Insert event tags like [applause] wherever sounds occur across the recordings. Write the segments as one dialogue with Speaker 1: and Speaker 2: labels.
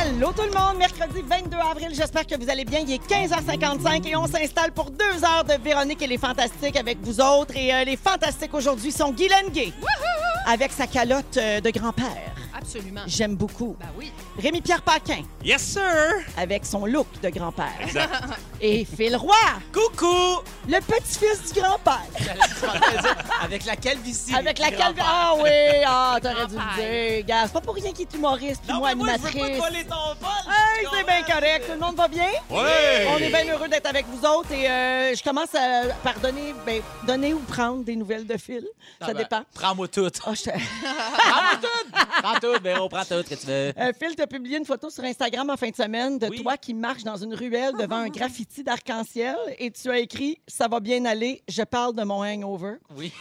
Speaker 1: Allô tout le monde, mercredi 22 avril, j'espère que vous allez bien. Il est 15h55 et on s'installe pour deux heures de Véronique et les Fantastiques avec vous autres. Et euh, les Fantastiques aujourd'hui sont Guylaine Gay avec sa calotte euh, de grand-père.
Speaker 2: Absolument.
Speaker 1: J'aime beaucoup.
Speaker 2: Ben oui.
Speaker 1: Rémi-Pierre Paquin
Speaker 3: Yes, sir!
Speaker 1: avec son look de grand-père.
Speaker 3: Exact.
Speaker 1: Et Phil Roy,
Speaker 3: Coucou!
Speaker 1: le petit-fils du grand-père.
Speaker 3: Avec la calvitie.
Speaker 1: Avec la calve. Ah oui, ah, t'aurais dû le dire. Gars, c'est pas pour rien qu'il est humoriste, puis
Speaker 3: Non,
Speaker 1: moi,
Speaker 3: mais moi, je veux pas te
Speaker 1: animatrice.
Speaker 3: voler ton vol.
Speaker 1: Hey, c'est bien correct. Tout le monde va bien?
Speaker 3: Ouais.
Speaker 1: On est bien heureux d'être avec vous autres et euh, je commence à par donner, ben, donner ou prendre des nouvelles de Phil. Ça dépend.
Speaker 3: Ah ben, Prends-moi tout.
Speaker 1: Ah, je te-
Speaker 3: [laughs] Prends ben, tout, Véro, prends tout que tu veux.
Speaker 1: [laughs] Euh, Phil, t'as publié une photo sur Instagram en fin de semaine de
Speaker 3: Oui.
Speaker 1: toi qui marche dans une ruelle devant un graffiti d'arc-en-ciel et tu as écrit « Ça va bien aller, je parle de mon
Speaker 3: [laughs]
Speaker 1: hangover ».
Speaker 3: Oui.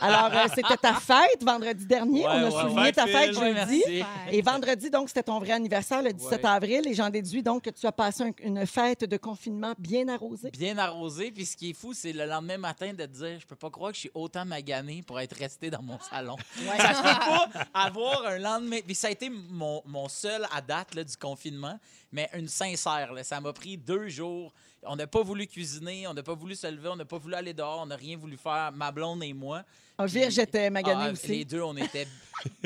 Speaker 1: Alors, euh, c'était ta fête vendredi dernier.
Speaker 3: Ouais,
Speaker 1: On a
Speaker 3: ouais,
Speaker 1: souligné
Speaker 3: ouais,
Speaker 1: ta
Speaker 3: Phil.
Speaker 1: fête
Speaker 3: Ouais,
Speaker 1: jeudi.
Speaker 3: merci.
Speaker 1: Et vendredi, donc, c'était ton vrai anniversaire, le 17
Speaker 3: Ouais.
Speaker 1: avril. Et j'en déduis donc que tu as passé un- une fête de confinement bien arrosée.
Speaker 3: Bien arrosé. Puis ce qui est fou, c'est le lendemain matin de te dire Je peux pas croire que je suis autant magané pour être resté dans mon salon. Ça [laughs] se peut pas avoir un lendemain. Puis ça a été mon, mon seul à date là, du confinement, mais une sincère. là. Ça m'a pris deux jours. On n'a pas voulu cuisiner, on n'a pas voulu se lever, on n'a pas voulu aller dehors, on n'a rien voulu faire, ma blonde et moi.
Speaker 1: Ah, Virge était maganée
Speaker 3: Ah, Les
Speaker 1: aussi.
Speaker 3: deux, on était [laughs]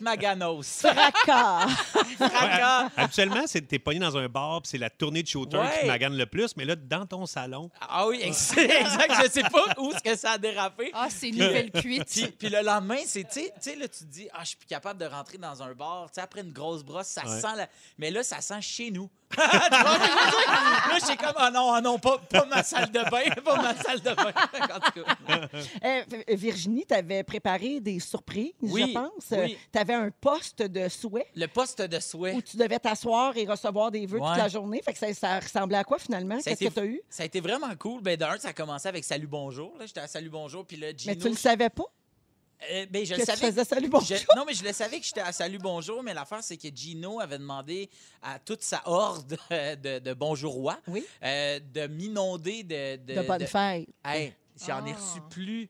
Speaker 1: [laughs]
Speaker 3: Maganos.
Speaker 1: Fracas.
Speaker 3: Fracas.
Speaker 4: Habituellement, c'est t'es pogné dans un bar, puis c'est la tournée de shooter
Speaker 3: Ouais.
Speaker 4: qui te magane le plus, mais là, dans ton salon,
Speaker 3: Ah oui, ex- [laughs] exact. Je sais pas où est-ce que ça a dérapé.
Speaker 2: Ah, c'est nouvelle
Speaker 3: Puis,
Speaker 2: cuite.
Speaker 3: puis le lendemain, c'est, tu sais- tu sais, là, tu te dis, ah, je suis plus capable de rentrer dans un bar. Tu sais, après une grosse brosse, ça
Speaker 4: Ouais.
Speaker 3: sent la... Mais là, ça sent chez nous. [laughs] Tu vois ce que je veux dire? là, je suis comme, ah non, ah non, pas, pas ma salle de bain, [laughs] pas ma salle de bain. [laughs] En tout cas.
Speaker 1: [laughs] Euh, V- Virginie, t'avais préparé des surprises,
Speaker 3: Oui,
Speaker 1: je pense.
Speaker 3: oui.
Speaker 1: Euh, T'avais un poste de souhait
Speaker 3: Le poste de souhait.
Speaker 1: où tu devais t'asseoir et recevoir des vœux toute
Speaker 3: Ouais.
Speaker 1: la journée. Fait que ça, ça ressemblait à quoi, finalement?
Speaker 3: Ça a
Speaker 1: Qu'est-ce
Speaker 3: été-
Speaker 1: que t'as eu?
Speaker 3: Ça a été vraiment cool. Ben, d'un, ça a commencé avec Salut Bonjour. Là, j'étais à Salut Bonjour, puis là, Gino...
Speaker 1: Mais tu le savais pas
Speaker 3: Euh, ben, je
Speaker 1: que
Speaker 3: le
Speaker 1: tu
Speaker 3: savais
Speaker 1: faisais salut bonjour.
Speaker 3: Je- non, mais je le savais que j'étais à Salut Bonjour, mais l'affaire, c'est que Gino avait demandé à toute sa horde [laughs] euh, de, de Bonjourois
Speaker 1: Oui.
Speaker 3: euh, de m'inonder de.
Speaker 1: De bonne fête.
Speaker 3: Hey, j'en ai
Speaker 2: Ah.
Speaker 3: reçu plus,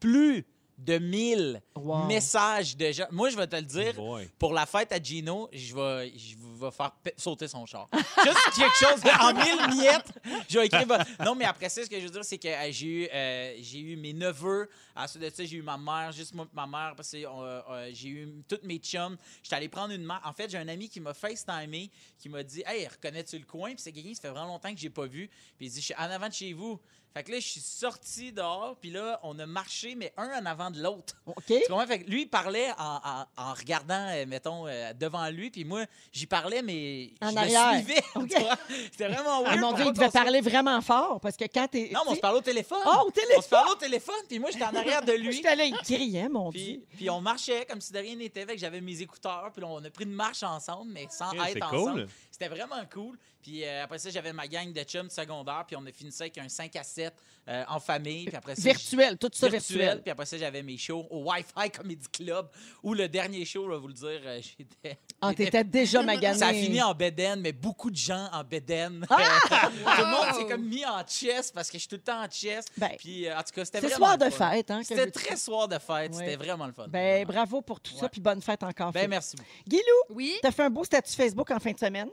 Speaker 3: plus de 1000
Speaker 1: Wow.
Speaker 3: messages de gens. Moi, je vais te le dire.
Speaker 4: oh boy.
Speaker 3: Pour la fête à Gino, je vais, je vais faire pe- sauter son char. [laughs] Juste quelque chose de- en mille miettes. Je vais écrire. bon- Non, mais après ça, ce que je veux dire, c'est que euh, j'ai eu, euh, j'ai eu mes neveux. Ensuite de ça, j'ai eu ma mère, juste moi et ma mère, parce que euh, euh, j'ai eu toutes mes chums. J'étais allé prendre une mère. En fait, j'ai un ami qui m'a FaceTimé, qui m'a dit Hey, reconnais-tu le coin Puis c'est quelqu'un, ça fait vraiment longtemps que j'ai pas vu. Puis il dit Je suis en avant de chez vous. Fait que là, je suis sorti dehors, puis là, on a marché, mais un en avant de l'autre.
Speaker 1: OK?
Speaker 3: Tu comprends? Fait que lui, il parlait en, en- en regardant, euh, mettons, euh, devant lui, puis moi, j'y parlais, mais
Speaker 1: En
Speaker 3: je
Speaker 1: arrière.
Speaker 3: le suivais.
Speaker 1: [laughs] OK.
Speaker 3: tu vois. C'était vraiment
Speaker 1: Ah, mon Dieu, il
Speaker 3: weird. Pourquoi
Speaker 1: devait
Speaker 3: qu'on se-
Speaker 1: parler vraiment fort parce que quand t'es.
Speaker 3: Non, mais on se parlait au téléphone.
Speaker 1: Ah, au téléphone!
Speaker 3: On se parlait au téléphone, puis moi, j'étais en arrière
Speaker 1: [laughs]
Speaker 3: de
Speaker 1: Je
Speaker 3: lui.
Speaker 1: suis allée, il criait, mon Dieu.
Speaker 3: Puis, puis on marchait comme si de rien n'était, fait que j'avais mes écouteurs, puis on a pris une marche ensemble, mais sans
Speaker 4: Ok,
Speaker 3: être
Speaker 4: Eh, c'est
Speaker 3: ensemble.
Speaker 4: cool.
Speaker 3: C'était vraiment cool. Puis euh, après ça, j'avais ma gang de chums secondaire, puis on a fini ça avec un 5 à 7 euh, en famille. Puis après ça,
Speaker 1: Virtuel, tout ça virtuel.
Speaker 3: virtuel. Puis après ça, j'avais mes shows au Wi-Fi Comedy Club, où le dernier show, je vais vous le dire, euh, j'étais.
Speaker 1: Ah,
Speaker 3: j'étais-
Speaker 1: t'étais déjà magané.
Speaker 3: [laughs] Ça a fini en bédaine, mais beaucoup de gens en bédaine.
Speaker 1: Ah!
Speaker 3: [laughs] tout le monde s'est comme mis en chest parce que je suis tout le temps en chest.
Speaker 1: Ben,
Speaker 3: Puis euh, en tout cas, c'était
Speaker 1: C'est
Speaker 3: vraiment.
Speaker 1: soir
Speaker 3: le
Speaker 1: de
Speaker 3: fun.
Speaker 1: fête, hein? que
Speaker 3: C'était
Speaker 1: veux-tu?
Speaker 3: très soir de fête.
Speaker 1: Ouais.
Speaker 3: C'était vraiment le fun.
Speaker 1: Ben,
Speaker 3: Vraiment.
Speaker 1: bravo pour tout ça,
Speaker 3: Ouais.
Speaker 1: puis bonne fête encore.
Speaker 3: Ben,
Speaker 1: Phil.
Speaker 3: merci beaucoup.
Speaker 1: Guilou,
Speaker 2: Oui.
Speaker 1: T'as fait un beau statut Facebook en fin de semaine.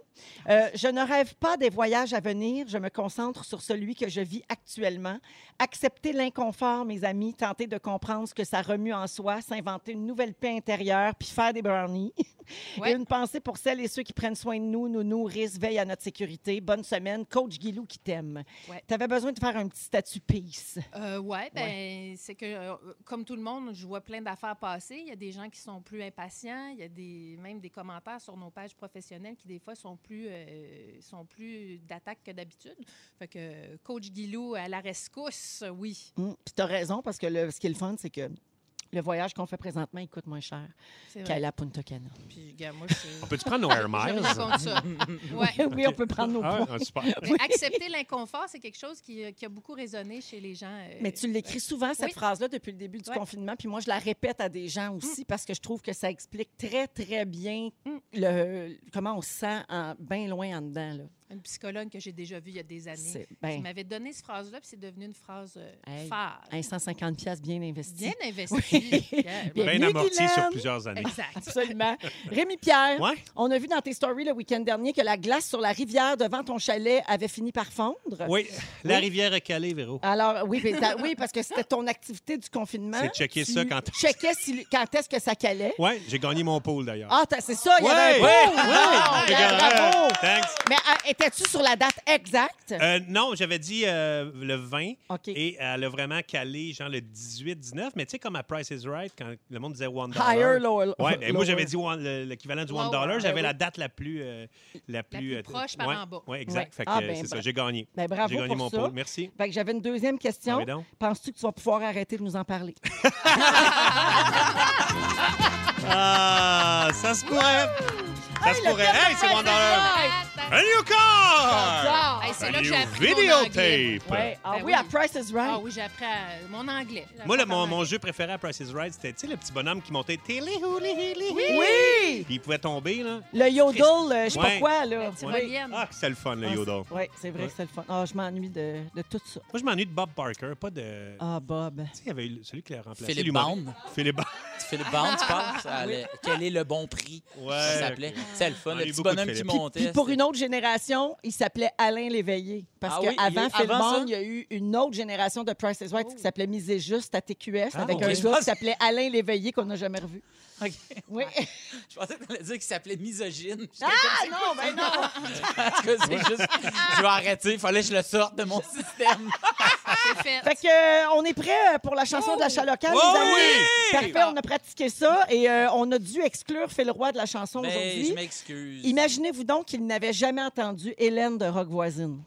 Speaker 1: Euh, je ne rêve pas des voyages à venir. Je me concentre sur celui que je vis actuellement. Accepter l'inconfort, mes amis, tenter de comprendre ce que ça remue en soi, s'inventer une nouvelle paix intérieure, puis faire des brownies. [laughs]
Speaker 2: Ouais.
Speaker 1: Et une pensée pour celles et ceux qui prennent soin de nous, nous nourrissent, veillent à notre sécurité. Bonne semaine. Coach Guilou qui t'aime.
Speaker 2: Ouais.
Speaker 1: T'avais besoin de faire un petit statut peace.
Speaker 2: Euh, ouais, ben, c'est que, euh, comme tout le monde, je vois plein d'affaires passer. Il y a des gens qui sont plus impatients. Il y a des, même des commentaires sur nos pages professionnelles qui, des fois, sont plus, euh, sont plus d'attaque que d'habitude. Fait que, euh, coach Guilou à la rescousse, euh, oui,
Speaker 1: Mm. Puis t'as raison, parce que le, ce qui est le fun, c'est que le voyage qu'on fait présentement, il coûte moins cher
Speaker 2: c'est
Speaker 1: qu'à
Speaker 2: vrai.
Speaker 1: la Punta Cana.
Speaker 2: Puis, gars, moi,
Speaker 4: On
Speaker 2: je
Speaker 4: peut-tu prendre nos Air
Speaker 2: je
Speaker 4: Miles?
Speaker 2: reviens contre ça. Ouais.
Speaker 1: [laughs] Oui, on peut prendre Ah, nos
Speaker 4: Ah,
Speaker 1: points.
Speaker 4: ah, super.
Speaker 2: Mais accepter l'inconfort, c'est quelque chose qui, euh, qui a beaucoup résonné chez les gens. euh,
Speaker 1: Mais tu l'écris souvent, cette
Speaker 2: Oui.
Speaker 1: phrase-là, depuis le début du
Speaker 2: Ouais.
Speaker 1: confinement. Puis moi, je la répète à des gens aussi parce que je trouve que ça explique très, très bien
Speaker 2: Mm.
Speaker 1: le, comment on se sent en, bien loin en dedans. là.
Speaker 2: une psychologue que j'ai déjà vue il y a des années,
Speaker 1: C'est-
Speaker 2: qui
Speaker 1: ben,
Speaker 2: m'avait donné cette phrase-là, puis c'est devenu une phrase euh,
Speaker 1: Hey.
Speaker 2: phare.
Speaker 1: un 150 pièces bien investi.
Speaker 2: Bien
Speaker 1: Oui. [laughs]
Speaker 2: investi. Yeah.
Speaker 1: Bien.
Speaker 4: Bien
Speaker 1: Bienvenue,
Speaker 4: amorti
Speaker 1: Guylaine.
Speaker 4: sur plusieurs années.
Speaker 2: Exact.
Speaker 1: Absolument. Rémi Pierre,
Speaker 4: Ouais.
Speaker 1: on a vu dans tes stories le week-end dernier que la glace sur la rivière devant ton chalet avait fini par fondre.
Speaker 4: Oui, la
Speaker 1: Oui.
Speaker 4: rivière est calée, Véro.
Speaker 1: Alors, oui, ben, t'as- oui, parce que c'était ton activité du confinement.
Speaker 4: C'est de checker ça quand.
Speaker 1: Tu checkais si- quand est-ce que ça calait.
Speaker 4: Ouais, j'ai gagné mon pool d'ailleurs.
Speaker 1: Ah, t'as- c'est ça, il y avait un
Speaker 4: Ouais.
Speaker 1: pot. Ah,
Speaker 4: J'ai
Speaker 1: ben,
Speaker 4: gagné.
Speaker 1: bravo.
Speaker 4: Thanks.
Speaker 1: Mais euh, étais-tu sur la date exacte?
Speaker 4: Euh, non, j'avais dit euh, le 20
Speaker 1: OK.
Speaker 4: et elle a vraiment calé genre le 18-19, mais tu sais comme à Price is Right quand le monde disait one dollar.
Speaker 1: Higher, lower. [laughs]
Speaker 4: Ouais, ben, moi
Speaker 1: lower.
Speaker 4: j'avais dit one- le- l'équivalent du
Speaker 2: Ouais,
Speaker 4: one
Speaker 2: ouais,
Speaker 4: dollar,
Speaker 2: ben
Speaker 4: j'avais
Speaker 1: oui.
Speaker 4: la date la plus euh, la plus,
Speaker 2: plus
Speaker 4: euh,
Speaker 2: proche par
Speaker 4: ouais,
Speaker 2: en bas.
Speaker 4: Ouais,
Speaker 1: Ouais.
Speaker 4: exact. Fait que
Speaker 1: Ah,
Speaker 4: euh,
Speaker 1: ben,
Speaker 4: c'est
Speaker 1: bra-
Speaker 4: ça, j'ai gagné.
Speaker 1: Ben, bravo
Speaker 4: J'ai gagné
Speaker 1: pour
Speaker 4: mon
Speaker 1: ça.
Speaker 4: pool. Merci.
Speaker 1: Fait que j'avais une deuxième question.
Speaker 4: Ah oui donc.
Speaker 1: Penses-tu que tu vas pouvoir arrêter de nous en parler?
Speaker 4: Ah, ça se pourrait. Ça se pourrait. Hey, c'est one dollar. Un new car.
Speaker 1: Ah,
Speaker 2: Hey, c'est
Speaker 4: Un
Speaker 2: là que j'ai
Speaker 4: new
Speaker 2: appris mon anglais.
Speaker 4: videotape.
Speaker 1: ouais. ah
Speaker 2: Ben
Speaker 1: oui,
Speaker 2: oui.
Speaker 1: à Price is Right.
Speaker 2: Ah oui, j'ai appris à- mon anglais. J'ai
Speaker 4: Moi, le-
Speaker 2: appris à
Speaker 4: mon, mon
Speaker 2: parler.
Speaker 4: jeu préféré à Price is Right, c'était, tu sais, le petit bonhomme qui montait Téléhou,
Speaker 1: oui.
Speaker 4: léhou, léhou. Puis il pouvait tomber, là.
Speaker 1: Le yodel, euh, je sais pas
Speaker 4: Ouais.
Speaker 1: quoi, là.
Speaker 2: La tyrolienne.
Speaker 4: Ah, que c'est le fun, le yodel.
Speaker 1: Oui, c'est vrai que c'est le fun. Ah, je m'ennuie de, de tout ça.
Speaker 4: Moi, je m'ennuie de Bob Barker, pas de.
Speaker 1: Ah, Bob.
Speaker 4: Tu sais, il y avait eu celui qui l'a remplacé.
Speaker 3: Philippe
Speaker 4: l'humoriste.
Speaker 3: Bond.
Speaker 4: Philippe
Speaker 3: [laughs]
Speaker 4: Bond.
Speaker 3: Philippe Bond, tu
Speaker 1: [laughs]
Speaker 3: parles? Ça allait- Quel est le bon prix?
Speaker 4: Ouais,
Speaker 3: Ça s'appelait.
Speaker 4: ok.
Speaker 3: C'est le fun,
Speaker 4: On
Speaker 3: le
Speaker 4: a eu
Speaker 3: petit
Speaker 4: beaucoup de
Speaker 3: bonhomme qui
Speaker 4: Philippe.
Speaker 3: montait.
Speaker 1: Puis pour une autre génération, il s'appelait Alain Léveillé. Parce
Speaker 3: Ah oui, il y a
Speaker 1: qu'avant
Speaker 3: eu-
Speaker 1: Phil
Speaker 3: avant ça? Oh.
Speaker 1: Bond, il y a eu une autre génération de Price is Right qui s'appelait Misez juste à TQS
Speaker 4: Ah,
Speaker 1: avec
Speaker 4: ok.
Speaker 1: un
Speaker 3: Je
Speaker 1: gars
Speaker 3: pense-
Speaker 1: qui s'appelait Alain Léveillé qu'on n'a jamais revu.
Speaker 3: [laughs] Ok. Ah,
Speaker 1: Oui.
Speaker 3: Je pensais que t'allais dire qu'il s'appelait misogyne.
Speaker 1: Ah non, ben non!
Speaker 3: En tout cas, c'est juste. Je vais arrêter. Il fallait que je le sorte de mon système.
Speaker 2: Ah, C'est fait.
Speaker 1: Fait que, euh, on est prêt euh, pour la chanson de l'achat local,
Speaker 4: Oh
Speaker 1: les amis.
Speaker 4: oui!
Speaker 1: Parfait, on a pratiqué ça et euh, on a dû exclure Phil Roy de la chanson
Speaker 3: Mais Ben, je
Speaker 1: aujourd'hui.
Speaker 3: m'excuse.
Speaker 1: Imaginez-vous donc qu'il n'avait jamais entendu Hélène de Rock Voisine.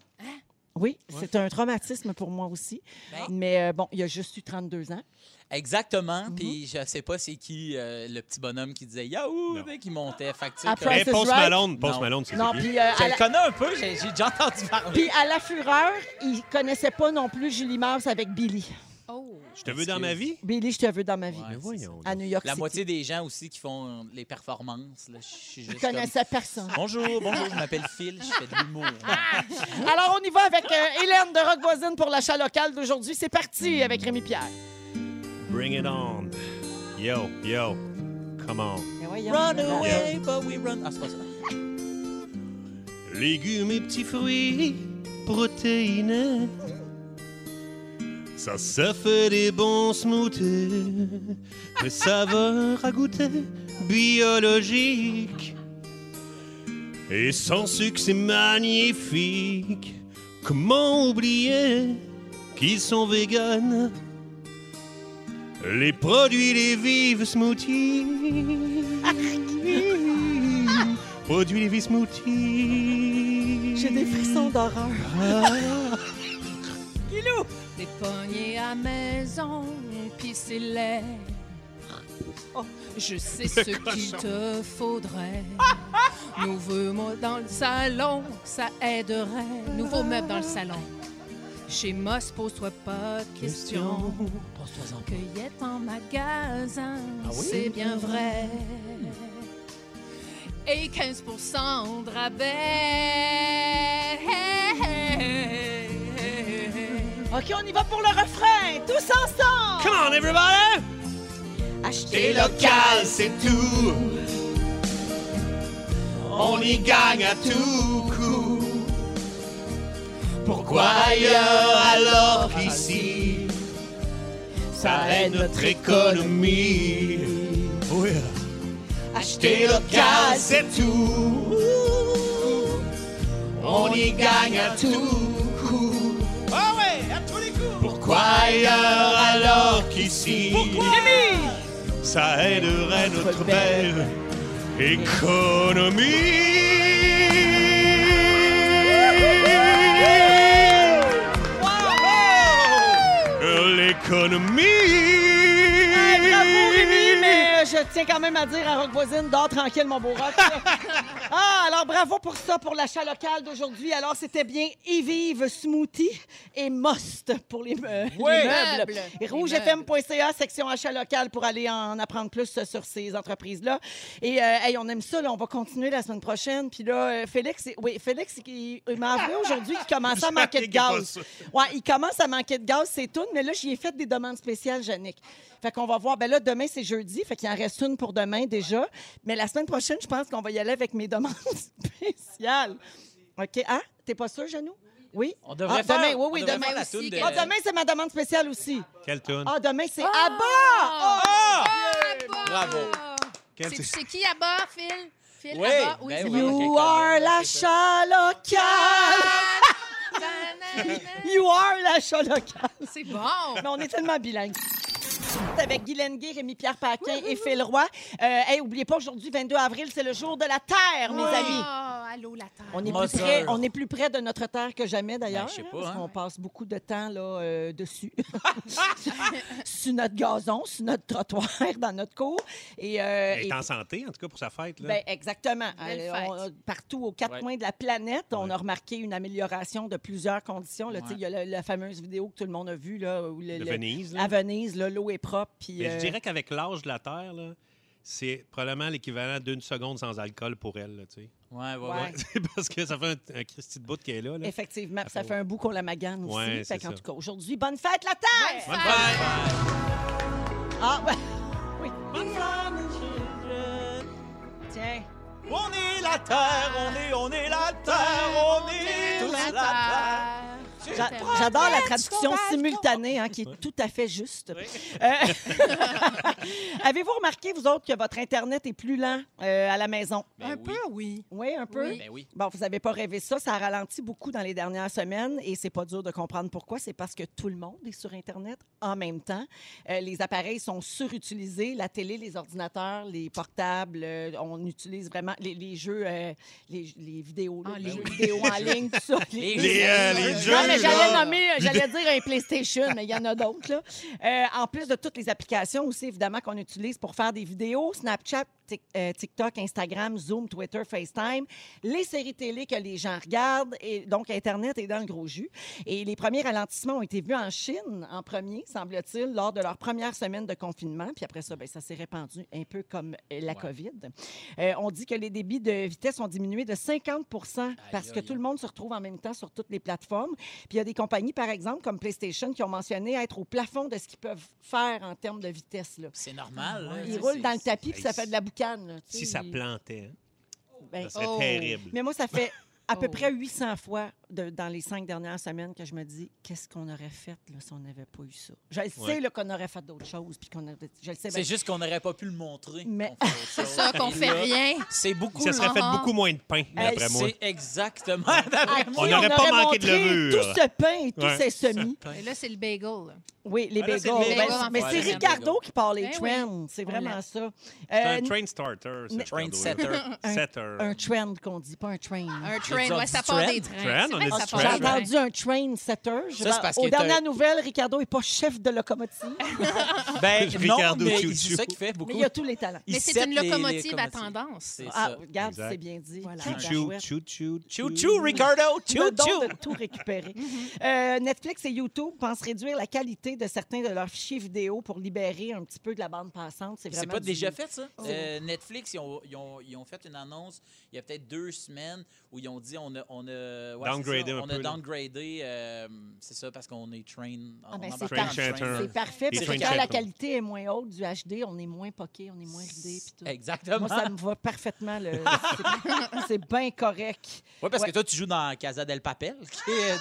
Speaker 1: Oui, c'est un traumatisme pour moi aussi.
Speaker 3: Ben.
Speaker 1: Mais euh, bon, il a juste eu 32 ans.
Speaker 3: Exactement.
Speaker 1: Mhm.
Speaker 3: Puis je sais pas c'est qui euh, le petit bonhomme qui disait Yahoo
Speaker 4: Non.
Speaker 3: dès qu'il montait. Fait que, tu sais,
Speaker 1: À
Speaker 3: comme-
Speaker 4: Mais
Speaker 1: Price is
Speaker 4: Eh, Post
Speaker 1: Right.
Speaker 4: Malone, Post
Speaker 3: Non.
Speaker 4: Malone, c'est
Speaker 1: Non,
Speaker 4: qui?
Speaker 1: puis euh,
Speaker 3: Je
Speaker 1: à,
Speaker 3: le
Speaker 1: la-
Speaker 3: connais un peu. J'ai j'ai déjà entendu parler.
Speaker 1: puis à la fureur, il connaissait pas non plus Julie Mars avec Billy.
Speaker 2: Oh.
Speaker 4: Je te veux dans ma vie?
Speaker 1: Billy, je te veux dans ma vie.
Speaker 3: Ouais,
Speaker 4: Mais
Speaker 3: c'est
Speaker 4: voyons.
Speaker 1: À New York
Speaker 3: La
Speaker 1: City.
Speaker 3: moitié des gens aussi qui font les performances. Là, je suis
Speaker 1: Il
Speaker 3: juste comme,
Speaker 1: connaissait personne.
Speaker 3: Bonjour, bonjour, je m'appelle Phil, je fais de
Speaker 1: [laughs]
Speaker 3: l'humour. Ah
Speaker 1: Alors, on y va avec euh, Hélène de Rock Voisine pour l'achat local d'aujourd'hui. C'est parti avec Rémi Pierre.
Speaker 4: Bring it on. Yo, yo, come on.
Speaker 3: Run away, but we run. Ah, c'est pas ça.
Speaker 4: Légumes et petits fruits protéinés. Ça, ça fait des bons smoothies. Des saveurs à goûter biologiques. Et sans sucre, c'est magnifique. Comment oublier qu'ils sont véganes? Les produits les vives smoothies. produits les vives smoothies. Ah.
Speaker 1: J'ai des frissons d'horreur.
Speaker 2: T'es pogné à maison, pis c'est laid. Oh, Je sais ce qu'il te faudrait. Nouveau mot dans le salon, ça aiderait. Nouveau meuble dans le salon. Chez Moss, pose-toi pas de questions.
Speaker 3: Passe-toi-en.
Speaker 2: Cueillette en magasin, c'est bien vrai. Et 15 de rabais.
Speaker 1: OK, on y va pour le refrain. Tous ensemble.
Speaker 4: Come on, everybody!
Speaker 1: Achetez
Speaker 4: local, c'est tout. On y gagne à tout coup. Pourquoi ailleurs alors ici Ça aide notre économie. Oui. Acheter local, c'est tout. On y gagne à tout coup.
Speaker 3: Ah ouais, à tous les coups!
Speaker 4: Pourquoi ailleurs alors qu'ici Ça aiderait notre belle économie L'économie
Speaker 1: Bravo, Rémi, mais je je tiens quand même à dire à Rock Voisine, dors tranquille, mon beau Rock. ah, alors bravo pour ça, pour l'achat local d'aujourd'hui. Alors, c'était bien Evive Smoothie et Most pour les, meubles.
Speaker 3: Oui.
Speaker 1: les meubles.
Speaker 2: Meubles.
Speaker 1: Et
Speaker 2: Les
Speaker 1: rougefm.ca, section achat local pour aller en apprendre plus euh, sur ces entreprises-là. Et, euh, hey, on aime ça, là, on va continuer la semaine prochaine. Puis là, euh, Félix, oui, Félix, il, il m'a avoué aujourd'hui qu'il commençait à manquer de
Speaker 4: J'étais pas
Speaker 1: gaz.
Speaker 4: sûr.
Speaker 1: Ouais, il commence à manquer de gaz, c'est tout, mais là, j'y ai fait des demandes spéciales, Jannick. Fait qu'on va voir. Ben là, demain, c'est jeudi, fait qu'il en reste une pour demain déjà. Mais la semaine prochaine, je pense qu'on va y aller avec mes demandes [laughs] spéciales. OK. Hein? T'es pas sûr, Janou? Oui?
Speaker 3: On devrait
Speaker 1: Ah,
Speaker 3: faire,
Speaker 1: demain, oui,
Speaker 3: on
Speaker 1: oui,
Speaker 3: devrait
Speaker 1: demain.
Speaker 3: faire la
Speaker 2: aussi,
Speaker 3: toune de-
Speaker 1: Ah, demain, c'est ma demande spéciale aussi.
Speaker 4: Quelle tune?
Speaker 1: Ah, demain, c'est Abba! Oh!
Speaker 3: Ah!
Speaker 2: Abba!
Speaker 3: Bravo.
Speaker 4: Quel-
Speaker 2: C'est
Speaker 1: Euh,
Speaker 2: c'est qui à bas, Phil? Phil
Speaker 3: Oui,
Speaker 2: à bas? Oui,
Speaker 3: ben
Speaker 2: c'est
Speaker 3: oui.
Speaker 2: lui.
Speaker 1: You
Speaker 3: ok,
Speaker 1: are
Speaker 3: quand même,
Speaker 1: la
Speaker 3: c'est ça.
Speaker 1: chalocale!
Speaker 2: Ta-na-na.
Speaker 1: You are la chalocale!
Speaker 2: C'est bon.
Speaker 1: Mais on est tellement bilingue. Avec Guylaine Guy, Rémi-Pierre Paquin et Phil Roy. Euh, hey, oubliez pas, aujourd'hui, 22 avril, c'est le jour de la Terre, mes
Speaker 2: Ah,
Speaker 1: amis.
Speaker 2: allô, la terre.
Speaker 1: On est, plus
Speaker 3: Mother.
Speaker 1: près, on est plus près de notre terre que jamais, d'ailleurs.
Speaker 3: Ben, je sais
Speaker 1: hein,
Speaker 3: pas,
Speaker 1: parce
Speaker 3: hein.
Speaker 1: qu'on passe beaucoup de temps là, euh, dessus. [laughs] sur notre gazon, sur notre trottoir, dans notre cour. Et, euh,
Speaker 4: Elle
Speaker 1: et-
Speaker 4: est en santé, en tout cas, pour sa fête. Là.
Speaker 1: ben, exactement.
Speaker 2: Belle
Speaker 1: Euh,
Speaker 2: fête.
Speaker 1: on- partout aux quatre
Speaker 3: Ouais.
Speaker 1: coins de la planète, on
Speaker 4: Ouais.
Speaker 1: a remarqué une amélioration de plusieurs conditions. là. Tu sais,
Speaker 3: Ouais.
Speaker 1: Il y a la, la fameuse vidéo que tout le monde a vue là, où le-
Speaker 4: de
Speaker 1: le-
Speaker 4: Venise. là.
Speaker 1: à Venise, là, l'eau est propre. Puis,
Speaker 4: Mais
Speaker 1: euh,
Speaker 4: je dirais qu'avec l'âge de la Terre, là, c'est probablement l'équivalent d'une seconde sans alcool pour elle. là, tu sais. [laughs]
Speaker 3: Ouais, ouais,
Speaker 1: Ouais.
Speaker 3: ouais.
Speaker 4: Parce que ça fait un, un Christy de bout qui est là. là.
Speaker 1: Effectivement, puis ça
Speaker 4: fait-
Speaker 1: fait un bout qu'on la magane aussi.
Speaker 4: Ouais,
Speaker 1: Fait
Speaker 4: c'est
Speaker 1: qu'en
Speaker 4: ça.
Speaker 1: tout cas, aujourd'hui, bonne fête, la Terre!
Speaker 2: Bonne fête.
Speaker 1: Ah, ouais. [laughs] oui. Tiens.
Speaker 3: On est la terre, on est, on est la terre, on est tous la terre.
Speaker 2: terre.
Speaker 1: J'a- J'adore la traduction simultanée, hein, qui est tout à fait juste. Euh, [laughs] Avez-vous remarqué, vous autres, que votre Internet est plus lent euh, à la maison?
Speaker 3: Ben
Speaker 2: un
Speaker 3: oui.
Speaker 2: peu, oui.
Speaker 1: Oui, un peu?
Speaker 2: Oui.
Speaker 3: Ben oui.
Speaker 1: Bon, vous n'avez pas rêvé ça. Ça a ralenti beaucoup dans les dernières semaines et c'est pas dur de comprendre pourquoi. C'est parce que tout le monde est sur Internet en même temps. Euh, les appareils sont surutilisés, la télé, les ordinateurs, les portables. euh, on utilise vraiment les, les jeux, euh, les, les vidéos, là,
Speaker 2: Ah,
Speaker 1: les
Speaker 2: les
Speaker 1: jeux
Speaker 2: jeux.
Speaker 1: vidéo [laughs] en ligne, tout ça. Les-
Speaker 3: Les-
Speaker 4: Les, euh, les
Speaker 3: Non,
Speaker 4: jeux.
Speaker 1: non, mais j'allais
Speaker 4: là.
Speaker 1: nommer, euh,
Speaker 4: [laughs]
Speaker 1: j'allais dire un PlayStation, mais il y en a d'autres. là. Euh, en plus de toutes les applications aussi, évidemment, qu'on utilise pour faire des vidéos, Snapchat, Tik- euh, TikTok, Instagram, Zoom, Twitter, FaceTime, les séries télé que les gens regardent, et donc Internet est dans le gros jus. Et les premiers ralentissements ont été vus en Chine en premier, semble-t-il, lors de leur première semaine de confinement. Puis après ça, ben, ça s'est répandu un peu comme euh, la
Speaker 3: Ouais.
Speaker 1: COVID. Euh, on dit que les débits de vitesse ont diminué de 50 parce que
Speaker 3: aïe.
Speaker 1: tout le monde se retrouve en même temps sur toutes les plateformes. Puis il y a des compagnies, par exemple, comme PlayStation, qui ont mentionné être au plafond de ce qu'ils peuvent faire en termes de vitesse. Là.
Speaker 3: C'est normal. là, tu
Speaker 1: Ils
Speaker 3: sais,
Speaker 1: roulent dans le
Speaker 3: c'est-
Speaker 1: tapis, puis ça fait de la boucane. là, tu sais,
Speaker 4: Si ça
Speaker 1: ils-
Speaker 4: plantait, hein,
Speaker 1: ben,
Speaker 4: ça serait
Speaker 2: Oh.
Speaker 4: terrible.
Speaker 1: mais moi, ça fait à peu
Speaker 2: Oh.
Speaker 1: près 800 fois de- dans les cinq dernières semaines que je me dis qu'est-ce qu'on aurait fait là, si on n'avait pas eu ça. Je le sais
Speaker 4: Ouais.
Speaker 1: là, qu'on aurait fait d'autres choses, puis qu'on aurait- je le sais.
Speaker 3: C'est
Speaker 1: bien.
Speaker 3: juste qu'on n'aurait pas pu le montrer.
Speaker 1: Mais-
Speaker 3: qu'on fait autre
Speaker 2: C'est
Speaker 3: chose.
Speaker 2: ça, qu'on
Speaker 3: Et
Speaker 2: fait
Speaker 3: là,
Speaker 2: rien.
Speaker 3: C'est beaucoup.
Speaker 4: Ça serait fait
Speaker 2: Ah.
Speaker 4: beaucoup moins de pain, d'après moi.
Speaker 3: C'est exactement. d'après
Speaker 1: Puis
Speaker 3: moi.
Speaker 4: On n'aurait pas manqué de
Speaker 1: montré
Speaker 4: levure.
Speaker 1: Tout ce pain et tous
Speaker 4: Ouais.
Speaker 1: ces semis.
Speaker 2: Et là, c'est le bagel. là.
Speaker 1: Oui, les
Speaker 4: Ah, là,
Speaker 1: bagels.
Speaker 4: c'est les
Speaker 1: Ben,
Speaker 2: bagels en
Speaker 1: mais
Speaker 2: fait.
Speaker 1: c'est
Speaker 2: Ouais, les
Speaker 1: Ricardo
Speaker 3: bagels.
Speaker 1: qui part les
Speaker 2: Ben oui.
Speaker 1: trends. C'est vraiment
Speaker 2: l'a.
Speaker 1: ça.
Speaker 4: C'est
Speaker 1: Euh,
Speaker 4: un train starter, ce
Speaker 1: mais-
Speaker 4: Ricardo, là.
Speaker 3: Train
Speaker 1: [laughs] Un-
Speaker 4: Setter.
Speaker 1: un trend qu'on dit, pas un train. Ah,
Speaker 2: Un
Speaker 3: J'ai dit,
Speaker 2: train,
Speaker 3: on
Speaker 2: ouais,
Speaker 3: dit
Speaker 2: ça part
Speaker 3: train.
Speaker 2: des trains.
Speaker 4: Train,
Speaker 2: C'est vrai
Speaker 4: on a
Speaker 2: que
Speaker 4: dit
Speaker 2: ça part
Speaker 1: J'ai
Speaker 4: train.
Speaker 2: des trains.
Speaker 1: entendu un train setter. Je-
Speaker 3: Ça, c'est parce
Speaker 1: Aux
Speaker 3: qu'il est un-
Speaker 1: dernières nouvelles, Ricardo n'est pas chef de locomotive,
Speaker 2: Ah,
Speaker 4: [laughs]
Speaker 3: Ben, non,
Speaker 4: Ricardo
Speaker 3: mais
Speaker 4: Ciu-Ciu.
Speaker 3: c'est ça qui fait beaucoup.
Speaker 1: mais il a tous les talents.
Speaker 3: Il
Speaker 2: Mais c'est
Speaker 3: set
Speaker 2: une
Speaker 3: les- les
Speaker 2: locomotive à
Speaker 3: locomotives.
Speaker 2: tendance.
Speaker 3: C'est
Speaker 1: Ah,
Speaker 3: ça.
Speaker 1: regarde,
Speaker 4: Exact.
Speaker 1: c'est bien dit. Voilà.
Speaker 4: Chou, chou, chou, chou.
Speaker 3: Chou-chou, Ricardo,
Speaker 1: Le don
Speaker 3: chou-chou.
Speaker 1: de tout
Speaker 3: [laughs]
Speaker 1: récupérer.
Speaker 3: Mm-hmm.
Speaker 1: Euh, Netflix et YouTube pensent réduire la qualité de certains de leurs fichiers vidéo pour libérer un petit peu de la bande passante. C'est
Speaker 3: C'est
Speaker 1: vraiment
Speaker 3: pas
Speaker 1: du-
Speaker 3: déjà fait, ça? Euh, Netflix, ils ont, ils, ont, ils ont fait une annonce il y a peut-être deux semaines où ils ont dit on a, on a, ouais,
Speaker 4: Downgradé
Speaker 3: c'est ça,
Speaker 4: un
Speaker 3: on
Speaker 4: peu,
Speaker 3: a
Speaker 4: là.
Speaker 3: downgradé, euh, c'est ça, parce qu'on est train.
Speaker 1: Ah,
Speaker 3: on
Speaker 1: ben,
Speaker 3: embarque
Speaker 1: c'est
Speaker 3: dans le
Speaker 4: parfait.
Speaker 3: train.
Speaker 1: C'est parfait,
Speaker 4: Les
Speaker 1: parce que
Speaker 4: train
Speaker 1: quand la
Speaker 4: set, là.
Speaker 1: qualité est moins haute du HD, on est moins poqué, on est moins vidé. puis tout.
Speaker 3: Exactement.
Speaker 1: Moi, ça me va parfaitement. le-
Speaker 3: [laughs]
Speaker 1: c'est- C'est bien correct.
Speaker 3: Oui, parce
Speaker 1: Ouais.
Speaker 3: que toi, tu joues dans Casa del Papel. [laughs] qui est-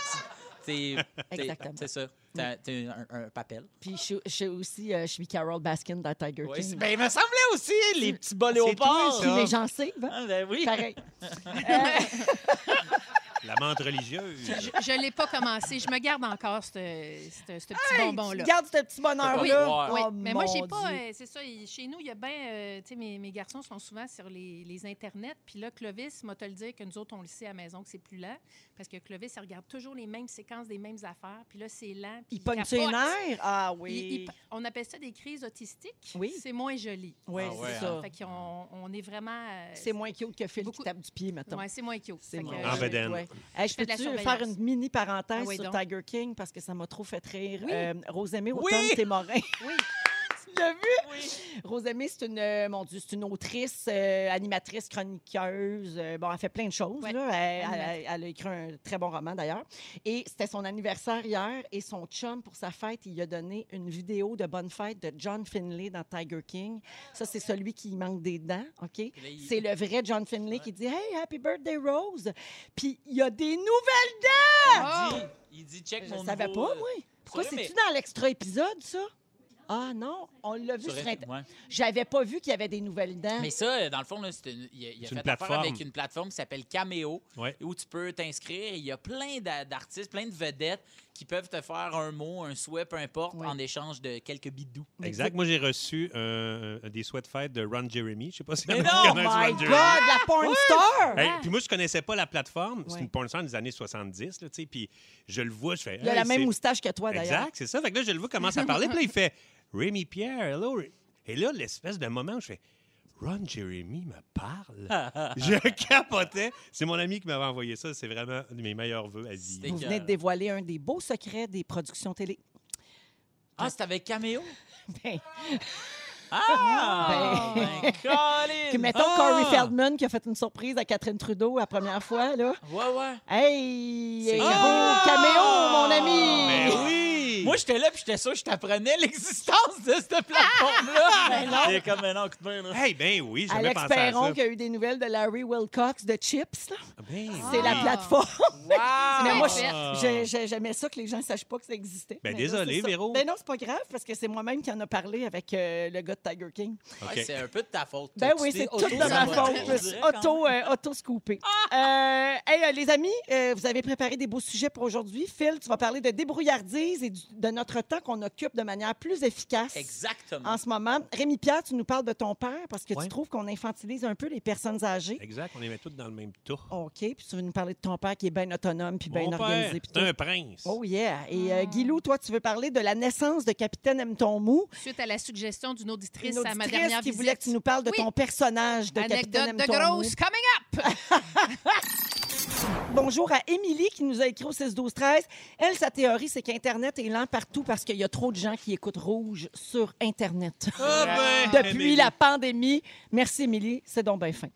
Speaker 3: t'es- t'es-
Speaker 1: Exactement.
Speaker 3: C'est ça. T'es t'es un, un papel.
Speaker 1: Puis je, je suis aussi, euh, je suis Carol Baskin dans Tiger
Speaker 3: Oui,
Speaker 1: King.
Speaker 3: ben, il me semblait aussi, les petits Ah, ben bas
Speaker 4: toi,
Speaker 3: léopards.
Speaker 2: [laughs]
Speaker 1: Puis les gencives, hein?
Speaker 3: Ah, ben oui.
Speaker 1: pareil. Euh,
Speaker 4: La menthe religieuse.
Speaker 2: Je ne l'ai pas commencé. Je me garde encore ce ce- ce petit bonbon-là.
Speaker 1: Garde ce petit
Speaker 3: Ah
Speaker 2: Oui,
Speaker 3: ouais.
Speaker 1: bonheur-là.
Speaker 2: oui.
Speaker 1: Oh,
Speaker 2: mais moi, j'ai
Speaker 1: mon
Speaker 2: pas.
Speaker 1: Dieu.
Speaker 2: euh, c'est ça, il- chez nous, il y a bien. euh, tu sais, mes, mes garçons sont souvent sur les, les internets. Puis là, Clovis m'a te le dire que nous autres, on le sait à la maison que c'est plus lent. Parce que Clovis, il regarde toujours les mêmes séquences des mêmes affaires. Puis là, c'est lent. puis
Speaker 1: Il pogne ses
Speaker 2: capote.
Speaker 1: nerfs? Ah
Speaker 2: Il- il
Speaker 1: oui.
Speaker 2: pa- on appelle ça des crises autistiques.
Speaker 1: Oui.
Speaker 2: C'est moins joli.
Speaker 1: Oui,
Speaker 3: Ah ouais,
Speaker 1: c'est ça.
Speaker 2: Fait qu'on on est vraiment. euh,
Speaker 1: C'est moins cute que Phil qui
Speaker 2: Beaucoup-
Speaker 1: tape du pied, mettons.
Speaker 2: Ouais, c'est moins cute.
Speaker 1: C'est
Speaker 2: Fait
Speaker 1: moins
Speaker 2: que,
Speaker 4: En
Speaker 3: Ah,
Speaker 2: euh,
Speaker 3: ben,
Speaker 4: bedaine.
Speaker 1: ouais. Hey, je
Speaker 2: fais de la
Speaker 1: peux-tu
Speaker 2: surveillance.
Speaker 1: faire une mini parenthèse
Speaker 2: Ah oui,
Speaker 1: sur
Speaker 2: donc.
Speaker 1: Tiger King parce que ça m'a trop fait rire.
Speaker 2: Oui.
Speaker 1: Euh, Rosemée
Speaker 3: Oui.
Speaker 1: Automne Témorin.
Speaker 2: Oui.
Speaker 1: [laughs] tu l'as vu? Rosemée, c'est une, euh, mon Dieu, c'est une autrice, euh, animatrice, chroniqueuse. euh, bon, elle fait plein de choses.
Speaker 2: Ouais,
Speaker 1: là. Elle, elle-
Speaker 2: animatrice.
Speaker 1: elle a écrit un très bon roman, d'ailleurs. Et c'était son anniversaire hier. Et son chum, pour sa fête, il a donné une vidéo de bonne fête de John Finley dans Tiger King. Ça, c'est celui qui manque des dents, OK?
Speaker 3: Là, il-
Speaker 1: C'est le vrai John Finley
Speaker 3: Ouais.
Speaker 1: qui dit « Hey, happy birthday, Rose! » Puis il y a des nouvelles dents!
Speaker 2: Oh!
Speaker 3: dit- il dit check
Speaker 1: Ah! Je
Speaker 3: mon
Speaker 1: ne savais pas,
Speaker 3: nouveau, euh,
Speaker 1: moi. Pourquoi
Speaker 3: projet,
Speaker 1: c'est-tu dans l'extra-épisode, ça? Ah non, on l'a vu
Speaker 3: euh, sur-
Speaker 1: sur Internet.
Speaker 3: ouais.
Speaker 1: J'avais pas vu qu'il y avait des nouvelles dents.
Speaker 3: Mais ça, euh, dans le fond, là, c'est une- il a, il a
Speaker 4: C'est une
Speaker 3: fait affaire
Speaker 4: plateforme.
Speaker 3: avec une plateforme qui s'appelle Cameo,
Speaker 4: Ouais.
Speaker 3: où tu peux t'inscrire. Il y a plein d'a- d'artistes, plein de vedettes qui peuvent te faire un mot, un souhait, peu importe,
Speaker 1: Ouais.
Speaker 3: en échange de quelques bidous.
Speaker 4: Exact. Moi, j'ai reçu euh, des souhaits de fête de Ron Jeremy. Je sais pas si
Speaker 3: Mais
Speaker 4: y en a qui
Speaker 3: non,
Speaker 1: Oh
Speaker 4: connaissent
Speaker 1: my
Speaker 4: Ron
Speaker 1: God,
Speaker 4: Jeremy.
Speaker 1: la porn star!
Speaker 4: Hey, puis moi, je connaissais pas la plateforme. C'est
Speaker 1: Ouais.
Speaker 4: une porn star des années 70, là, tu sais. Puis je le vois, je fais.
Speaker 1: Il a
Speaker 4: hey,
Speaker 1: la
Speaker 4: c'est-
Speaker 1: même moustache que toi, d'ailleurs.
Speaker 4: Exact, c'est ça. Fait que là, je le vois commence à parler. Puis là, il fait Rémi Pierre, hello. Ré- Et là, l'espèce de moment où je fais Ron Jeremy me
Speaker 1: [laughs]
Speaker 4: parle. je capotais. C'est mon ami qui m'avait envoyé ça. C'est vraiment un de mes meilleurs vœux à vie.
Speaker 3: C'était-
Speaker 1: Vous venez de dévoiler un des beaux secrets des productions télé.
Speaker 3: Ah, c'est avec Cameo?
Speaker 1: [laughs] Ben,
Speaker 3: Ah!
Speaker 1: [laughs] Ben.
Speaker 3: Ben, Colin!
Speaker 1: que mettons
Speaker 3: Ah!
Speaker 1: Corey Feldman qui a fait une surprise à Catherine Trudeau la première fois, là.
Speaker 3: Ouais, ouais.
Speaker 1: Hey!
Speaker 3: C'est-
Speaker 1: un
Speaker 3: Ah!
Speaker 1: beau caméo, mon ami!
Speaker 4: Mais
Speaker 3: Ah!
Speaker 4: Ben oui!
Speaker 3: Moi, j'étais là, puis j'étais sûr que je t'apprenais [laughs] l'existence de cette
Speaker 1: [laughs]
Speaker 3: plateforme-là. Mais
Speaker 1: Ben
Speaker 3: non. C'est comme maintenant, écoute bien, là.
Speaker 4: Hey, ben oui, j'avais
Speaker 1: Alex
Speaker 4: pensé à
Speaker 1: Perron
Speaker 4: ça.
Speaker 1: qui a eu des nouvelles de Larry Wilcox de Chips, là.
Speaker 4: Ben
Speaker 1: C'est la
Speaker 4: oui.
Speaker 1: plateforme.
Speaker 3: Wow!
Speaker 1: Mais moi,
Speaker 2: bien
Speaker 4: Ah.
Speaker 1: je- je- je- j'aimais ça que les gens ne sachent pas que ça existait. Mais
Speaker 4: Ben,
Speaker 1: là,
Speaker 4: désolé,
Speaker 1: c'est ça.
Speaker 4: Véro.
Speaker 1: Ben non, c'est pas grave, parce que c'est moi-même qui en a parlé avec euh, le gars de Tiger King.
Speaker 4: OK.
Speaker 3: Ouais, c'est un peu de ta faute.
Speaker 1: Ben
Speaker 3: Tu
Speaker 1: oui,
Speaker 3: t'es
Speaker 1: c'est tout de
Speaker 3: auto-sabotée,
Speaker 1: ma faute.
Speaker 3: on
Speaker 1: Je me suis
Speaker 3: dirait, quand
Speaker 1: auto, euh, auto-scoopée. Euh, hey, euh, les amis, euh, vous avez préparé des beaux sujets pour aujourd'hui. Phil, tu vas parler de débrouillardise et du- de notre temps qu'on occupe de manière plus efficace.
Speaker 3: Exactement.
Speaker 1: En ce moment, Rémi Pierre, tu nous parles de ton père parce que
Speaker 4: Ouais.
Speaker 1: tu trouves qu'on infantilise un peu les personnes âgées.
Speaker 4: Exact, on les met toutes dans le même tour.
Speaker 1: OK, puis tu veux nous parler de ton père qui est bien autonome Oh, puis bien
Speaker 4: Mon père, Euh,
Speaker 1: organisé. puis
Speaker 4: c'est un prince.
Speaker 1: Oh yeah. Et
Speaker 2: Ah.
Speaker 1: euh, Guilou, toi, tu veux parler de la naissance de Capitaine Aime ton mou.
Speaker 2: Suite à la suggestion d'une auditrice,
Speaker 1: Une
Speaker 2: à ma
Speaker 1: auditrice
Speaker 2: dernière
Speaker 1: qui
Speaker 2: visite.
Speaker 1: voulait que tu nous parles de
Speaker 2: Oui.
Speaker 1: ton personnage de Capitaine
Speaker 2: Anecdote
Speaker 1: Aime
Speaker 2: de
Speaker 1: ton mou.
Speaker 2: grosse coming up!
Speaker 1: Bonjour à Émilie qui nous a écrit au 6 12 13. Elle, sa théorie, c'est qu'Internet est lent partout parce qu'il y a trop de gens qui écoutent Rouge sur Internet.
Speaker 4: Ah ben,
Speaker 1: Depuis
Speaker 4: Émilie.
Speaker 1: la pandémie. Merci, Émilie. C'est donc bien fin.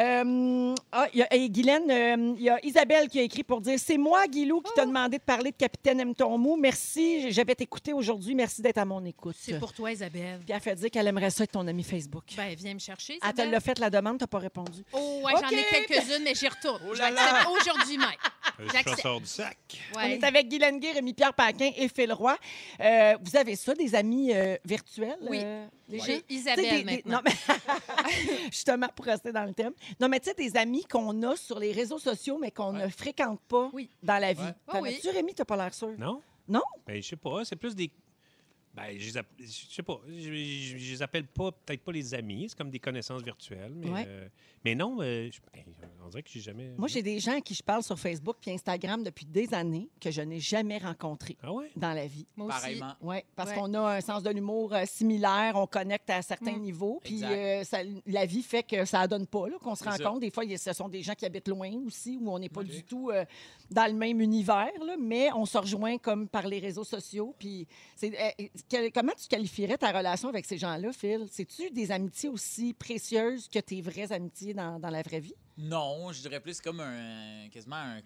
Speaker 1: Euh, ah, il y a, et Guylaine, euh, il y a Isabelle qui a écrit pour dire C'est moi, Guilou, qui t'a
Speaker 2: Oh.
Speaker 1: demandé de parler de Capitaine Aime ton mou. Merci. J'avais t'écouté aujourd'hui. Merci d'être à mon écoute.
Speaker 2: C'est pour toi, Isabelle.
Speaker 1: Puis elle fait dire qu'elle aimerait ça être ton ami Facebook.
Speaker 2: Ben, viens me chercher.
Speaker 1: elle te
Speaker 2: Isabelle.
Speaker 1: l'a fait la demande, t'as pas répondu.
Speaker 2: Oh, ouais, j'en
Speaker 1: OK.
Speaker 2: ai quelques-unes, mais j'y retourne.
Speaker 3: Oh
Speaker 2: Je
Speaker 3: là
Speaker 2: l'accepte aujourd'hui même.
Speaker 4: Un
Speaker 2: J'accepte.
Speaker 4: chasseur du sac.
Speaker 1: [laughs] On
Speaker 2: Ouais.
Speaker 1: est avec Guylaine Guy, Rémi-Pierre Paquin et Phil Roy. Euh, vous avez ça, des amis euh, virtuels?
Speaker 2: Oui.
Speaker 1: euh, des gens?
Speaker 2: J'ai
Speaker 1: Tu sais,
Speaker 2: Isabelle
Speaker 1: des- des-
Speaker 2: maintenant.
Speaker 1: non, mais- [laughs] Justement, pour rester dans le thème. Non, mais tu sais, des amis qu'on a sur les réseaux sociaux, mais qu'on ne fréquente pas
Speaker 2: Oui.
Speaker 1: dans la vie.
Speaker 3: Ouais.
Speaker 1: T'en
Speaker 2: Ah oui.
Speaker 1: as-tu, Rémi? T'as pas l'air sûr.
Speaker 4: Non?
Speaker 1: Non?
Speaker 4: Ben, je sais pas. C'est plus des. Ben, je les app- je sais pas. Je, je- je les appelle pas, peut-être pas les amis. C'est comme des connaissances virtuelles. Mais,
Speaker 1: Ouais.
Speaker 4: euh, mais non, euh, je- ben, on dirait que j'ai jamais.
Speaker 1: Moi, j'ai des gens à qui je parle sur Facebook puis Instagram depuis des années que je n'ai jamais rencontrés
Speaker 4: Ah ouais?
Speaker 1: dans la vie.
Speaker 2: Moi aussi.
Speaker 3: Pareillement.
Speaker 1: Oui, parce
Speaker 2: Ouais.
Speaker 1: qu'on a un sens de l'humour euh, similaire, on connecte à certains
Speaker 2: Mm.
Speaker 1: niveaux, puis
Speaker 3: Exact.
Speaker 1: euh, ça- la vie fait que ça ne donne pas, là, qu'on se
Speaker 3: C'est
Speaker 1: rend
Speaker 3: ça.
Speaker 1: compte. Des fois, il y a- ce sont des gens qui habitent loin aussi, où on n'est pas
Speaker 4: Ok.
Speaker 1: du tout euh, dans le même univers, là, mais on se rejoint comme par les réseaux sociaux. Puis c'est, euh, quel- comment tu qualifierais ta relation avec ces gens-là, Phil? C'est-tu des amitiés aussi précieuses que tes vraies amitiés dans, dans la vraie vie?
Speaker 3: Non, je dirais plus comme un. quasiment un.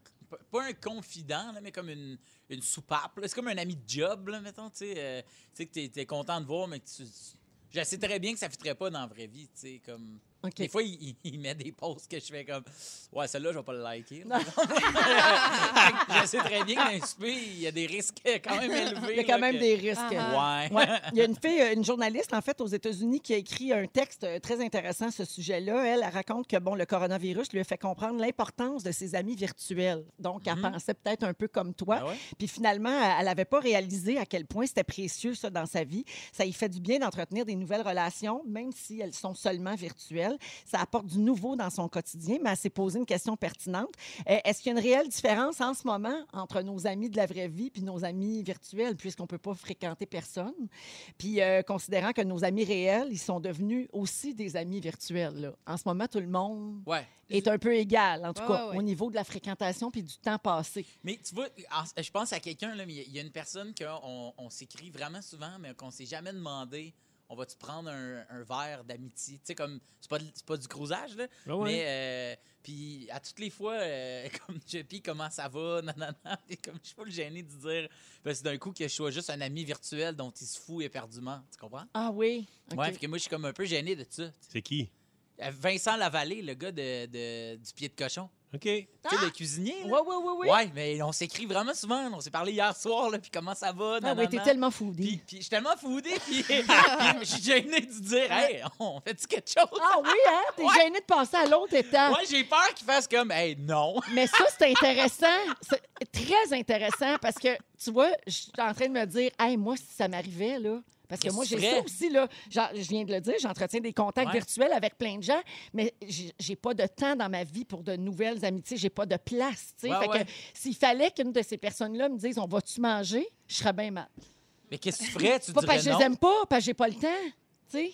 Speaker 3: pas un confident, là, mais comme une, une soupape. là. C'est comme un ami de job, là, mettons. Tu sais, euh, tu sais que t'es es content de voir, mais que tu. tu- Je sais très bien que ça ne fitterait pas dans la vraie vie, tu sais, comme...
Speaker 1: OK.
Speaker 3: Des fois, il, il- il met des posts que je fais comme Ouais, celle-là, je vais pas le liker.
Speaker 1: Non.
Speaker 3: [laughs] je sais très bien qu'un souper, il y a des risques quand même élevés.
Speaker 1: [laughs] Il y a quand
Speaker 3: là,
Speaker 1: même
Speaker 3: que-
Speaker 1: des risques.
Speaker 2: Ah,
Speaker 3: Ouais.
Speaker 1: Ouais. Il y a une fille, euh, une journaliste, en fait, aux États-Unis, qui a écrit un texte euh, très intéressant à ce sujet-là. Elle, elle raconte que, bon, le coronavirus lui a fait comprendre l'importance de ses amis virtuels. Donc, elle
Speaker 3: Mhm.
Speaker 1: pensait peut-être un peu comme toi.
Speaker 3: Ah ouais?
Speaker 1: Puis finalement, elle- elle n'avait pas réalisé à quel point c'était précieux, ça, dans sa vie. Ça y fait du bien d'entretenir des nouvelles relations, même si elles sont seulement virtuelles. Ça apporte du nouveau dans son quotidien, mais elle s'est posé une question pertinente. Euh, Est-ce qu'il y a une réelle différence en ce moment entre nos amis de la vraie vie puis nos amis virtuels, puisqu'on ne peut pas fréquenter personne? Puis euh, considérant que nos amis réels, ils sont devenus aussi des amis virtuels. là. En ce moment, tout le monde
Speaker 3: Ouais.
Speaker 1: est un peu égal, en tout
Speaker 2: Ouais,
Speaker 1: cas,
Speaker 2: ouais, ouais.
Speaker 1: au niveau de la fréquentation puis du temps passé.
Speaker 3: Mais tu vois, en- je pense à quelqu'un, là, mais il y a- il y a une personne qu'on on, s'écrit vraiment souvent, mais qu'on s'est jamais demandé on va-tu prendre un, un verre d'amitié? Tu sais, comme, c'est pas, de- c'est pas du crousage, là.
Speaker 4: Ah ouais.
Speaker 3: Mais, euh, puis, à toutes les fois, euh, [laughs] comme, Jeppy, comment ça va? [laughs] Nanana. Et comme, je suis pas le gêné de dire. Parce que d'un coup, que je sois juste un ami virtuel dont il se fout éperdument. Tu comprends?
Speaker 1: Ah oui? OK.
Speaker 3: Ouais, fait que moi, je suis comme un peu gêné de ça.
Speaker 4: C'est qui?
Speaker 3: Euh, Vincent Lavallée, le gars de, de- du pied de cochon.
Speaker 4: OK.
Speaker 3: Tu sais, le cuisinier, là.
Speaker 1: Oui, oui, oui, oui.
Speaker 3: Ouais, mais on s'écrit vraiment souvent. On s'est parlé hier soir, là, puis comment ça va?
Speaker 1: Ah
Speaker 3: nanana.
Speaker 1: oui, t'es tellement
Speaker 3: Puis,
Speaker 1: foodie.
Speaker 3: puis je suis tellement foodé, puis, [laughs] puis je suis gêné de dire, hey, on fait-tu quelque chose?
Speaker 1: Ah oui, hein? T'es
Speaker 3: Ouais.
Speaker 1: gêné de passer à l'autre étape.
Speaker 3: Moi, j'ai peur qu'il fasse comme, hey, non.
Speaker 1: Mais ça, c'est intéressant. C'est très intéressant parce que, tu vois, je suis en train de me dire, hey, moi, si ça m'arrivait, là. Parce que
Speaker 3: Qu'est-ce
Speaker 1: moi,
Speaker 3: que
Speaker 1: j'ai
Speaker 3: tu ferais?
Speaker 1: ça aussi, là. Genre, je viens de le dire, j'entretiens des contacts
Speaker 3: Ouais.
Speaker 1: virtuels avec plein de gens, mais j'ai j'ai pas de temps dans ma vie pour de nouvelles amitiés. J'ai pas de place, tu sais.
Speaker 3: Ouais,
Speaker 1: fait
Speaker 3: ouais.
Speaker 1: que s'il fallait qu'une de ces personnes-là me dise, on va-tu manger, je serais bien mal.
Speaker 3: Mais qu'est-ce que tu ferais? Tu
Speaker 1: Pas
Speaker 3: dirais
Speaker 1: parce que je
Speaker 3: non.
Speaker 1: les aime pas, parce que j'ai pas le temps, tu sais.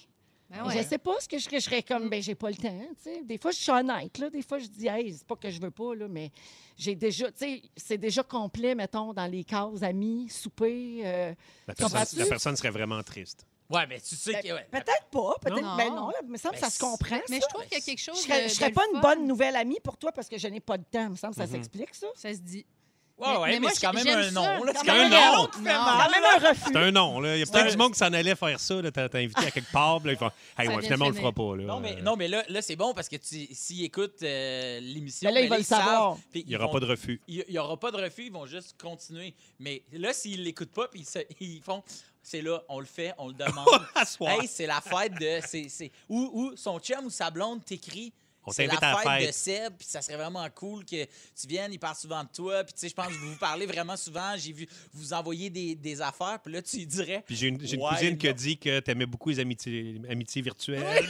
Speaker 2: Ben
Speaker 1: Je sais pas ce que je serais. Je serais comme, ben j'ai pas le temps. tu sais. Des fois, je suis honnête. Là. Des fois, je dis, hey, c'est pas que je veux pas, là, mais j'ai déjà, tu sais, c'est déjà complet, mettons, dans les cases amis, souper. euh,
Speaker 4: La personne,
Speaker 1: Comprends-tu?
Speaker 4: la personne serait vraiment triste.
Speaker 3: Ouais, mais tu sais que. ouais.
Speaker 1: Ben, Peut-être pas. Peut-être,
Speaker 2: Non.
Speaker 1: ben non, là, il me semble que
Speaker 3: Ben,
Speaker 1: ça se comprend.
Speaker 2: Mais
Speaker 1: ça.
Speaker 2: je trouve qu'il y a quelque
Speaker 1: Je
Speaker 2: chose.
Speaker 1: serais,
Speaker 2: de-
Speaker 1: je serais
Speaker 2: de
Speaker 1: pas
Speaker 2: le
Speaker 1: une
Speaker 2: fun. Mhm.
Speaker 1: bonne nouvelle amie pour toi parce que je n'ai pas de temps. Il me semble que ça s'explique, ça.
Speaker 2: Ça se dit.
Speaker 3: Ouais, ouais,
Speaker 2: mais
Speaker 3: mais,
Speaker 2: moi,
Speaker 3: c'est quand même
Speaker 2: j'aime
Speaker 3: un
Speaker 2: ça.
Speaker 3: non. là. C'est
Speaker 2: Quand
Speaker 3: quand même
Speaker 4: même
Speaker 3: un
Speaker 4: un
Speaker 3: non
Speaker 4: non.
Speaker 3: qui fait
Speaker 2: Non.
Speaker 3: mal.
Speaker 1: Quand même un refus.
Speaker 4: C'est un non, là. Il y a peut-être
Speaker 3: un-
Speaker 4: du monde qui s'en allait faire ça, là. T'as t'as invité à quelque part, puis là, ils font, hey,
Speaker 2: Ça
Speaker 4: ouais,
Speaker 2: vient
Speaker 4: finalement, on le
Speaker 2: finir.
Speaker 4: fera pas, là.
Speaker 3: Non, mais,
Speaker 4: Euh,
Speaker 3: non, mais là, là c'est bon parce que tu- s'ils écoutent euh, l'émission,
Speaker 1: Mais là,
Speaker 3: ben
Speaker 1: ils veulent
Speaker 3: savent,
Speaker 1: savoir.
Speaker 3: puis
Speaker 4: Il n'y
Speaker 3: ils
Speaker 4: aura
Speaker 3: vont-
Speaker 4: pas de
Speaker 3: [laughs]
Speaker 4: refus. [laughs]
Speaker 3: il n'y aura pas de refus, ils vont juste continuer. Mais là, s'ils l'écoutent pas, puis ils, se- ils font, c'est là, on le fait, on le
Speaker 4: [laughs]
Speaker 3: demande.
Speaker 4: À soir.
Speaker 3: hey, c'est la fête de. c'est- c'est- Ou, ou son chum ou sa blonde t'écrit.
Speaker 4: On
Speaker 3: C'est la
Speaker 4: t'invite à la
Speaker 3: fête,
Speaker 4: fête.
Speaker 3: de Seb, puis ça serait vraiment cool que tu viennes, il parle souvent de toi, puis tu sais, je pense que vous vous parlez vraiment souvent, j'ai vu vous envoyer des, des affaires, puis là, tu lui dirais... [laughs]
Speaker 4: Puis j'ai une, j'ai une
Speaker 3: Ouais,
Speaker 4: cousine qui a
Speaker 3: non.
Speaker 4: dit que t'aimais beaucoup les amitiés, amitiés virtuelles.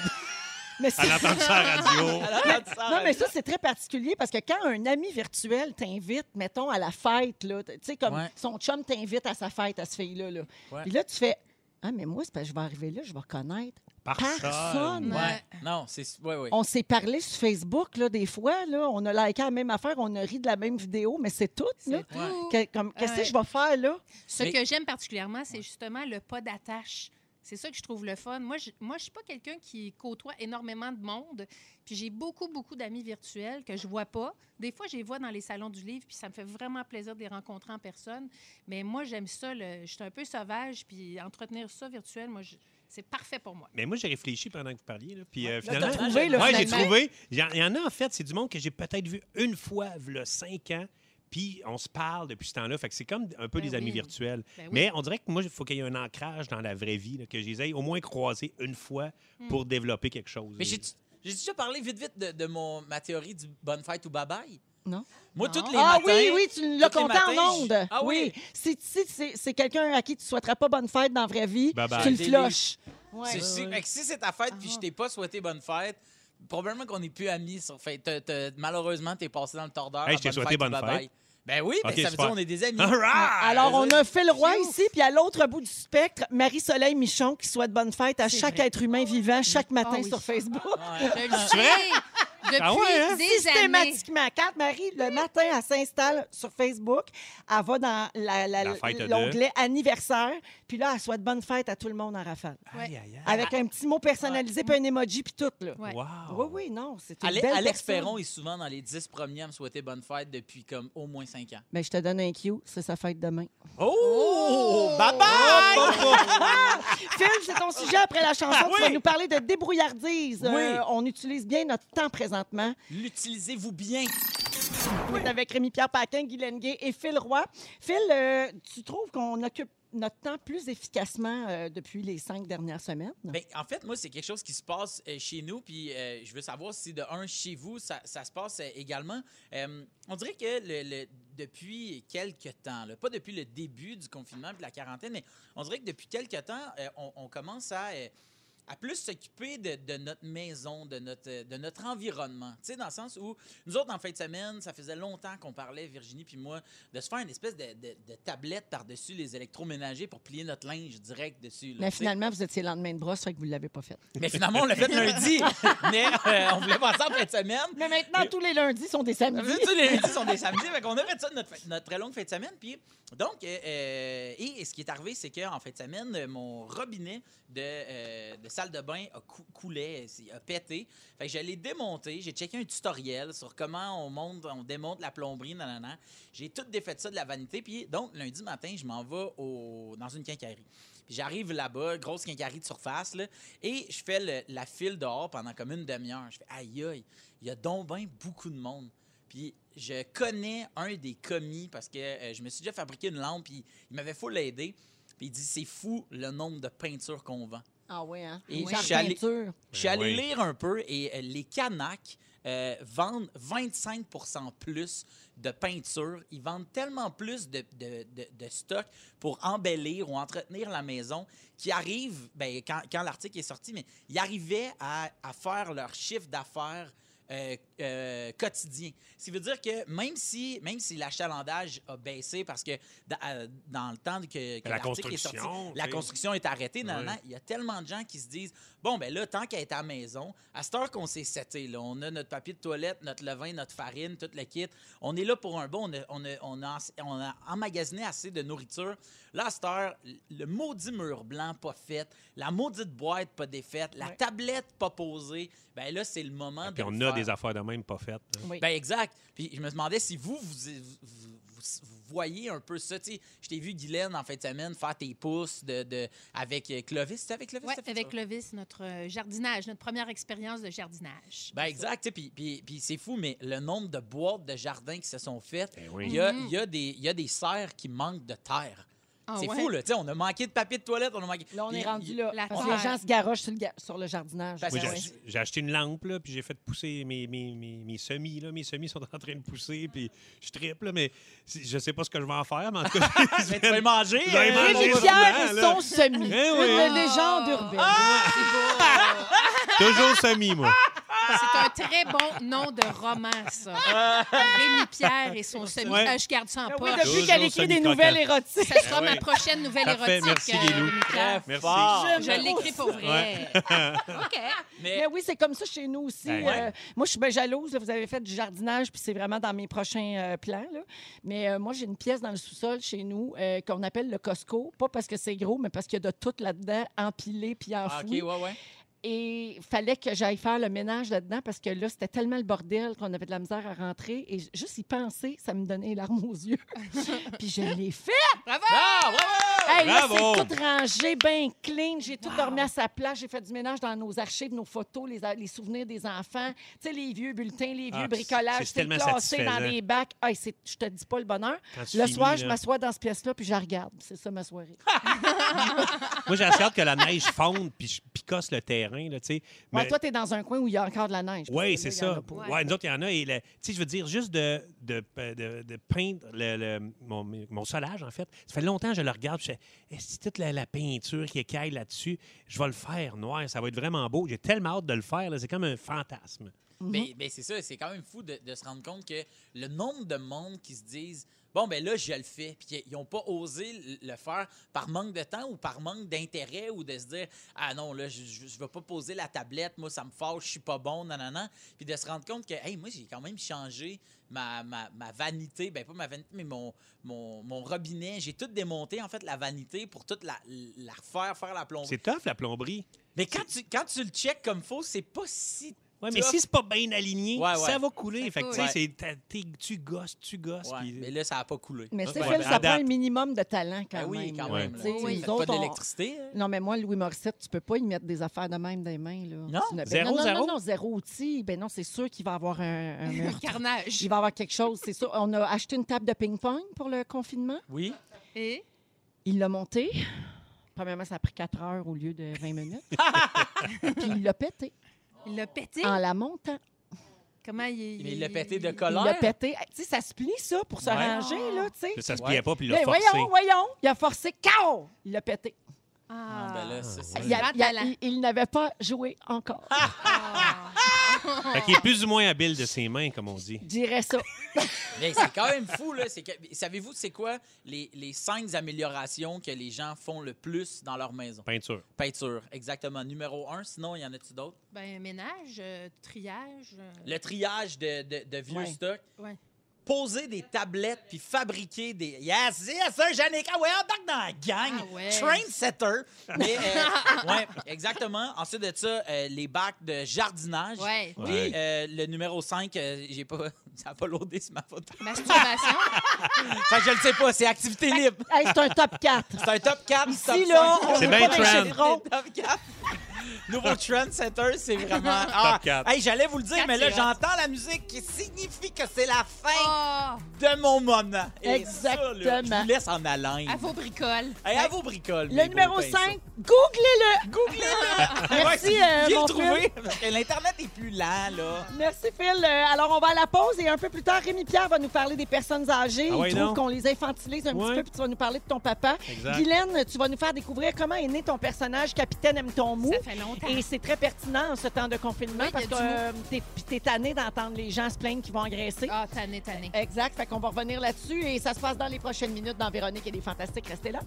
Speaker 1: Mais c'est-
Speaker 4: Elle a entendu ça à la radio.
Speaker 3: Ah, là, tu sors
Speaker 1: Non, mais
Speaker 3: avec-
Speaker 1: ça, c'est très particulier parce que quand un ami virtuel t'invite, mettons, à la fête, là, tu sais, comme
Speaker 3: Ouais.
Speaker 1: son chum t'invite à sa fête, à ce fille-là, là.
Speaker 3: Ouais.
Speaker 1: Puis là, tu fais Ah, mais moi, c'est parce que je vais arriver là, je vais connaître
Speaker 4: Personne.
Speaker 1: personne.
Speaker 3: Ouais, non, c'est... Ouais, ouais.
Speaker 1: On s'est parlé sur Facebook, là, des fois, là, on a liké la même affaire, on a ri de la même vidéo, mais c'est tout, là.
Speaker 2: C'est tout.
Speaker 1: Que- comme, qu'est-ce que
Speaker 2: Ouais.
Speaker 1: je vais faire, là?
Speaker 2: Ce
Speaker 3: Mais-
Speaker 2: que j'aime particulièrement, c'est justement le pas d'attache. C'est ça que je trouve le fun. Moi, je ne suis pas quelqu'un qui côtoie énormément de monde. Puis j'ai beaucoup, beaucoup d'amis virtuels que je vois pas. Des fois, je les vois dans les salons du livre, puis ça me fait vraiment plaisir de les rencontrer en personne. Mais moi, j'aime ça. le- Je suis un peu sauvage, puis entretenir ça virtuel, moi, je- c'est parfait pour moi.
Speaker 4: Mais moi, j'ai réfléchi pendant que vous parliez. Là, puis euh,
Speaker 1: Là,
Speaker 4: finalement,
Speaker 1: t'as trouvé, là,
Speaker 4: Ouais, j'ai
Speaker 1: finalement.
Speaker 4: trouvé. Il y en- il y en a, en fait, c'est du monde que j'ai peut-être vu une fois, là, cinq ans. Puis on se parle depuis ce temps-là. Fait que c'est comme un peu
Speaker 2: Ben
Speaker 4: des amis
Speaker 2: oui.
Speaker 4: virtuels.
Speaker 2: Ben oui.
Speaker 4: Mais on dirait que moi, il faut qu'il y ait un ancrage dans la vraie vie, là, que je les aille au moins croiser une fois pour développer quelque chose.
Speaker 3: Mais j'ai j'ai déjà parlé vite, vite de, de mon, ma théorie du bonne fête ou bye-bye.
Speaker 1: Non.
Speaker 3: Moi,
Speaker 2: Non.
Speaker 3: toutes les
Speaker 1: Ah
Speaker 3: matins...
Speaker 1: oui, oui, tu l'as
Speaker 3: tous les
Speaker 1: compté
Speaker 3: matins,
Speaker 1: en
Speaker 3: je-
Speaker 1: ondes.
Speaker 3: Ah oui.
Speaker 1: Si, si c'est- c'est quelqu'un à qui tu souhaiterais pas bonne fête dans la vraie vie,
Speaker 4: Bye-bye.
Speaker 1: tu le
Speaker 3: J'ai des-
Speaker 1: floches.
Speaker 3: C'est-
Speaker 1: Ouais.
Speaker 3: c'est-
Speaker 1: Ouais, Ah. ouais.
Speaker 3: fait que si c'est ta fête puis je t'ai pas souhaité bonne fête, probablement qu'on n'est plus amis sur fait. t'as- t'as- malheureusement, t'es passé dans le tordeur.
Speaker 4: Hey,
Speaker 3: à
Speaker 4: je t'ai souhaité bonne
Speaker 3: ou bye-bye.
Speaker 4: fête.
Speaker 3: Ben oui, ben
Speaker 4: Ok,
Speaker 3: ça veut
Speaker 4: super.
Speaker 3: dire qu'on est des amis.
Speaker 4: All right!
Speaker 2: Ah,
Speaker 1: Alors,
Speaker 2: ben
Speaker 1: on a Phil Roy
Speaker 2: Phew.
Speaker 1: ici, puis à l'autre bout du spectre, Marie-Soleil
Speaker 2: [laughs]
Speaker 1: Michon qui souhaite bonne fête à chaque être humain vivant chaque matin
Speaker 2: Ah oui.
Speaker 4: [laughs]
Speaker 1: sur Facebook.
Speaker 2: Je le sais. Depuis
Speaker 4: Ah ouais, hein?
Speaker 2: des années.
Speaker 1: Systématiquement. Quand Marie, le matin, elle s'installe sur Facebook, elle va dans la- la-
Speaker 4: La fête de-
Speaker 1: l'onglet anniversaire, puis là, elle souhaite bonne fête à tout le monde en rafale.
Speaker 4: Aïe, aïe, aïe.
Speaker 1: Avec un petit mot personnalisé, puis un emoji, puis tout, là.
Speaker 2: Ah, Ouais.
Speaker 4: Wow.
Speaker 1: Oui, oui, non, c'est une
Speaker 3: Ale-
Speaker 1: belle
Speaker 3: Alex
Speaker 1: personne.
Speaker 3: Perron est souvent dans les 10 premiers à me souhaiter bonne fête depuis comme au moins 5 ans.
Speaker 1: Ben, je te donne un cue, c'est sa fête demain.
Speaker 3: Oh! Bye
Speaker 4: Oh,
Speaker 3: bye!
Speaker 4: oh, oh.
Speaker 1: Phil, c'est ton sujet après la chanson. Tu vas
Speaker 3: Ah Oui.
Speaker 1: nous parler de débrouillardise. Euh,
Speaker 3: Oui.
Speaker 1: on utilise bien notre temps présentement.
Speaker 3: L'utilisez-vous bien.
Speaker 1: On est avec Rémi-Pierre Paquin, Guy Lenguet et Phil Roy. Phil, euh, tu trouves qu'on occupe notre temps plus efficacement euh, depuis les cinq dernières semaines?
Speaker 3: Ben, en fait, moi, c'est quelque chose qui se passe euh, chez nous, puis euh, je veux savoir si de un chez vous, ça, ça se passe euh, également. Euh, on dirait que le- le- depuis quelques temps, là, pas depuis le début du confinement et de la quarantaine, mais on dirait que depuis quelques temps, euh, on, on commence à, euh, à plus s'occuper de, de notre maison, de notre, euh, de notre environnement. Tu sais, dans le sens où nous autres, en fin de semaine, ça faisait longtemps qu'on parlait, Virginie puis moi, de se faire une espèce de, de- de tablette par-dessus les électroménagers pour plier notre linge direct dessus. là,
Speaker 1: Mais
Speaker 3: tu sais.
Speaker 1: Ben, finalement, vous étiez le lendemain de brosse, fait que vous ne l'avez pas fait.
Speaker 3: Mais finalement, on l'a fait lundi. Mais euh, on voulait passer en fin de semaine.
Speaker 1: Mais maintenant, tous les lundis sont des samedis.
Speaker 3: Tu sais, les lundis sont des samedis. Fait qu'on a fait ça notre, fin- notre très longue fin de semaine. Puis, donc, euh, euh, et, et ce qui est arrivé, c'est qu'en fin de semaine, euh, mon robinet de, euh, de salle de bain a cou- coulé, euh, c'est- a pété. Fait que je l'ai démonté. J'ai checké un tutoriel sur comment on monte, on démonte la plomberie, nanana. J'ai tout défait ça de la vanité. Puis, donc, lundi matin, je m'en vais au, dans une quincaillerie. Puis j'arrive là-bas, grosse quincaillerie de surface, là, et je fais le- la file dehors pendant comme une demi-heure. Je fais aïe aïe, il y a donc ben beaucoup de monde. Puis je connais un des commis parce que euh, je me suis déjà fabriqué une lampe, puis il m'avait full aidé. Puis il dit c'est fou le nombre de peintures qu'on vend.
Speaker 1: Ah oui, hein?
Speaker 3: Et
Speaker 1: Oui.
Speaker 3: je suis allé-
Speaker 1: Peinture.
Speaker 3: Je suis allé
Speaker 4: Ben oui.
Speaker 3: lire un peu et euh, les Kanaks euh, vendent 25 plus de peinture. Ils vendent tellement plus de, de, de- de stock pour embellir ou entretenir la maison qui arrive, ben, quand, quand l'article est sorti, mais ils arrivaient à, à faire leur chiffre d'affaires. euh, euh, quotidien. Ce qui veut dire que même si, même si l'achalandage a baissé parce que dans, euh, dans le temps que, que
Speaker 4: La
Speaker 3: l'article est sorti,
Speaker 4: construction,
Speaker 3: la
Speaker 4: tu sais.
Speaker 3: construction construction est arrêtée, nanana,
Speaker 4: Ouais.
Speaker 3: il y a tellement de gens qui se disent Bon, ben là, tant qu'elle est à la maison, à cette heure qu'on s'est seté, là, on a notre papier de toilette, notre levain, notre farine, tout le kit, on est là pour un bon, on a, on a- on a ens- on a emmagasiné assez de nourriture. Là, à cette heure, le maudit mur blanc pas fait, la maudite boîte pas défaite, la
Speaker 1: Ouais.
Speaker 3: tablette pas posée, ben là, c'est le moment
Speaker 4: Puis
Speaker 3: de.
Speaker 4: on
Speaker 3: le
Speaker 4: a
Speaker 3: faire.
Speaker 4: des affaires de même pas faites. hein.
Speaker 1: Oui.
Speaker 3: Ben exact. Puis je me demandais si vous, vous, vous- vous voyez un peu ça. Tu sais, je t'ai vu, Guylaine, en fin de semaine, faire tes pouces de, de- avec euh, Clovis. C'était avec Clovis?
Speaker 2: Ouais,
Speaker 3: t'as fait
Speaker 2: avec
Speaker 3: ça?
Speaker 2: Clovis, notre euh, jardinage, notre première expérience de jardinage.
Speaker 3: Ben exact. tu sais, Puis, puis, puis c'est fou, mais le nombre de boîtes de jardin qui se sont faites,
Speaker 4: Ben oui.
Speaker 3: il y a,
Speaker 1: Mm-hmm.
Speaker 2: Mhm.
Speaker 3: il y a des- il y a des serres qui manquent de terre.
Speaker 2: Ah
Speaker 3: c'est
Speaker 2: ouais?
Speaker 3: fou, là. Tu sais, on a manqué de papier de toilette, on a Ben, manqué...
Speaker 1: Là, on
Speaker 3: Puis-
Speaker 1: est rendu là.
Speaker 2: la
Speaker 1: Parce que les
Speaker 2: terre.
Speaker 1: gens se garochent sur le, ga- sur le jardinage.
Speaker 3: Parce
Speaker 4: Moi,
Speaker 3: que-
Speaker 1: Ouais.
Speaker 4: j'ai- j'ai acheté une lampe, là, puis j'ai fait pousser mes, mes, mes, mes semis. Là. Mes semis sont en train de pousser, puis je tripe, là, mais c'est- je sais pas ce que je vais en faire, mais en
Speaker 1: [laughs]
Speaker 4: tout cas,
Speaker 1: Ah,
Speaker 3: Mais tu vas le manger.
Speaker 4: Je vais le
Speaker 3: euh,
Speaker 4: manger.
Speaker 1: Rémi
Speaker 4: Bonjour,
Speaker 1: Pierre et
Speaker 4: là.
Speaker 1: son semis.
Speaker 4: Eh oui.
Speaker 1: Une légende urbaine.
Speaker 3: Ah!
Speaker 4: [laughs] toujours
Speaker 1: [laughs]
Speaker 4: semis, moi.
Speaker 2: C'est un très bon nom de roman,
Speaker 3: [laughs]
Speaker 2: ça. Rémi Pierre et son semi.
Speaker 4: Ouais.
Speaker 2: Ah, je garde ça en
Speaker 1: Ben oui,
Speaker 2: poche.
Speaker 1: depuis qu'elle
Speaker 4: Toujours
Speaker 1: écrit des
Speaker 4: semi-croquante.
Speaker 1: nouvelles [laughs] érotiques.
Speaker 2: Ça sera
Speaker 4: Eh
Speaker 2: ma
Speaker 4: oui.
Speaker 2: prochaine nouvelle
Speaker 4: Parfait,
Speaker 2: érotique.
Speaker 4: merci,
Speaker 2: euh,
Speaker 4: Guilou.
Speaker 2: Rémi Pierre.
Speaker 3: Très
Speaker 4: Merci.
Speaker 3: fort.
Speaker 1: J'aime
Speaker 2: Je l'écris pour vrai. [laughs] OK.
Speaker 3: Mais-
Speaker 1: Mais Ben oui, c'est comme ça chez nous aussi.
Speaker 4: Ben
Speaker 1: Euh, moi, je suis bien jalouse. là. vous avez fait du jardinage, puis c'est vraiment dans mes prochains euh, plans. là. Mais euh, moi, j'ai une pièce dans le sous-sol chez nous euh, qu'on appelle le Costco. Pas parce que c'est gros, mais parce qu'il y a de tout là-dedans, empilé puis
Speaker 3: Ah, OK,
Speaker 1: enfoui.
Speaker 3: ouais, ouais.
Speaker 1: Et fallait que j'aille faire le ménage là-dedans parce que là, c'était tellement le bordel qu'on avait de la misère à rentrer. Et j- juste y penser, ça me donnait les larmes aux yeux. [laughs] puis je l'ai fait!
Speaker 2: Bravo!
Speaker 3: Ah, bravo!
Speaker 1: Hey, là, c'est
Speaker 4: Bravo!
Speaker 1: tout rangé, bien clean. J'ai tout remis à sa place. J'ai fait du ménage dans nos archives, nos photos, les, a- les souvenirs des enfants. Tu sais, les vieux bulletins, les vieux
Speaker 4: Ah,
Speaker 1: bricolages.
Speaker 4: c'est
Speaker 1: C'est
Speaker 4: tellement
Speaker 1: classé dans
Speaker 4: satisfaisant.
Speaker 1: des bacs. Hey, c'est- je te dis pas le bonheur.
Speaker 4: Quand tu
Speaker 1: Le
Speaker 4: finis,
Speaker 1: soir,
Speaker 4: là.
Speaker 1: je m'assois dans cette pièce-là puis je la regarde. C'est ça ma
Speaker 4: [laughs]
Speaker 1: soirée.
Speaker 4: Moi, j'ai assez hâte que la neige fonde, puis je picosse le terrain, là, tu sais.
Speaker 1: Ouais,
Speaker 4: Mais-
Speaker 1: toi, tu es dans un coin où il y a encore de la neige. parce que
Speaker 4: Oui,
Speaker 1: là,
Speaker 4: c'est
Speaker 1: il y en
Speaker 4: ça.
Speaker 1: a pas.
Speaker 4: Ouais.
Speaker 2: pas.
Speaker 4: nous autres, il y en a. Et le- tu sais, je veux dire, juste de, de, euh, de- de peindre le, le- mon, mon solage, en fait. Ça fait longtemps que je le regarde. puis Je fais, est-ce que toute la, la peinture qui écaille là-dessus, je vais le faire noir. Ça va être vraiment beau. J'ai tellement hâte de le faire. là. C'est comme un fantasme.
Speaker 3: Mais, mais c'est ça, c'est quand même fou de, de se rendre compte que le nombre de monde qui se disent Bon, ben là, je le fais, puis ils n'ont pas osé l- le faire par manque de temps ou par manque d'intérêt ou de se dire Ah non, là, je ne vais pas poser la tablette, moi, ça me fâche, je suis pas bon, nanana. Puis de se rendre compte que, hey, moi, j'ai quand même changé ma, ma, ma vanité, ben pas ma vanité, mais mon, mon, mon robinet. J'ai tout démonté, en fait, la vanité pour toute la, la refaire, faire la plomberie.
Speaker 4: C'est tough, la plomberie.
Speaker 3: Mais quand tu, quand tu le check comme faux, c'est pas si.
Speaker 4: Ouais,
Speaker 3: Tough.
Speaker 4: mais si c'est pas bien aligné,
Speaker 3: Ouais, ouais.
Speaker 4: ça va couler.
Speaker 2: Ça
Speaker 4: Fait que, tu
Speaker 3: coule.
Speaker 4: sais, c'est- t'as- t'es- tu gosses, tu gosses.
Speaker 3: Ouais,
Speaker 4: puis-
Speaker 3: mais là, ça n'a pas coulé.
Speaker 1: Mais c'est
Speaker 4: Ouais,
Speaker 1: Phil,
Speaker 4: ben,
Speaker 1: ça
Speaker 4: à
Speaker 1: prend
Speaker 4: date.
Speaker 1: un minimum de talent quand
Speaker 3: Ben oui,
Speaker 1: même.
Speaker 3: quand
Speaker 1: là.
Speaker 3: même. là.
Speaker 1: Tu sais,
Speaker 2: Oui,
Speaker 1: nous
Speaker 2: oui.
Speaker 3: Faites
Speaker 1: autres,
Speaker 3: pas
Speaker 1: on-
Speaker 3: d'électricité. hein.
Speaker 1: Non, mais moi, Louis Morissette, tu peux pas y mettre des affaires de même des mains. Là.
Speaker 3: Non?
Speaker 1: Tu ne- ben
Speaker 4: Zéro,
Speaker 1: non, non,
Speaker 4: zéro?
Speaker 1: non, non, zéro outil. Ben non, c'est sûr qu'il va avoir un,
Speaker 3: [laughs]
Speaker 1: un
Speaker 2: Un
Speaker 1: meurtre.
Speaker 2: carnage.
Speaker 1: Il va avoir quelque chose, c'est sûr. On a acheté une table de ping-pong pour le confinement.
Speaker 3: Oui.
Speaker 2: Et
Speaker 1: Il l'a montée. Premièrement, ça a pris 4 heures au lieu de 20 [laughs] minutes. Puis il l'a pété
Speaker 2: il l'a pété.
Speaker 1: en la montant.
Speaker 2: Comment il
Speaker 3: Mais il l'a pété de
Speaker 1: Il
Speaker 3: colère.
Speaker 1: l'a pété. Eh, Tu sais, ça se plie, ça, pour se
Speaker 3: Ouais.
Speaker 1: ranger, là, tu sais.
Speaker 4: Là, ça se
Speaker 3: Ouais.
Speaker 4: pliait pas, puis il l'a
Speaker 1: Ben,
Speaker 4: forcé.
Speaker 1: voyons, voyons. Il a forcé. Cao! Il l'a pété.
Speaker 3: Ah,
Speaker 2: Ah,
Speaker 3: ben là, c'est ça.
Speaker 1: Il, a-
Speaker 2: Grand
Speaker 1: il a-
Speaker 2: talent.
Speaker 1: il- il n'avait pas joué encore.
Speaker 2: Ah.
Speaker 1: hein.
Speaker 4: Fait qu'il est plus ou moins habile de ses mains, comme on dit.
Speaker 1: Je dirais ça.
Speaker 3: Mais c'est quand même fou, là. C'est que- Savez-vous, c'est quoi les, les cinq améliorations que les gens font le plus dans leur maison?
Speaker 4: Peinture.
Speaker 3: Peinture, exactement. Numéro un. Sinon, il y en a-tu d'autres?
Speaker 2: Ben, ménage, euh, triage. euh,
Speaker 3: Le triage de, de- de vieux
Speaker 1: Ouais.
Speaker 3: stocks.
Speaker 2: ouais.
Speaker 3: Poser des tablettes puis fabriquer des. Yes, yes, sir, Yannick. Ah ouais, embarque dans la gang.
Speaker 2: Ah ouais.
Speaker 3: Train setter. Mais,
Speaker 2: [laughs]
Speaker 3: euh, ouais, exactement. Ensuite de ça, euh, les bacs de jardinage.
Speaker 2: Ouais.
Speaker 4: Ouais.
Speaker 3: Puis euh, le numéro 5, j'ai pas, [laughs] ça n'a pas loadé sur ma photo. [laughs]
Speaker 2: Masturbation.
Speaker 3: Fait que je le sais pas, c'est activité libre.
Speaker 1: Hey, c'est un top 4.
Speaker 3: [laughs] C'est un top 4, Ici, top
Speaker 1: là,
Speaker 3: cinq.
Speaker 1: on
Speaker 4: C'est veut bien pas des trend.
Speaker 1: chiffrons.
Speaker 3: Top 4. Nouveau trend setter, c'est vraiment. Ah,
Speaker 4: Top quatre.
Speaker 3: Hey, j'allais vous le dire,
Speaker 2: Quatre,
Speaker 3: mais là,
Speaker 2: c'est hot.
Speaker 3: j'entends la musique qui signifie que c'est la fin
Speaker 2: Ah,
Speaker 3: de mon moment. Et Ça, là, je
Speaker 1: Oh. Exactement.
Speaker 3: vous laisse en haleine.
Speaker 2: à vos bricoles.
Speaker 3: Hey, à vos bricoles.
Speaker 1: Le
Speaker 3: mes
Speaker 1: numéro
Speaker 3: beaux pinceaux.
Speaker 1: 5, googlez-le. [laughs]
Speaker 3: Googlez-le.
Speaker 1: Merci,
Speaker 3: Ouais,
Speaker 1: euh,
Speaker 3: viens
Speaker 1: mon
Speaker 3: le trouver. parce que L'Internet est plus lent, là.
Speaker 1: Merci, Phil. Euh, Alors, on va à la pause et un peu plus tard, Rémi-Pierre va nous parler des personnes âgées.
Speaker 4: Ah ouais,
Speaker 1: Il
Speaker 4: non?
Speaker 1: trouve qu'on les infantilise un
Speaker 4: Ouais.
Speaker 1: petit peu, puis tu vas nous parler de ton papa.
Speaker 4: Exact.
Speaker 1: Guylaine, tu vas nous faire découvrir comment est né ton personnage Capitaine aime ton mou.
Speaker 2: Ça fait longtemps.
Speaker 1: Et c'est très pertinent en ce temps de confinement
Speaker 2: Oui, il
Speaker 1: parce
Speaker 2: y a
Speaker 1: que
Speaker 2: du mou.
Speaker 1: euh, t'es- puis t'es tanné d'entendre les gens se plaindre qu'ils vont engraisser.
Speaker 2: Ah, tanné, tanné.
Speaker 1: Exact. Fait qu'on va revenir là-dessus et ça se passe dans les prochaines minutes dans Véronique et les Fantastiques. Restez là.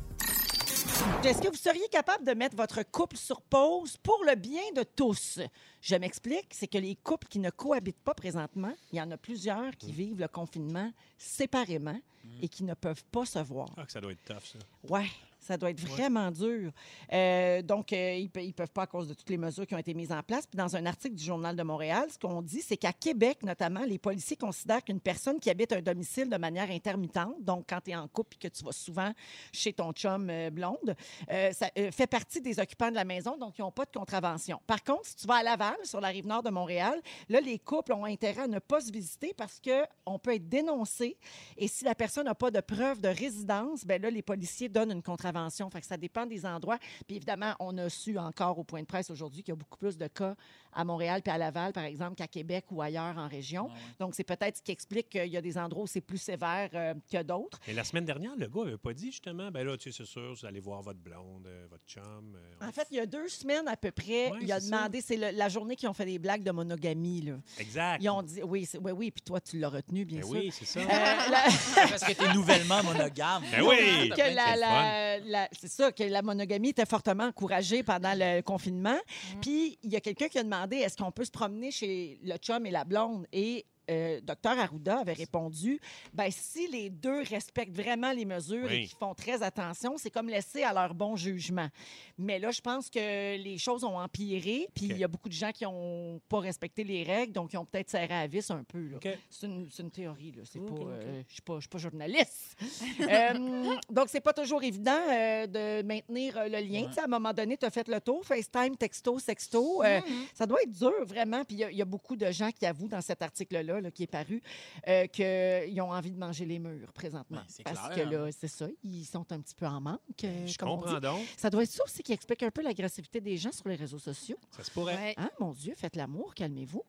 Speaker 1: Est-ce que vous seriez capable de mettre votre couple sur pause pour le bien de tous? Je m'explique, c'est que les couples qui ne cohabitent pas présentement, il y en a plusieurs qui vivent le confinement séparément et qui ne peuvent pas se voir.
Speaker 4: Ah, que ça doit être tough, ça.
Speaker 1: Ouais, ça doit être vraiment dur. Euh, donc, euh, ils ne peuvent pas à cause de toutes les mesures qui ont été mises en place. Puis dans un article du Journal de Montréal, ce qu'on dit, c'est qu'à Québec, notamment, les policiers considèrent qu'une personne qui habite un domicile de manière intermittente, donc quand tu es en couple et que tu vas souvent chez ton chum euh, blonde, euh, ça euh, fait partie des occupants de la maison, donc ils n'ont pas de contravention. Par contre, si tu vas à Laval, sur la rive nord de Montréal, là, les couples ont intérêt à ne pas se visiter parce qu'on peut être dénoncé et si la personne n'a pas de preuve de résidence, ben là, les policiers donnent une contravention. Fait que ça dépend des endroits. Puis évidemment, on a su encore au point de presse aujourd'hui qu'il y a beaucoup plus de cas à Montréal puis à Laval, par exemple, qu'à Québec ou ailleurs en région.
Speaker 3: Ah ouais.
Speaker 1: Donc, c'est peut-être ce qui explique qu'il y a des endroits où c'est plus sévère euh, que d'autres.
Speaker 4: Mais la semaine dernière, le gars n'avait pas dit, justement, ben là, tu sais, c'est sûr, vous allez voir votre blonde, euh, votre chum. euh, on-
Speaker 1: En fait, il y a deux semaines à peu près,
Speaker 4: Ouais,
Speaker 1: il a
Speaker 4: c'est ça.
Speaker 1: demandé, c'est le- la journée qu'ils ont fait des blagues de monogamie. là.
Speaker 4: Exact.
Speaker 1: Ils ont dit, oui, c'est- oui, oui, puis toi, tu l'as retenu, bien
Speaker 4: Ah. Ben
Speaker 1: sûr.
Speaker 4: oui, c'est ça.
Speaker 1: Euh, [laughs] la-
Speaker 3: [laughs] Parce que t'es nouvellement monogame.
Speaker 4: Ben oui.
Speaker 1: que la,
Speaker 4: c'est le
Speaker 1: la- la- c'est ça, que la monogamie était fortement encouragée pendant le confinement.
Speaker 4: Mm.
Speaker 1: Puis, il y a quelqu'un qui a demandé est-ce qu'on peut se promener chez le chum et la blonde Et euh, docteur Arruda avait répondu ben si les deux respectent vraiment les mesures et
Speaker 4: Oui.
Speaker 1: qu'ils font très attention, c'est comme laisser à leur bon jugement. Mais là, je pense que les choses ont empiré, puis il
Speaker 4: OK.
Speaker 1: y a beaucoup de gens qui n'ont pas respecté les règles, donc ils ont peut-être serré à vis un peu. là.
Speaker 4: OK.
Speaker 1: C'est une, c'est une théorie, là. C'est
Speaker 4: Ok,
Speaker 1: pas,
Speaker 4: ok.
Speaker 1: euh, je suis pas, je suis pas journaliste. Euh, donc, c'est pas toujours évident euh, de maintenir euh, le lien.
Speaker 3: Ouais.
Speaker 1: Tu sais, À un moment donné, tu as fait le tour, FaceTime, texto, sexto. Euh,
Speaker 2: Mhm.
Speaker 1: Ça doit être dur, vraiment. Puis il y a- il y, a beaucoup de gens qui avouent dans cet article-là, là, qui est paru, euh, qu'ils ont envie de manger les murs présentement.
Speaker 3: Ben, c'est
Speaker 1: parce
Speaker 3: clair,
Speaker 1: que là, c'est ça, ils sont un petit peu en manque. euh,
Speaker 4: Ben, Je
Speaker 1: comme on
Speaker 4: comprends
Speaker 1: dit.
Speaker 4: donc.
Speaker 1: Ça doit être ça aussi qui explique un peu l'agressivité des gens sur les réseaux sociaux. Hein,
Speaker 4: Ça se pourrait.
Speaker 2: Ouais.
Speaker 1: Ah, mon Dieu, faites l'amour, calmez-vous.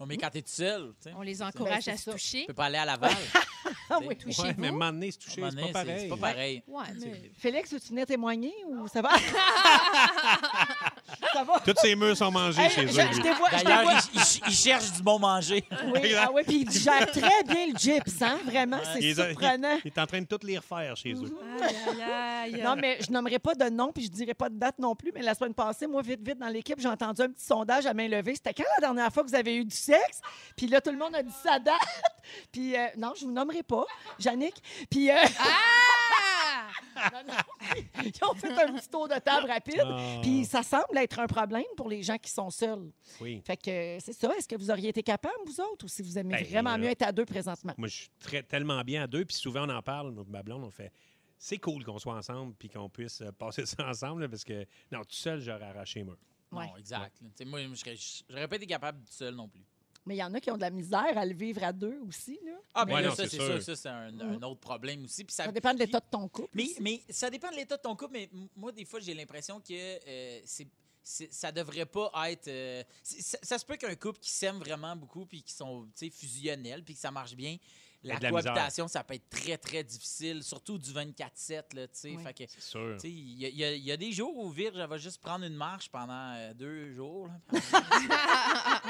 Speaker 3: Non, mais quand t'es tout seul, tu sais,
Speaker 2: On les encourage
Speaker 1: Ben, c'est
Speaker 2: à se
Speaker 1: ça.
Speaker 2: toucher.
Speaker 3: tu peux pas aller à Laval.
Speaker 1: Ah [laughs] oui.
Speaker 2: Touchez-vous.
Speaker 4: Ouais, mais m'emmener se toucher,
Speaker 3: À un
Speaker 4: c'est
Speaker 3: moment
Speaker 4: pas
Speaker 3: donné,
Speaker 4: pareil.
Speaker 3: c'est pas pareil.
Speaker 2: Ouais, mais-
Speaker 4: C'est-
Speaker 1: Félix, veux-tu venir témoigner ou ça va? ça va?
Speaker 4: Tous ces murs sont mangés
Speaker 1: Hey,
Speaker 4: chez eux.
Speaker 1: je,
Speaker 4: lui.
Speaker 1: je te vois,
Speaker 3: [laughs]
Speaker 1: je te vois-
Speaker 3: D'ailleurs, ils il, il cherchent du bon [laughs] manger.
Speaker 1: Oui, ah oui, puis il digère très bien le gyps, hein? Vraiment,
Speaker 4: Il
Speaker 1: c'est
Speaker 4: les a-
Speaker 1: surprenant.
Speaker 4: Il est en train de toutes les refaire chez eux.
Speaker 2: Aïe, aïe,
Speaker 1: [laughs]
Speaker 2: aïe.
Speaker 1: Non, mais je nommerai pas de nom puis je dirai pas de date non plus. Mais la semaine passée, moi, vite, vite, dans l'équipe, j'ai entendu un petit sondage à main levée. C'était quand la dernière fois que vous avez eu du sexe? Puis là, tout le monde a dit sa date. [laughs] Puis euh, non, je vous nommerai pas, Yannick. Puis euh, [laughs]
Speaker 2: Ah!
Speaker 1: ils ont fait un petit tour de table rapide.
Speaker 4: Ah.
Speaker 1: [laughs] Puis ça semble être un problème pour les gens qui sont seuls.
Speaker 4: Oui.
Speaker 1: Fait que euh, c'est ça. Est-ce que vous auriez été capable, vous autres, ou si vous aimez
Speaker 4: Ben,
Speaker 1: vraiment
Speaker 4: euh,
Speaker 1: mieux être à deux présentement?
Speaker 4: Moi, je suis très- tellement bien à deux, puis souvent, on en parle, notre- ma blonde, on fait « C'est cool qu'on soit ensemble, puis qu'on puisse euh, passer [laughs] ça ensemble, là, parce que, non, tout seul, j'aurais arraché moi.
Speaker 1: Ouais.
Speaker 3: Non, exact. Tu sais, moi, je serais- j'aurais pas été capable tout seul non plus.
Speaker 1: Mais il y en a qui ont de la misère à le vivre à deux aussi. Là.
Speaker 3: Ah, ben
Speaker 4: Ouais,
Speaker 3: là,
Speaker 4: non,
Speaker 3: ça,
Speaker 4: c'est
Speaker 3: c'est sûr.
Speaker 4: sûr.
Speaker 3: Ça, c'est un, un autre problème aussi. Puis ça,
Speaker 1: Ça dépend de l'état de ton couple.
Speaker 3: Mais,
Speaker 1: aussi.
Speaker 3: mais ça dépend de l'état de ton couple, mais m- moi, des fois, j'ai l'impression que euh, c'est. c'est- Ça devrait pas être. euh, c'est- ça, ça se peut qu'un couple qui s'aime vraiment beaucoup, puis qui sont tu sais, fusionnels, puis que ça marche bien, la
Speaker 4: de la
Speaker 3: cohabitation, ça peut être très, très difficile, surtout du 24-7. là, tu sais.
Speaker 2: Oui.
Speaker 3: Fait que, tu
Speaker 4: C'est sûr.
Speaker 3: sais, Il y, a- il y a- il y a des jours où Virge, elle va juste prendre une marche pendant euh, deux jours. là.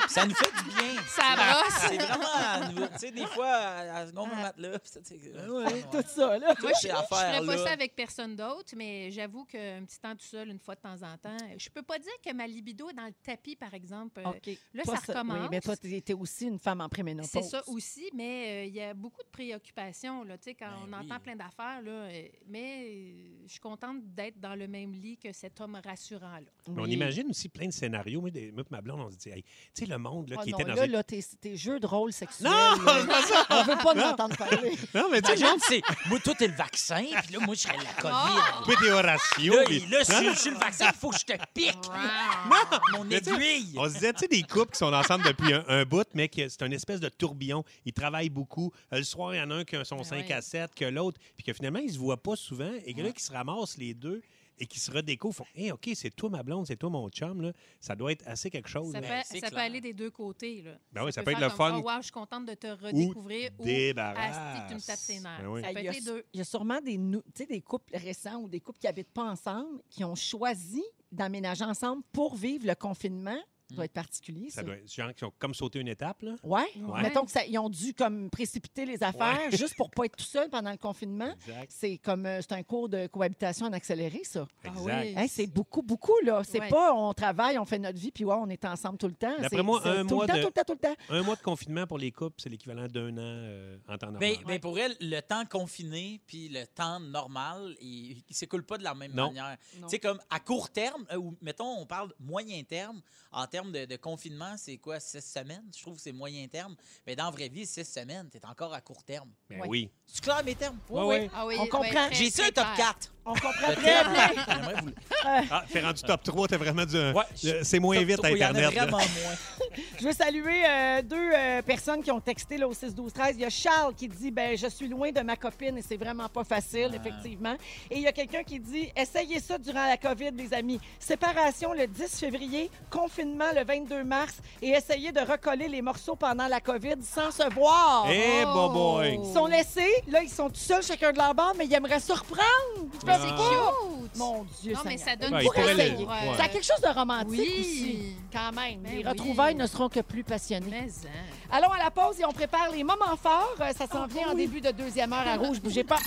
Speaker 3: ça nous fait du bien.
Speaker 2: [laughs] [laughs] Ça brosse.
Speaker 3: C'est vraiment. nous- Tu sais, des fois, à la seconde, on va mettre là. puis ça, tu sais, ouais.
Speaker 1: Tout ça, là.
Speaker 3: Moi,
Speaker 2: je
Speaker 3: ces
Speaker 2: ne ferais pas
Speaker 3: affaires-là.
Speaker 2: ça avec personne d'autre, mais j'avoue qu'un petit temps tout seul, une fois de temps en temps, je peux pas dire que ma libido est dans le tapis, par exemple. Euh,
Speaker 1: OK.
Speaker 2: là,
Speaker 1: Ah, Pas
Speaker 2: ça recommence.
Speaker 1: Oui, mais toi, tu étais aussi une femme en préménopause.
Speaker 2: C'est ça aussi, mais euh, il y a beaucoup de préoccupations là, tu sais, quand
Speaker 3: Ben
Speaker 2: on entend
Speaker 3: oui.
Speaker 2: plein d'affaires. là, euh, Mais euh, je suis contente d'être dans le même lit que cet homme rassurant-là.
Speaker 4: Mais on
Speaker 1: Oui.
Speaker 4: imagine aussi plein de scénarios. Moi, des- moi pis ma blonde, on se dit Hey, tu sais, le monde là,
Speaker 1: Ah
Speaker 4: qui
Speaker 1: non,
Speaker 4: était dans
Speaker 1: là,
Speaker 4: un...
Speaker 1: là, tes, tes jeux de rôle sexuels.
Speaker 4: Non,
Speaker 1: là, On veut pas nous entendre parler.
Speaker 4: Non, mais tu sais,
Speaker 3: Imagine, c'est. Moi, tout est le vaccin, puis là, moi, je serais la
Speaker 1: Ah!
Speaker 2: Oh.
Speaker 3: COVID.
Speaker 4: puis des orations.
Speaker 3: Là,
Speaker 4: puis-
Speaker 3: il- là, si
Speaker 4: Non,
Speaker 3: je suis le vaccin, faut que je te
Speaker 2: [laughs]
Speaker 3: pique. Ah Mon
Speaker 4: Mais tu sais,
Speaker 3: aiguille.
Speaker 4: On se disait, tu sais, des couples qui sont ensemble depuis un, un bout, mais que c'est une espèce de tourbillon. Ils travaillent beaucoup. Euh, Le soir, il y en a un qui a son
Speaker 2: Ah
Speaker 4: 5
Speaker 2: ouais.
Speaker 4: à 7, que l'autre, puis que finalement, ils se voient pas souvent, et que là, qui se ramassent les deux et qui se redécouvrent, font Hey, OK, c'est toi ma blonde, c'est toi mon chum, là. ça doit être assez quelque chose.
Speaker 2: Ça,
Speaker 4: là.
Speaker 3: Ben,
Speaker 2: peut,
Speaker 3: c'est
Speaker 2: ça peut
Speaker 3: clair.
Speaker 2: aller des deux côtés. Là.
Speaker 4: Ben oui, ça peut
Speaker 2: faire
Speaker 4: être le
Speaker 2: comme,
Speaker 4: fun.
Speaker 2: Oh, wow, je suis contente de te redécouvrir. Ou,
Speaker 4: débarrasse.
Speaker 2: Ah, si, tu me tapes ses nerfs.
Speaker 4: Ben oui.
Speaker 2: Ça peut
Speaker 1: Il y a-
Speaker 2: être les deux.
Speaker 1: Il y a sûrement des, nou- tu sais, des couples récents ou des couples qui habitent pas ensemble qui ont choisi d'emménager ensemble pour vivre le confinement. Ça doit être particulier, ça.
Speaker 4: Mm. Ça doit être des gens qui ont comme sauté une étape. Là.
Speaker 1: Ouais.
Speaker 2: Ouais.
Speaker 1: Mettons qu'ils ont dû comme précipiter les affaires [laughs] juste pour pas être tout seul pendant le
Speaker 2: Hein?
Speaker 1: confinement.
Speaker 4: Exact.
Speaker 1: C'est comme euh, c'est un cours de cohabitation en accéléré, ça.
Speaker 2: Ah
Speaker 4: Exact.
Speaker 2: oui.
Speaker 1: Hey, c'est beaucoup, beaucoup, là. C'est
Speaker 2: Ouais.
Speaker 1: pas on travaille, on fait notre vie, puis ouais, on est ensemble tout le temps.
Speaker 4: D'après
Speaker 1: C'est-
Speaker 4: moi,
Speaker 1: c'est
Speaker 4: un
Speaker 1: tout
Speaker 4: mois
Speaker 1: le temps,
Speaker 4: de-
Speaker 1: tout le temps, tout le temps.
Speaker 4: Un mois de confinement pour les couples, c'est l'équivalent d'un an euh, en temps normal.
Speaker 3: Ben, ben, pour elle, le temps confiné puis le temps normal, il, il s'écoule pas de la même
Speaker 4: Non.
Speaker 3: manière.
Speaker 1: Non.
Speaker 3: Tu sais, comme à court terme, euh, ou mettons, on parle moyen terme, en termes de, de confinement, c'est quoi, six semaines? Je trouve que c'est moyen terme. Mais dans la vraie vie, six semaines, t'es encore à court terme.
Speaker 4: Ben
Speaker 1: ouais.
Speaker 4: oui.
Speaker 3: Tu clair mes termes?
Speaker 1: Oui,
Speaker 4: Ouais,
Speaker 1: oui.
Speaker 4: ouais.
Speaker 2: Ah oui,
Speaker 1: On
Speaker 2: ben,
Speaker 1: comprend.
Speaker 2: très,
Speaker 3: J'ai
Speaker 2: très
Speaker 3: ça, top
Speaker 2: clair.
Speaker 3: 4.
Speaker 1: On comprend
Speaker 3: Le
Speaker 1: très
Speaker 3: thème.
Speaker 1: bien.
Speaker 2: [laughs]
Speaker 3: J'aimerais vous le-
Speaker 4: Ah, t'es rendu top 3, t'es vraiment du. le- c'est moins
Speaker 3: Top
Speaker 4: vite à
Speaker 3: trois, il y en a
Speaker 4: Internet. là.
Speaker 3: vraiment moins.
Speaker 1: Je veux saluer euh, deux euh, personnes qui ont texté là, au 6 12 13 Il y a Charles qui dit ben je suis loin de ma copine et c'est vraiment pas facile,
Speaker 3: Ah.
Speaker 1: effectivement. Et il y a quelqu'un qui dit essayez ça durant la COVID, les amis. Séparation le 10 février, confinement le 22 mars et essayez de recoller les morceaux pendant la COVID sans se voir.
Speaker 4: Eh,
Speaker 2: Oh!
Speaker 4: bon boy!
Speaker 1: Ils sont laissés, là, ils sont tout seuls, chacun de leur bord, mais ils aimeraient se reprendre. Ils peuvent
Speaker 4: Ah.
Speaker 1: pas.
Speaker 2: Cute.
Speaker 1: Mon Dieu,
Speaker 2: Non, mais
Speaker 1: Seigneur.
Speaker 2: ça donne
Speaker 4: Ouais,
Speaker 2: du
Speaker 4: il pourrait
Speaker 2: temps
Speaker 4: le-
Speaker 2: pour,
Speaker 4: ouais.
Speaker 2: euh,
Speaker 1: Ça a quelque chose de romantique
Speaker 2: Oui.
Speaker 1: aussi. Quand même.
Speaker 2: Ben
Speaker 1: les
Speaker 2: oui.
Speaker 1: retrouvailles ne seront que plus passionnées.
Speaker 2: Mais, hein.
Speaker 1: Allons à la pause et on prépare les moments forts. Euh, Ça s'en
Speaker 2: Oh,
Speaker 1: vient en
Speaker 2: oui.
Speaker 1: début de deuxième heure à Rouge. Bougez pas.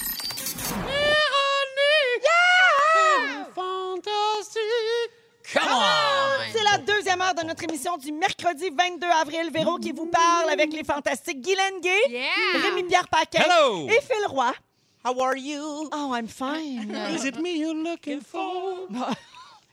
Speaker 1: Ah,
Speaker 3: Come on!
Speaker 1: C'est la deuxième heure de notre émission du mercredi 22 avril. Véro qui vous parle avec les fantastiques Guylaine Gay,
Speaker 2: Yeah!
Speaker 1: Rémi-Pierre Paquet
Speaker 4: Hello!
Speaker 1: et Phil Roy.
Speaker 3: How are you?
Speaker 1: Oh, I'm fine. [laughs]
Speaker 4: Is it me you're looking for?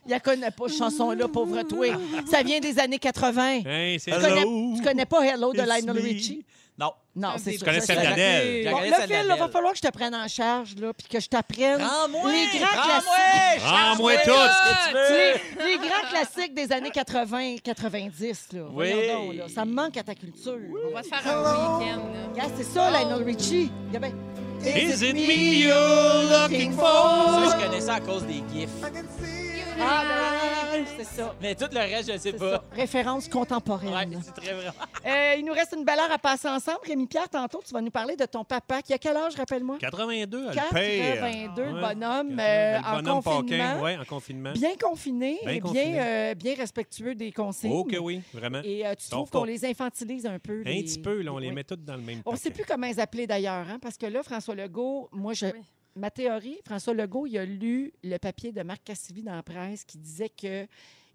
Speaker 1: Il la connaît pas, cette chanson-là, pauvre toi. Ça vient des années 80.
Speaker 4: Hey, c'est
Speaker 1: Tu connais, tu connais pas Hello de
Speaker 4: It's
Speaker 1: Lionel
Speaker 4: me.
Speaker 1: Richie?
Speaker 3: Non.
Speaker 1: Non,
Speaker 2: Ah,
Speaker 1: c'est
Speaker 2: je
Speaker 1: ça.
Speaker 4: connais
Speaker 1: ça,
Speaker 4: celle
Speaker 1: ça-
Speaker 4: d'Adèle.
Speaker 3: Je la
Speaker 1: Bon,
Speaker 3: connais,
Speaker 1: là,
Speaker 3: celle
Speaker 1: Phil, il va
Speaker 3: d'Adèle. Ah!
Speaker 1: falloir que je te prenne en charge, là, puis que je t'apprenne
Speaker 3: Prends-moi!
Speaker 1: les grands classiques.
Speaker 3: Prends-moi!
Speaker 4: Prends-moi
Speaker 3: charge-moi
Speaker 4: tout!
Speaker 3: là, ce que tu veux.
Speaker 1: les, les grands classiques des années 80 90. Là.
Speaker 3: Oui.
Speaker 1: Voyons donc, là. Ça me manque à ta culture.
Speaker 2: On va se faire un week-end. là.
Speaker 1: Regarde, c'est ça, Lionel Richie. Il y a bien-
Speaker 4: Is it me you're looking
Speaker 3: Ça,
Speaker 4: for?
Speaker 3: je connais ça à cause des gifs.
Speaker 1: Ah, ben, c'est ça.
Speaker 3: Mais tout le reste, je ne sais
Speaker 1: C'est
Speaker 3: pas.
Speaker 1: ça. Référence
Speaker 3: Ouais,
Speaker 1: contemporaine.
Speaker 3: c'est très vrai.
Speaker 1: Euh, il nous reste une belle heure à passer ensemble. Rémi-Pierre, tantôt, tu vas nous parler de ton papa qui a quel âge, rappelle-moi?
Speaker 4: 82, elle paye.
Speaker 1: 82,
Speaker 4: Ouais.
Speaker 1: bonhomme, euh,
Speaker 4: Le
Speaker 1: en
Speaker 4: bonhomme
Speaker 1: confinement.
Speaker 4: Paquin, ouais, en confinement.
Speaker 1: Bien confiné
Speaker 4: Bien
Speaker 1: et
Speaker 4: confiné.
Speaker 1: Bien, euh, bien respectueux des conseils.
Speaker 4: Oh que oui, vraiment.
Speaker 1: Et euh, tu
Speaker 4: Sauf
Speaker 1: trouves
Speaker 4: qu'on-
Speaker 1: qu'on les infantilise un peu.
Speaker 4: Un
Speaker 1: les-
Speaker 4: petit peu, là, on les
Speaker 1: oui.
Speaker 4: met toutes dans le même
Speaker 1: On ne sait
Speaker 4: paquet.
Speaker 1: plus comment les appeler d'ailleurs, hein, parce que là, François Legault, moi, je,
Speaker 2: Oui.
Speaker 1: ma théorie, François Legault, il a lu le papier de Marc Cassivi dans la presse qui disait que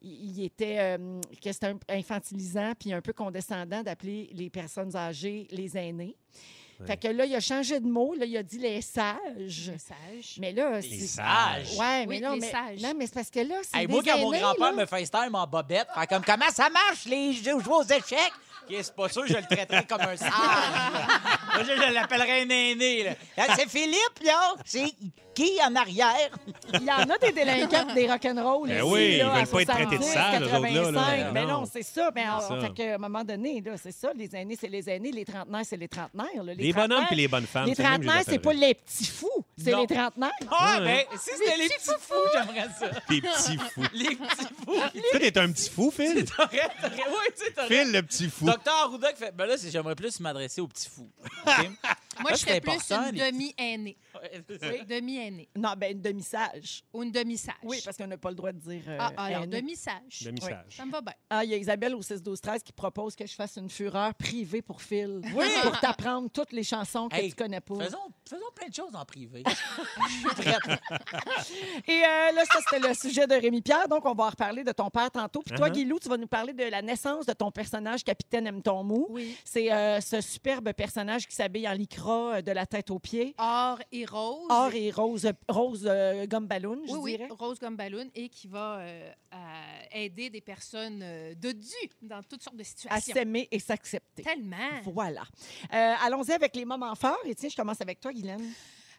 Speaker 1: il il était euh, que c'était un- infantilisant puis un peu condescendant d'appeler les personnes âgées les aînés.
Speaker 4: Ouais.
Speaker 1: Fait que là, il a changé de mot, là, il a dit les sages.
Speaker 2: Le sage.
Speaker 1: Mais là,
Speaker 3: Les
Speaker 1: c'est.
Speaker 4: sages.
Speaker 1: Ouais, mais
Speaker 2: Oui,
Speaker 1: non,
Speaker 2: les
Speaker 1: mais,
Speaker 2: sages.
Speaker 1: non, mais c'est parce que là, c'est.
Speaker 3: Hey,
Speaker 1: des
Speaker 3: moi, quand mon
Speaker 1: aînés,
Speaker 3: grand-père
Speaker 1: là.
Speaker 3: me FaceTime en bobette, faire comme comment ça marche, les jeux, jouer aux échecs? Ok, C'est pas sûr, que je le traiterais comme un [laughs] sage. là. Moi, je, je l'appellerais un aîné. là. Ah, C'est Philippe, là. C'est qui en arrière?
Speaker 1: Il y en a des délinquants pis des rock'n'roll.
Speaker 4: Ben
Speaker 1: ici,
Speaker 4: oui,
Speaker 1: là,
Speaker 4: ils veulent
Speaker 1: à
Speaker 4: pas être traités de
Speaker 1: 70,
Speaker 4: sages, eux autres-là, là.
Speaker 1: 85. Mais
Speaker 4: Ben non.
Speaker 1: non, c'est ça. Mais en-
Speaker 4: C'est ça.
Speaker 1: fait que, à un moment donné, là, c'est ça. Les aînés, c'est les aînés. Les trentenaires, c'est les trentenaires. là.
Speaker 4: Les bonhommes
Speaker 1: trentenaires-
Speaker 4: puis les bonnes femmes.
Speaker 1: Les
Speaker 4: c'est le même que je
Speaker 1: trentenaires, c'est pas
Speaker 4: appellerais.
Speaker 1: les petits fous. C'est
Speaker 3: Non.
Speaker 1: les trentenaires.
Speaker 3: Ah,
Speaker 4: Ouais,
Speaker 3: mais si c'était les petits fous, j'aimerais ça.
Speaker 4: Des petits fous.
Speaker 3: [laughs] Les petits fous.
Speaker 4: Toi, t'es un petit fou, Phil.
Speaker 3: [laughs] T'aurais, t'aurais, oui, tu sais, t'aurais.
Speaker 4: Phil, le petit fou.
Speaker 3: Docteur Arruda qui fait, ben là, c'est- j'aimerais plus m'adresser aux petits fous. [laughs] Ok?
Speaker 1: Ah,
Speaker 2: Moi,
Speaker 3: Là,
Speaker 2: je serais
Speaker 3: c'est
Speaker 2: plus
Speaker 3: important,
Speaker 2: une
Speaker 3: les-
Speaker 2: demi-aînée.
Speaker 3: Ouais, c'est ça.
Speaker 2: Oui. Demi-aînée.
Speaker 1: Non, ben une demi-sage.
Speaker 2: Ou une demi-sage.
Speaker 1: Oui, parce qu'on n'a pas le droit de dire. euh,
Speaker 2: Ah, ah, un
Speaker 1: aîné.
Speaker 2: demi-sage.
Speaker 4: Demi-sage.
Speaker 2: Ça me va bien.
Speaker 1: Ah, il y a Isabelle au 6-12-13 qui propose que je fasse une fureur privée pour Phil.
Speaker 3: Oui.
Speaker 1: Pour t'apprendre toutes les chansons que
Speaker 3: Hey,
Speaker 1: tu connais pas.
Speaker 3: Faisons, faisons plein de choses en [laughs] privé. Je suis prête.
Speaker 1: Et euh, là, ça, c'était le sujet de Rémi Pierre. Donc, on va en reparler de ton père tantôt. Puis toi,
Speaker 4: Uh-huh.
Speaker 1: Guilou, tu vas nous parler de la naissance de ton personnage, Capitaine Aime ton mou.
Speaker 2: Oui.
Speaker 1: C'est euh, ce superbe personnage qui s'habille en lycra euh, de la tête aux pieds.
Speaker 2: Or et rose.
Speaker 1: Or et rose, rose euh, gomme ballon, je
Speaker 2: oui, oui,
Speaker 1: dirais.
Speaker 2: Rose comme ballon et qui va euh, à aider des personnes euh, dodues dans toutes sortes de
Speaker 1: À
Speaker 2: situations.
Speaker 1: s'aimer et s'accepter.
Speaker 2: Tellement.
Speaker 1: Voilà. Euh, Allons-y avec les moments forts. Et tiens, je commence avec toi, Guylaine.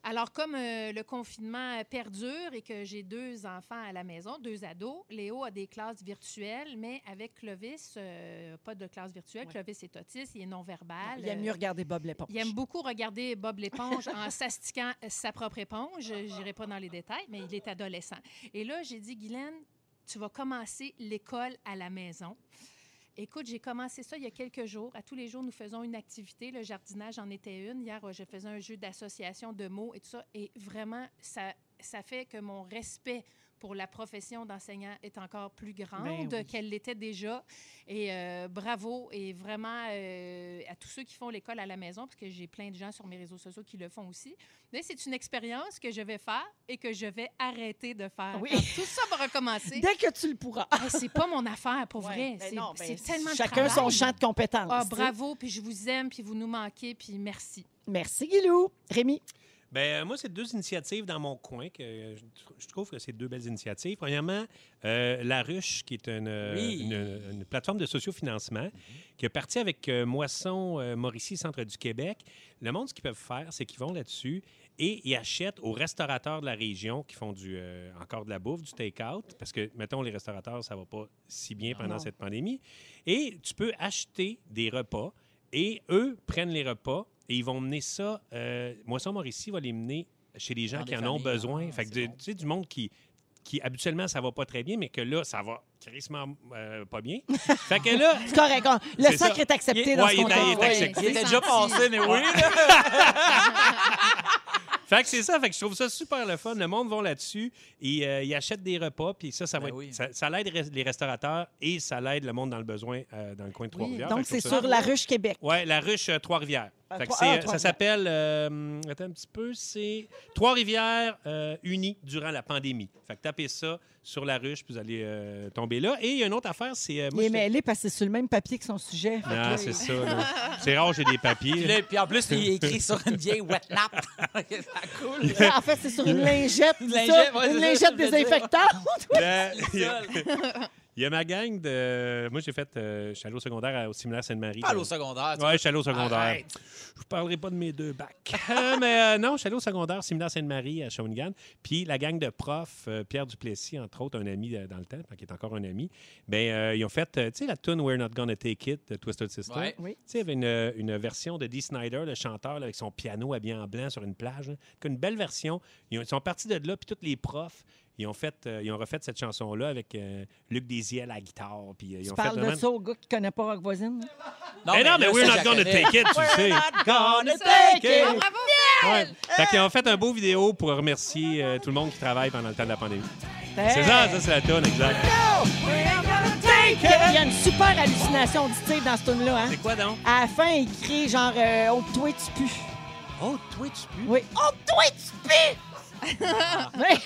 Speaker 2: Alors, comme euh, le confinement perdure et que j'ai deux enfants à la maison, deux ados, Léo a des classes virtuelles, mais avec Clovis, euh, pas de classe virtuelle.
Speaker 1: Ouais.
Speaker 2: Clovis est autiste, il est non-verbal. euh,
Speaker 1: Il aime mieux regarder Bob l'éponge.
Speaker 2: Ah, Il aime beaucoup regarder Bob
Speaker 1: [laughs]
Speaker 2: l'éponge en s'astiquant euh, sa propre éponge. J'irai pas dans les détails, mais il est adolescent. Et là, j'ai dit, Guylaine, tu vas commencer l'école à la maison. Écoute, j'ai commencé ça il y a quelques jours. À tous les jours, nous faisons une activité. Le jardinage en était une. Hier, euh, je faisais un jeu d'association de mots et tout ça. Et vraiment, ça, ça fait que mon respect pour la profession d'enseignant est encore plus grande
Speaker 1: Ben oui.
Speaker 2: qu'elle l'était déjà. Et euh, bravo et vraiment euh, à tous ceux qui font l'école à la maison, parce que j'ai plein de gens sur mes réseaux sociaux qui le font aussi. Mais c'est une expérience que je vais faire et que je vais arrêter de faire.
Speaker 1: Oui.
Speaker 2: Quand tout ça va recommencer.
Speaker 1: [laughs] Dès que tu le pourras.
Speaker 2: Eh, c'est pas mon affaire, pour
Speaker 1: Ouais,
Speaker 2: vrai.
Speaker 1: ben
Speaker 2: C'est
Speaker 1: non, ben,
Speaker 2: c'est tellement de
Speaker 1: Chacun son
Speaker 2: travail.
Speaker 1: champ de compétences.
Speaker 2: Ah,
Speaker 1: tu sais.
Speaker 2: bravo, puis je vous aime, puis vous nous manquez, puis merci.
Speaker 1: Merci, Guilou. Rémi.
Speaker 4: Ben, euh, moi, c'est deux initiatives dans mon coin que euh, je tr- je trouve que c'est deux belles initiatives. Premièrement, euh, La Ruche, qui est une, euh,
Speaker 3: Oui.
Speaker 4: une- une plateforme de sociofinancement qui est partie avec euh, Moisson, euh, Mauricie, Centre du Québec. Le monde, ce qu'ils peuvent faire, c'est qu'ils vont là-dessus et ils achètent aux restaurateurs de la région qui font du, euh, encore de la bouffe, du take-out, parce que, mettons, les restaurateurs, ça va pas si bien
Speaker 1: Ah
Speaker 4: pendant
Speaker 1: non.
Speaker 4: cette pandémie. Et tu peux acheter des repas et eux prennent les repas et ils vont mener ça. euh, Moisson Mauricie va les mener chez les gens
Speaker 3: Dans
Speaker 4: qui
Speaker 3: des
Speaker 4: en ont
Speaker 3: familles,
Speaker 4: besoin.
Speaker 3: ah,
Speaker 4: fait que
Speaker 3: c'est
Speaker 4: du-
Speaker 3: bon.
Speaker 4: tu sais, du monde qui, qui habituellement, ça va pas très bien, mais que là, ça va crissement euh, pas
Speaker 3: [laughs]
Speaker 4: bien. fait que là,
Speaker 1: C'est correct. on- Le
Speaker 4: C'est
Speaker 1: sacre
Speaker 4: ça.
Speaker 1: ben, est accepté
Speaker 4: Il est-
Speaker 1: dans
Speaker 4: ouais,
Speaker 1: ce
Speaker 4: il est-
Speaker 1: contexte.
Speaker 4: il est accepté.
Speaker 3: Il était
Speaker 2: c'est
Speaker 3: déjà
Speaker 2: senti.
Speaker 3: passé, mais oui. là.
Speaker 4: Fait que c'est ça, fait que je trouve ça super le fun. Le monde va là-dessus et euh, ils achètent des repas, puis ça, ça, va
Speaker 3: Ben
Speaker 4: être-
Speaker 3: oui.
Speaker 4: ça, ça l'aide res- les restaurateurs et ça l'aide le monde dans le besoin euh, dans le coin de
Speaker 2: Oui,
Speaker 4: Trois-Rivières.
Speaker 1: Donc,
Speaker 4: Fait que
Speaker 1: c'est
Speaker 4: je trouve
Speaker 1: sur
Speaker 4: ça-
Speaker 1: la ruche Québec.
Speaker 4: Ouais, la ruche euh, Trois-Rivières.
Speaker 1: Ah,
Speaker 4: Fait que
Speaker 1: Trois-
Speaker 4: c'est,
Speaker 1: ah,
Speaker 4: euh, ça
Speaker 1: Trois-Rivières.
Speaker 4: s'appelle, euh, attends un petit peu, c'est Trois-Rivières euh, unies durant la pandémie. Fait que tapez ça sur la ruche, puis vous allez euh, tomber là. Et il y a une autre affaire, c'est... euh,
Speaker 1: Il
Speaker 4: moi,
Speaker 1: est
Speaker 4: j'étais-
Speaker 1: mêlé parce que c'est sur le même papier que son
Speaker 4: [laughs]
Speaker 1: sujet. Fait que
Speaker 4: Non,
Speaker 1: là,
Speaker 4: c'est
Speaker 1: il-
Speaker 4: ça. là. C'est rare, j'ai des papiers. [laughs]
Speaker 3: Puis, là, puis en plus, il est écrit sur une vieille wet nap. [laughs] ça coule.
Speaker 1: En fait, c'est sur une lingette.
Speaker 3: Une
Speaker 1: ça,
Speaker 3: lingette, ouais,
Speaker 1: une
Speaker 3: c'est ça,
Speaker 1: lingette
Speaker 3: je veux dire.
Speaker 1: désinfectante.
Speaker 4: Ben,
Speaker 3: Seul.
Speaker 4: Il y a ma gang de. Moi, j'ai fait. Euh, je suis allé au secondaire à- au séminaire Sainte-Marie.
Speaker 3: Pas allé au
Speaker 4: Donc-
Speaker 3: secondaire. tu
Speaker 4: Ouais, je suis allé au secondaire.
Speaker 3: Arrête.
Speaker 4: Je vous parlerai pas de mes deux bacs. [laughs] Euh, mais euh, non, je suis allé au secondaire, séminaire Sainte-Marie à Shawinigan. Puis la gang de profs, euh, Pierre Duplessis, entre autres, un ami euh, dans le temps, qui est encore un ami, ben, euh, ils ont fait, euh, tu sais, la tune We're Not Gonna Take It de Twisted Sister.
Speaker 3: Ouais.
Speaker 1: Oui.
Speaker 4: Tu sais, il y avait une, une version de Dee Snyder, le chanteur, là, avec son piano habillé en blanc sur une plage. là. Une belle version. Ils, ont- ils sont partis de là, puis tous les profs, ils ont, fait, euh, ils ont refait cette chanson-là avec euh, Luc Désiel à la guitare. Puis, euh, ils
Speaker 1: Tu
Speaker 4: ont
Speaker 1: parles
Speaker 4: fait
Speaker 1: de
Speaker 4: même-
Speaker 1: ça au gars qui connaît pas Rock Voisine? là?
Speaker 4: Ah,
Speaker 3: Non,
Speaker 4: mais, non, mais
Speaker 3: là,
Speaker 4: We're
Speaker 3: ça,
Speaker 4: Not
Speaker 3: je
Speaker 4: [laughs]
Speaker 3: la
Speaker 4: Gonna
Speaker 3: connais.
Speaker 4: Take It, tu sais.
Speaker 3: Gonna
Speaker 2: Ah,
Speaker 3: take it.
Speaker 2: bravo!
Speaker 4: Ouais. Fait qu'ils ont fait un beau vidéo pour remercier euh, tout le monde qui travaille pendant le temps de la pandémie. C'est
Speaker 1: Hey!
Speaker 4: ça, ça c'est la tonne, exact.
Speaker 1: Il y a une super hallucination auditive dans ce tune-là. Hein?
Speaker 4: quoi donc?
Speaker 1: À la fin, il crie genre euh, Oh, toi, tu pues.
Speaker 4: Oh, Twitch, plus.
Speaker 1: Oui. Oh, toi, tu pues! Oui.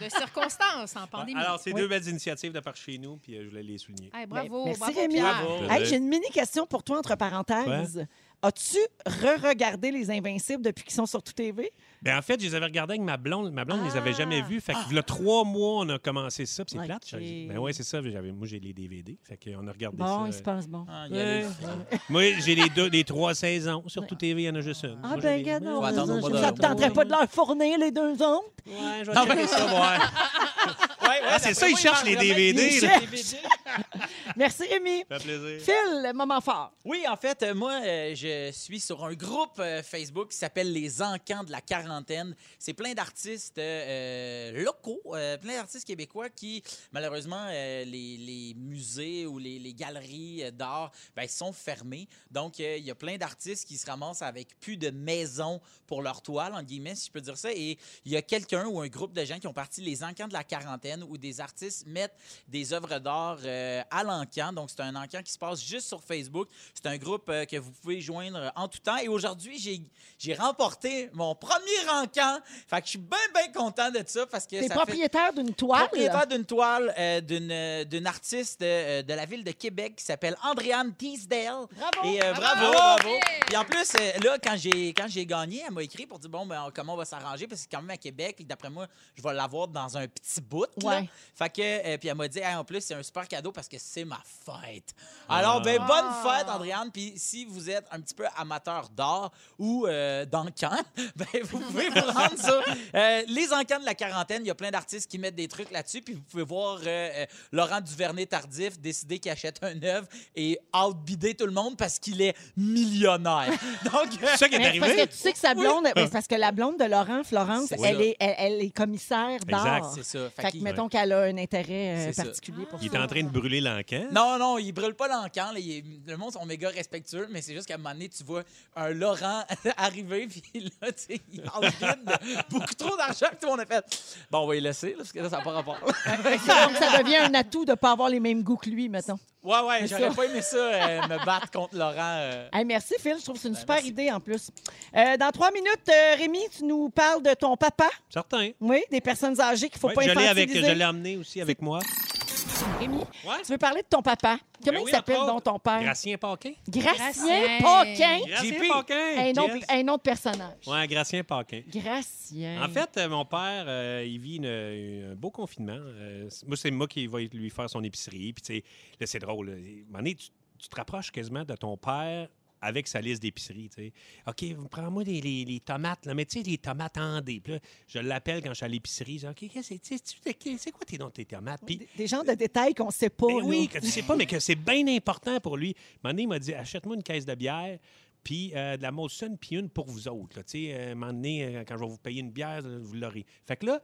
Speaker 2: De circonstances en pandémie.
Speaker 4: Alors, c'est
Speaker 1: Oui.
Speaker 4: deux belles initiatives de par chez nous, puis euh, je voulais les souligner. Euh,
Speaker 2: Hey,
Speaker 1: Ben,
Speaker 2: bravo,
Speaker 1: Merci,
Speaker 2: bravo,
Speaker 1: Rémi.
Speaker 2: Pierre.
Speaker 4: Bravo.
Speaker 1: Hey, J'ai une mini question pour toi, entre parenthèses. As-tu re-regardé Les Invincibles depuis qu'ils sont sur Tout TV?
Speaker 4: Ben, en fait, je les avais regardés avec ma blonde. Ma blonde ne les avait
Speaker 2: Ah.
Speaker 4: jamais vus. Fait que, il y a trois mois, on a commencé ça, puis c'est
Speaker 1: Ok.
Speaker 4: plate. j'ai- Ben ouais, c'est ça. j'avais- Moi, j'ai les DVD. Fait qu'on a regardé
Speaker 1: Bon, il
Speaker 4: ça.
Speaker 1: se passe bon.
Speaker 3: Ah, il y a
Speaker 4: Ouais.
Speaker 3: les-
Speaker 4: [laughs] Moi, j'ai les deux, les trois saisons. Sur tout TV, il y en a juste une.
Speaker 1: Ah,
Speaker 4: Moi,
Speaker 1: ben,
Speaker 4: j'ai les-
Speaker 1: regarde,
Speaker 3: Faut attendre au mois de-
Speaker 1: ça ne tenterait pas de leur fournir les deux autres?
Speaker 4: Ouais, je vais
Speaker 3: Non,
Speaker 4: checker
Speaker 3: mais-
Speaker 4: ça, ouais.
Speaker 3: Ouais, ouais,
Speaker 4: Ah, c'est
Speaker 3: d'après
Speaker 4: ça,
Speaker 3: moi,
Speaker 4: ils cherchent les
Speaker 3: parlent vraiment-
Speaker 4: DVD,
Speaker 3: Ils
Speaker 1: là.
Speaker 3: cherchent les DVD.
Speaker 1: Merci, Rémi.
Speaker 4: Ça fait plaisir.
Speaker 1: Phil, le moment fort.
Speaker 3: Oui, en fait, euh, moi, euh, je suis sur un groupe euh, Facebook qui s'appelle Les Encans de la quarantaine. C'est plein d'artistes euh, euh, locaux, euh, plein d'artistes québécois qui, malheureusement, euh, les, les musées ou les, les galeries euh, d'art ben, sont fermés. Donc, euh, il y a plein d'artistes qui se ramassent avec plus de maison pour leur toile, en guillemets, si je peux dire ça. Et il y a quelqu'un ou un groupe de gens qui ont parti les encans de la quarantaine où des artistes mettent des œuvres d'art euh, à l'encan. Donc, c'est un encan qui se passe juste sur Facebook. C'est un groupe euh, que vous pouvez joindre euh, en tout temps. Et aujourd'hui, j'ai- j'ai remporté mon premier encan. Fait que je suis bien, bien content de ça parce que
Speaker 1: T'es
Speaker 3: ça fait...
Speaker 1: propriétaire d'une toile?
Speaker 3: Propriétaire d'une toile euh, d'une euh, d'une artiste euh, de la ville de Québec qui s'appelle Andréane Teasdale.
Speaker 1: Bravo.
Speaker 3: Et euh,
Speaker 2: Bravo.
Speaker 3: bravo, bravo.
Speaker 2: Yeah.
Speaker 3: Puis en plus, euh, là, quand j'ai quand j'ai gagné, elle m'a écrit pour dire bon, ben, comment on va s'arranger parce que c'est quand même à Québec. et D'après moi, je vais l'avoir dans un petit bout. là.
Speaker 1: Ouais.
Speaker 3: Fait que euh, puis elle m'a dit Hey, en plus c'est un super cadeau parce que c'est ma fête. Alors ben
Speaker 2: Ah.
Speaker 3: bonne fête Andréane. Puis si vous êtes un petit peu amateur d'art ou euh, d'encan, [laughs] ben vous pouvez vous rendre sur euh, les encans de la quarantaine. Il y a plein d'artistes qui mettent des trucs là-dessus. Puis vous pouvez voir euh, euh, Laurent Duvernay tardif décider qu'il achète un œuvre et outbider tout le monde parce qu'il est millionnaire. [laughs] Donc euh,
Speaker 4: C'est ça qui est
Speaker 1: Mais c'est parce
Speaker 4: arrivé.
Speaker 1: que tu sais que sa blonde, mais c'est parce que la blonde de Laurent, Florence,
Speaker 3: C'est
Speaker 1: elle
Speaker 3: ça.
Speaker 1: est, elle, elle est commissaire d'art.
Speaker 3: c'est ça.
Speaker 1: Fait que
Speaker 3: qu'il-
Speaker 1: mettons qu'elle a un intérêt euh,
Speaker 3: C'est ça.
Speaker 1: particulier pour
Speaker 4: Il est
Speaker 1: ça.
Speaker 4: en train de brûler l'encan.
Speaker 3: Non, non, il brûle pas l'encan. là. Il- Le monde sont méga respectueux, mais c'est juste qu'à un moment donné, tu vois un Laurent [laughs] arriver, puis là, tu sais, il en vide beaucoup trop d'argent, puis tout le monde a fait Bon, on va y laisser, là, parce que là, ça n'a pas rapport.
Speaker 1: Donc, ça devient un atout de ne pas avoir les mêmes goûts que lui, mettons.
Speaker 3: ouais, ouais,
Speaker 1: C'est
Speaker 3: j'aurais
Speaker 1: ça.
Speaker 3: pas aimé ça, euh, me battre contre Laurent. euh.
Speaker 1: Hey, merci, Phil. Je trouve que c'est une
Speaker 3: Ben,
Speaker 1: super
Speaker 3: merci.
Speaker 1: idée en plus. Euh, dans trois minutes, euh, Rémi, tu nous parles de ton papa,
Speaker 4: Certain.
Speaker 1: oui, des personnes âgées qu'il ne faut
Speaker 4: Ouais,
Speaker 1: pas
Speaker 4: je l'ai avec,
Speaker 1: infantiliser.
Speaker 4: je l'ai amené aussi avec moi.
Speaker 1: Rémi,
Speaker 4: Ouais.
Speaker 1: tu veux parler de ton papa. Comment
Speaker 4: Ben oui,
Speaker 1: il s'appelle
Speaker 4: entre
Speaker 1: donc ton père?
Speaker 4: Gracien Paquin.
Speaker 1: Gracien
Speaker 2: Gracien.
Speaker 1: Paquin.
Speaker 3: JP.
Speaker 4: Paquin.
Speaker 1: Un nom,
Speaker 4: Yes.
Speaker 1: un nom de personnage.
Speaker 4: Ouais, Gracien Paquin.
Speaker 1: Gracien.
Speaker 4: En fait, euh, mon père, euh, il vit une- une- un beau confinement. Euh, c'est- moi, c'est moi qui va lui faire son épicerie. Puis, tu sais, là, c'est drôle. là. À un moment donné, tu, tu te rapproches quasiment de ton père avec sa liste d'épicerie, tu sais. OK, prends-moi les, les- les tomates, là. Mais tu sais, les tomates en dés. Puis là, je l'appelle quand je suis à l'épicerie. Je dis, OK, qu'est-ce que c'est? Tu sais, tu- c'est quoi tes noms de tes tomates? Puis,
Speaker 1: Des- des genres de détails qu'on ne sait pas.
Speaker 4: Ben
Speaker 1: là.
Speaker 4: oui, que tu sais pas, mais que c'est bien important pour lui. Un moment donné, il m'a dit achète-moi une caisse de bière, puis euh, de la Molson, puis une pour vous autres. là. Tu sais, euh, un moment donné, euh, quand je vais vous payer une bière, euh, vous l'aurez. Fait que là,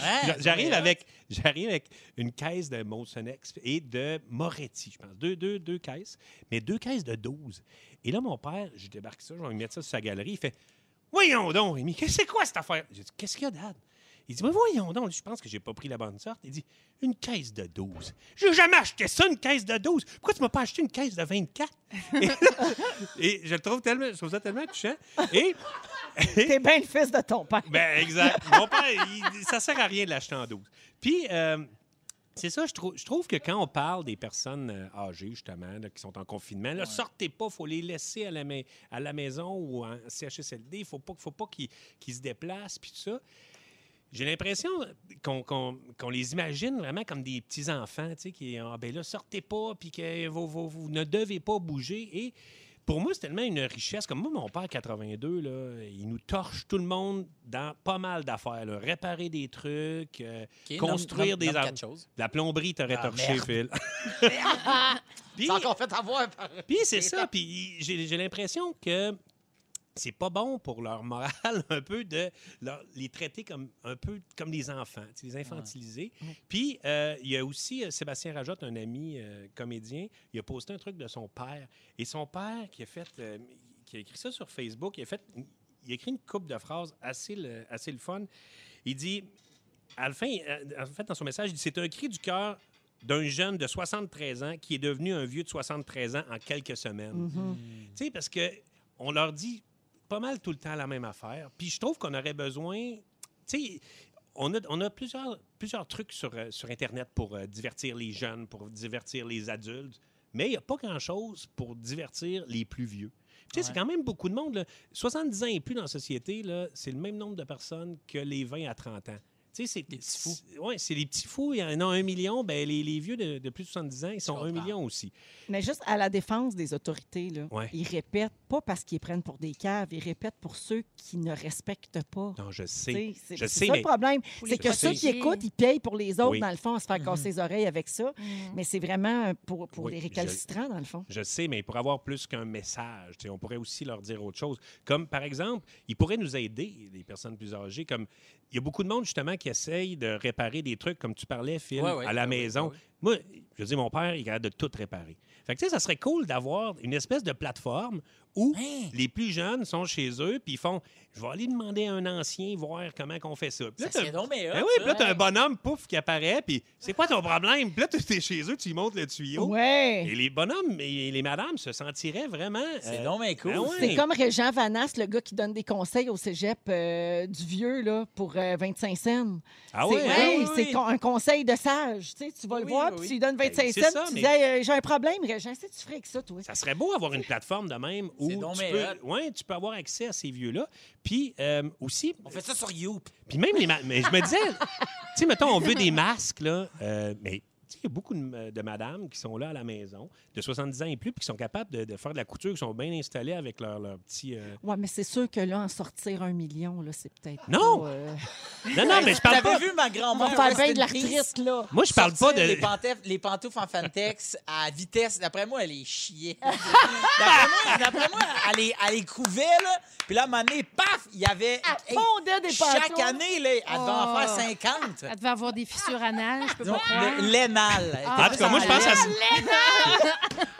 Speaker 3: Hein,
Speaker 4: j'arrive
Speaker 3: ouais.
Speaker 4: avec, j'arrive avec une caisse de Molson X et de Moretti, je pense. Deux, deux, deux caisses, mais deux caisses de 12. Et là, mon père, je débarque ça, je vais lui mettre ça sur sa galerie. Il fait Voyons donc, Rémi, qu'est-ce que c'est quoi cette affaire? J'ai dit, qu'est-ce qu'il y a, Dad? Il dit, mais voyons donc, je pense que j'ai pas pris la bonne sorte. Il dit, une caisse de 12. J'ai jamais acheté ça, une caisse de 12. Pourquoi tu m'as pas acheté une caisse de 24? et, et je le trouve tellement, je trouve ça tellement touchant. Et,
Speaker 1: T'es bien le fils de ton père.
Speaker 4: ben, exact. Mon père, il- ça sert à rien de l'acheter en 12. Puis, euh, c'est ça, je, trouve- je trouve que quand on parle des personnes euh, âgées, justement, là, qui sont en confinement, là, sortez pas, faut les laisser à la, mai- à la maison ou en CHSLD, faut pas, faut pas qu'ils qu'ils se déplacent, puis tout ça. J'ai l'impression qu'on qu'on- qu'on les imagine vraiment comme des petits enfants, tu sais, qui ah ben là sortez pas, puis que vous, vous- vous ne devez pas bouger. Et pour moi, c'est tellement une richesse. Comme moi, mon père 82, là, il nous torche tout le monde dans pas mal d'affaires, là. réparer des trucs, euh,
Speaker 3: OK,
Speaker 4: Construire
Speaker 3: nomme- nomme-
Speaker 4: des
Speaker 3: nomme
Speaker 4: arbres.
Speaker 3: quatre choses.
Speaker 4: la plomberie t'aurait
Speaker 3: Ah,
Speaker 4: torché,
Speaker 3: merde. [laughs]
Speaker 4: Phil. Puis-
Speaker 3: C'est encore fait avoir par.
Speaker 4: puis c'est ça. Puis j'ai j'ai l'impression que c'est pas bon pour leur morale [laughs] un peu de leur- les traiter comme un peu comme des enfants, tu sais, les infantiliser. Puis euh, il y a aussi euh, Sébastien Rajotte, un ami euh, comédien, il a posté un truc de son père et son père qui a fait euh, qui a écrit ça sur Facebook, il a fait il a écrit une coupe de phrases assez le, assez le fun. Il dit à la fin, euh, en fait, dans son message, il dit c'est un cri du cœur d'un jeune de 73 ans qui est devenu un vieux de 73 ans en quelques semaines. Tu sais, parce que on leur dit pas mal tout le temps la même affaire. Puis je trouve qu'on aurait besoin. Tu sais, on a, on a plusieurs, plusieurs trucs sur, euh, sur Internet pour euh, divertir les jeunes, pour divertir les adultes, mais il n'y a pas grand-chose pour divertir les plus vieux. Tu sais, c'est
Speaker 3: Ouais.
Speaker 4: quand même beaucoup de monde. là. 70 ans et plus dans la société, là, c'est le même nombre de personnes que les 20 à 30 ans. Tu sais, c'est
Speaker 3: Les petits fous.
Speaker 4: Oui, c'est les petits fous. Il y en a un million. Ben, les, les vieux de, de plus de 70 ans, ils sont un
Speaker 3: comprends.
Speaker 4: million aussi.
Speaker 1: Mais juste à la défense des autorités, là,
Speaker 4: Ouais.
Speaker 1: ils répètent pas parce qu'ils prennent pour des caves, ils répètent pour ceux qui ne respectent pas.
Speaker 4: Non, je sais.
Speaker 1: Tu sais, C'est c'est
Speaker 4: Je sais,
Speaker 1: ça
Speaker 4: mais-
Speaker 1: le problème.
Speaker 2: Pour
Speaker 1: C'est
Speaker 2: les
Speaker 1: que ceux qui
Speaker 2: protéger.
Speaker 1: écoutent, ils payent pour les autres,
Speaker 4: Oui.
Speaker 1: dans le fond, à se faire casser
Speaker 3: Mhm.
Speaker 1: les oreilles avec ça.
Speaker 2: Mm.
Speaker 1: Mais c'est vraiment euh, pour, pour
Speaker 4: Oui,
Speaker 1: les
Speaker 4: je-
Speaker 1: récalcitrants, dans le fond.
Speaker 4: Je sais, mais pour avoir plus qu'un message, tu sais, on pourrait aussi leur dire autre chose. Comme, par exemple, ils pourraient nous aider, les personnes plus âgées. Comme Il y a beaucoup de monde, justement, qui essaye de réparer des trucs, comme tu parlais, Phil,
Speaker 3: Ouais, ouais,
Speaker 4: à la
Speaker 3: ouais, ouais,
Speaker 4: maison.
Speaker 3: ouais.
Speaker 4: Moi, je dis, mon père, il est capable de tout réparer. Fait que, tu sais, ça serait cool d'avoir une espèce de plateforme où
Speaker 3: Hein?
Speaker 4: les plus jeunes sont chez eux, puis ils font, je vais aller demander à un ancien, voir comment qu'on fait ça. Puis là,
Speaker 3: Ça,
Speaker 4: t'as-
Speaker 3: c'est donc, mais.
Speaker 4: Ben oui, puis là,
Speaker 3: hein?
Speaker 4: t'as un bonhomme, pouf, qui apparaît, puis c'est quoi ton problème? Puis là, t'es chez eux, tu lui montres le tuyau. Et
Speaker 1: Ouais.
Speaker 4: les bonhommes et les madames se sentiraient vraiment.
Speaker 3: C'est
Speaker 4: euh,
Speaker 3: donc, mais cool.
Speaker 4: ben ouais.
Speaker 1: C'est comme Régent Vanasse, le gars qui donne des conseils au cégep euh, du vieux là, pour euh, 25 cents.
Speaker 4: Ah
Speaker 1: c'est
Speaker 4: ouais,
Speaker 1: oui,
Speaker 4: hein?
Speaker 3: oui,
Speaker 1: c'est
Speaker 3: oui.
Speaker 1: con- un conseil de sage. Tu, sais, tu vas le
Speaker 3: Oui,
Speaker 1: voir,
Speaker 3: oui,
Speaker 1: puis
Speaker 3: oui.
Speaker 1: tu lui donnes 25
Speaker 4: Ben, c'est
Speaker 1: cents,
Speaker 4: ça,
Speaker 1: puis tu
Speaker 4: mais-
Speaker 1: dis Hey, euh, J'ai un problème, Régent, si tu ferais avec ça, toi.
Speaker 4: Ça serait beau avoir une plateforme de même où
Speaker 3: C'est donc
Speaker 4: tu
Speaker 3: bien
Speaker 4: peux, ouais, tu peux avoir accès à ces vieux-là. Puis euh, aussi,
Speaker 3: On fait ça sur Youp.
Speaker 4: puis même les. ma- Mais je me disais, tu sais, mettons, on veut des masques, là, euh, mais. tu sais, Il y a beaucoup de, de madames qui sont là à la maison, de 70 ans et plus, puis qui sont capables de, de faire de la couture, qui sont bien installées avec leur, leur petit.
Speaker 3: [laughs]
Speaker 4: euh,
Speaker 1: Oui, mais c'est sûr que là, en sortir un million, là, c'est peut-être.
Speaker 4: Non!
Speaker 1: pas, euh,
Speaker 4: Non, non, mais je parle pas.
Speaker 3: T'avais vu ma
Speaker 1: On va
Speaker 3: grand-mère.
Speaker 1: faire
Speaker 3: rest
Speaker 1: bien
Speaker 3: in
Speaker 1: de
Speaker 3: peace,
Speaker 1: l'arthrite, là.
Speaker 4: Moi, je parle pas
Speaker 3: sortir
Speaker 4: de.
Speaker 3: Les, pantef- les pantoufles en Fantex à vitesse. D'après moi, elle
Speaker 4: [laughs]
Speaker 3: est chiée. D'après moi, d'après moi, elle les, elle les couvait, là. Puis là, à un moment donné, paf, il y avait. Ah, Hey,
Speaker 1: Fondait des
Speaker 3: chaque
Speaker 1: pantoufles.
Speaker 3: année, là, elle devait en
Speaker 2: Oh.
Speaker 3: faire 50.
Speaker 2: Elle devait avoir des fissures anales, je peux pas
Speaker 3: Donc,
Speaker 2: croire.
Speaker 3: le- L'ainal.
Speaker 2: Ah.
Speaker 4: En tout cas, moi, je pense à.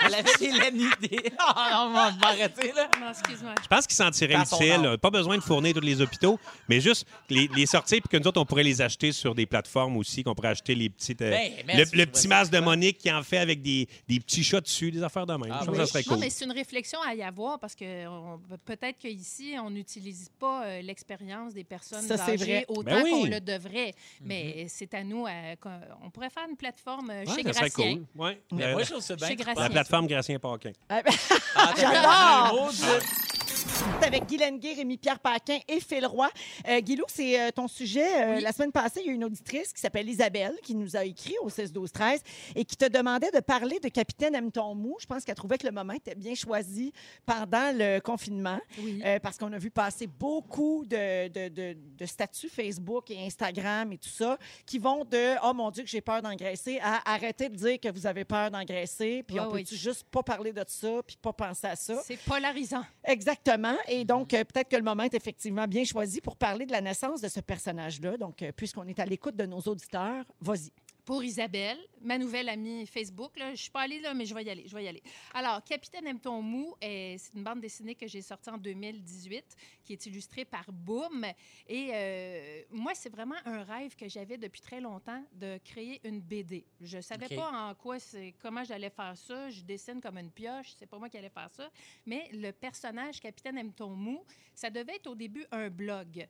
Speaker 3: Elle avait des laines idées. [laughs] Ah, non, on va m'arrêter, là.
Speaker 4: Euh,
Speaker 2: Non, excuse-moi.
Speaker 4: Je pense qu'ils s'en tireraient
Speaker 3: Dans son
Speaker 4: utile.
Speaker 3: âme.
Speaker 4: euh, Pas besoin de fournir tous les hôpitaux, mais juste les, les sortir, puis que nous autres, on pourrait les acheter sur des plateformes aussi, qu'on pourrait acheter les petites. euh,
Speaker 3: Ben, mais
Speaker 4: le
Speaker 3: si
Speaker 4: le
Speaker 3: tu
Speaker 4: petit
Speaker 3: vois ça,
Speaker 4: masque de
Speaker 3: c'est bon.
Speaker 4: Monique qui en fait avec des, des petits chats dessus, des affaires de même.
Speaker 3: Ah
Speaker 4: je pense
Speaker 3: oui.
Speaker 4: que ça serait
Speaker 2: Non,
Speaker 4: cool.
Speaker 2: mais c'est une réflexion à y avoir parce que on- peut-être qu'ici, on n'utilise pas euh, l'expérience des personnes
Speaker 1: Ça, c'est
Speaker 2: âgées
Speaker 1: vrai.
Speaker 2: autant
Speaker 4: Ben oui. Mhm.
Speaker 2: qu'on le devrait. Mais c'est à nous. à- qu'on- on pourrait faire une plateforme euh, chez
Speaker 4: Ouais, ça serait
Speaker 2: Gratien.
Speaker 4: cool. Ouais.
Speaker 3: Mais
Speaker 4: Euh,
Speaker 3: Ben, moi, je trouve ça bien.
Speaker 2: Chez
Speaker 4: la
Speaker 2: Gratien.
Speaker 4: plateforme Gratien-Paquin.
Speaker 1: Ah, ben,
Speaker 3: Ah, t'as
Speaker 1: J'adore.
Speaker 3: un mot, Dieu.
Speaker 1: C'est avec Guy Lenguet, Rémi-Pierre Paquin et Phil Roy. Euh, Guilou, c'est euh, ton sujet. Euh,
Speaker 2: Oui.
Speaker 1: La semaine passée, il y a une auditrice qui s'appelle Isabelle qui nous a écrit au 16-12-13 et qui te demandait de parler de Capitaine Aime ton mou. Je pense qu'elle trouvait que le moment était bien choisi pendant le confinement
Speaker 2: Oui.
Speaker 1: euh, parce qu'on a vu passer beaucoup de, de, de- de statuts Facebook et Instagram et tout ça qui vont de « Oh mon Dieu, que j'ai peur d'engraisser » à « Arrêtez de dire que vous avez peur d'engraisser » puis
Speaker 2: Ouais,
Speaker 1: on peut-tu
Speaker 2: Ah oui.
Speaker 1: juste pas parler de ça puis pas penser à ça.
Speaker 2: C'est polarisant.
Speaker 1: Exactement. Et donc, euh, peut-être que le moment est effectivement bien choisi pour parler de la naissance de ce personnage-là. Donc, euh, puisqu'on est à l'écoute de nos auditeurs, vas-y.
Speaker 2: pour Isabelle, ma nouvelle amie Facebook. Là. Je suis pas allée là, mais je vais y aller. Je vais y aller. Alors, Capitaine aime ton mou, euh, c'est une bande dessinée que j'ai sortie en 2018, qui est illustrée par Boom. Et euh, moi, c'est vraiment un rêve que j'avais depuis très longtemps de créer une BD. Je savais
Speaker 3: OK.
Speaker 2: pas en quoi, c'est, comment j'allais faire ça. Je dessine comme une pioche. C'est pas moi qui allais faire ça. Mais le personnage Capitaine aime ton mou, ça devait être au début un blog.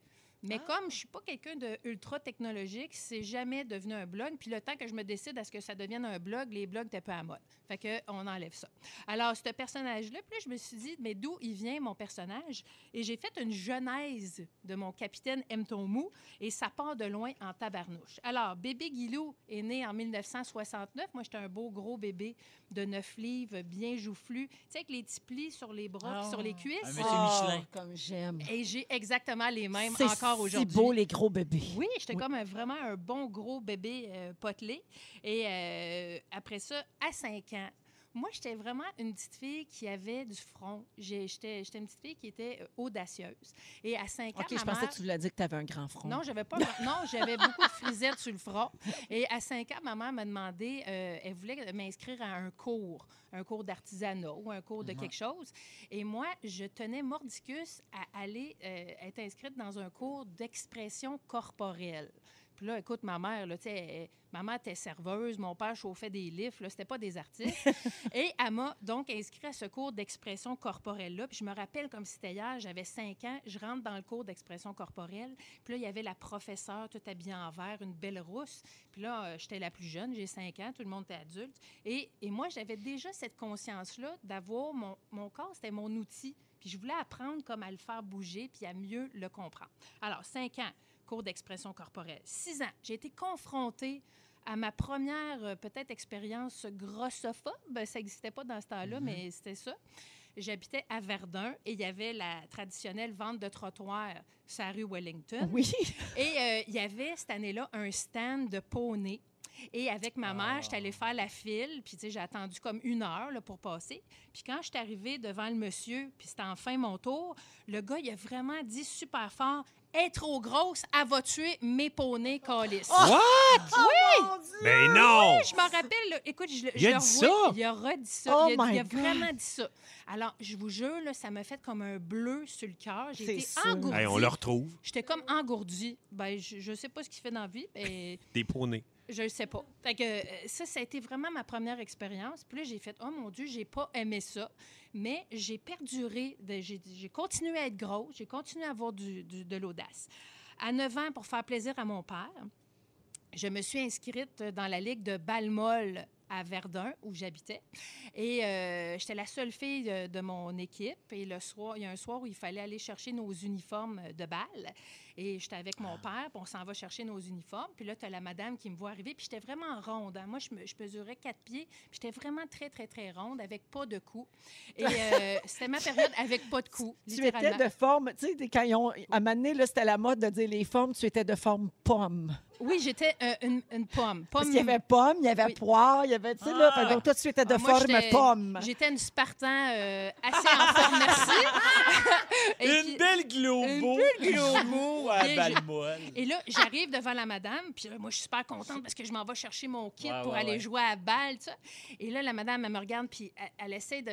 Speaker 2: Mais
Speaker 1: Ah.
Speaker 2: comme je suis pas quelqu'un de ultra technologique, c'est jamais devenu un blog. Puis le temps que je me décide à ce que ça devienne un blog, les blogs étaient peu à mode. Fait que on enlève ça. Alors ce personnage-là, puis là, je me suis dit, mais d'où il vient mon personnage Et j'ai fait une genèse de mon capitaine M. Tomou et ça part de loin en tabarnouche. Alors bébé Guilou est né en 1969. Moi, j'étais un beau gros bébé de 9 livres, bien joufflu, tu sais avec les petits plis sur les bras, puis
Speaker 1: Ah.
Speaker 2: sur les
Speaker 3: Un
Speaker 2: cuisses.
Speaker 3: monsieur Michelin.
Speaker 1: Comme j'aime.
Speaker 2: Et j'ai exactement les mêmes
Speaker 1: C'est
Speaker 2: Oh, encore
Speaker 1: si
Speaker 2: aujourd'hui.
Speaker 1: beau, les gros bébés.
Speaker 2: Oui, j'étais
Speaker 1: Oui.
Speaker 2: comme un- vraiment un bon gros bébé euh, potelé. Et euh, après ça, à 5 ans, moi, j'étais vraiment une petite fille qui avait du front. J'ai- J'étais j'étais une petite fille qui était euh, audacieuse. Et à 5 ans,
Speaker 1: OK,
Speaker 2: ma
Speaker 1: je pensais
Speaker 2: mère-
Speaker 1: que tu voulais dire que tu avais un grand front.
Speaker 2: non, j'avais pas. Non, j'avais beaucoup de frisettes sur le front. Et à 5 ans, ma mère m'a demandé, euh, elle voulait m'inscrire à un cours, un cours d'artisanat ou un cours de
Speaker 3: Ouais.
Speaker 2: quelque chose. Et moi, je tenais mordicus à aller euh, être inscrite dans un cours d'expression corporelle. Puis là, écoute, ma mère, là, tu sais, elle- ma mère était serveuse, mon père chauffait des livres, là, c'était pas des artistes. Et elle m'a donc inscrit à ce cours d'expression corporelle-là. Puis je me rappelle comme si c'était hier, j'avais 5 ans, je rentre dans le cours d'expression corporelle. Puis là, il y avait la professeure, tout habillée en vert, une belle rousse. Puis là, euh, j'étais la plus jeune, j'ai 5 ans, tout le monde était adulte. Et, et moi, j'avais déjà cette conscience-là d'avoir mon, mon corps, c'était mon outil. Puis je voulais apprendre comme à le faire bouger, puis à mieux le comprendre. Alors, 5 ans, cours d'expression corporelle. 6 ans, j'ai été confrontée à ma première, euh, peut-être, expérience grossophobe. Ça n'existait pas dans ce temps-là,
Speaker 3: Mhm.
Speaker 2: mais c'était ça. J'habitais à Verdun et il y avait la traditionnelle vente de trottoir sur la rue Wellington.
Speaker 1: Oui.
Speaker 2: Et euh, il y avait cette année-là un stand de poney. Et avec ma mère, j'étais allée faire la file, puis tu sais, j'ai attendu comme une heure là, pour passer. Puis quand je suis arrivée devant le monsieur, puis c'était enfin mon tour, le gars, il a vraiment dit super fort « Est trop grosse, elle va tuer mes poneys, câlisse.
Speaker 1: Oh!
Speaker 4: What?
Speaker 1: Oui!
Speaker 4: Mais non!
Speaker 2: Ah! Je me rappelle, là, écoute, je, le-
Speaker 4: Il
Speaker 2: je
Speaker 4: a
Speaker 2: le
Speaker 4: dit
Speaker 2: revois,
Speaker 4: ça?
Speaker 2: Il a redit ça.
Speaker 1: Oh
Speaker 2: il a, dit- il a
Speaker 1: my God.
Speaker 2: vraiment dit ça. Alors, je vous jure, là, ça m'a fait comme un bleu sur le cœur. J'ai
Speaker 1: C'est
Speaker 2: été
Speaker 1: sûr.
Speaker 2: engourdie.
Speaker 4: Hey, on le retrouve.
Speaker 2: J'étais comme engourdie. Ben, je, je sais pas ce qu'il fait dans la vie, mais
Speaker 4: Des poneys.
Speaker 2: je le sais pas. Fait que euh, ça, ça a été vraiment ma première expérience. Puis là, j'ai fait, oh mon Dieu, j'ai pas aimé ça. Mais j'ai perduré, de- j'ai j'ai continué à être grosse, j'ai continué à avoir du- du- de l'audace. À 9 ans, pour faire plaisir à mon père, je me suis inscrite dans la ligue de Balmol à Verdun, où j'habitais. Et euh, j'étais la seule fille euh, de mon équipe. Et le soir, il y a un soir où il fallait aller chercher nos uniformes de balle. Et j'étais avec
Speaker 1: Ah.
Speaker 2: mon père, puis on s'en va chercher nos uniformes. Puis là, tu as la madame qui me voit arriver, puis j'étais vraiment ronde. hein. Moi, je, me- je mesurais quatre pieds, puis j'étais vraiment très, très, très ronde, avec pas de cou. Et
Speaker 1: [laughs]
Speaker 2: euh, c'était ma période avec pas de cou,
Speaker 1: Tu étais
Speaker 2: littéralement.
Speaker 1: de forme, tu sais, des- quand ils ont à un moment donné, là, c'était la mode de dire les formes, tu étais de forme pomme.
Speaker 2: Oui, j'étais euh, une, une pomme. pomme
Speaker 1: Parce qu'il y avait pomme, il y avait
Speaker 2: Oui.
Speaker 1: poire, il y avait, tu sais, là,
Speaker 3: Ah.
Speaker 1: fait donc toi, tu étais de
Speaker 2: Ah, moi,
Speaker 1: forme
Speaker 2: j'étais-
Speaker 1: pomme.
Speaker 2: J'étais une Spartan euh, assez en forme, merci.
Speaker 3: [laughs]
Speaker 2: Et
Speaker 3: une
Speaker 2: puis-
Speaker 3: belle globo. Ah,
Speaker 2: Une belle globo.
Speaker 3: Jumeau à
Speaker 2: Bien, je-
Speaker 3: Balmoral.
Speaker 2: Et là, j'arrive devant la madame, puis là, moi, je suis super contente parce que je m'en vais chercher mon kit
Speaker 3: Ouais,
Speaker 2: pour
Speaker 3: ouais,
Speaker 2: aller
Speaker 3: ouais.
Speaker 2: jouer à la balle, tu sais. Et là, la madame, elle me regarde, puis elle, elle essaie de.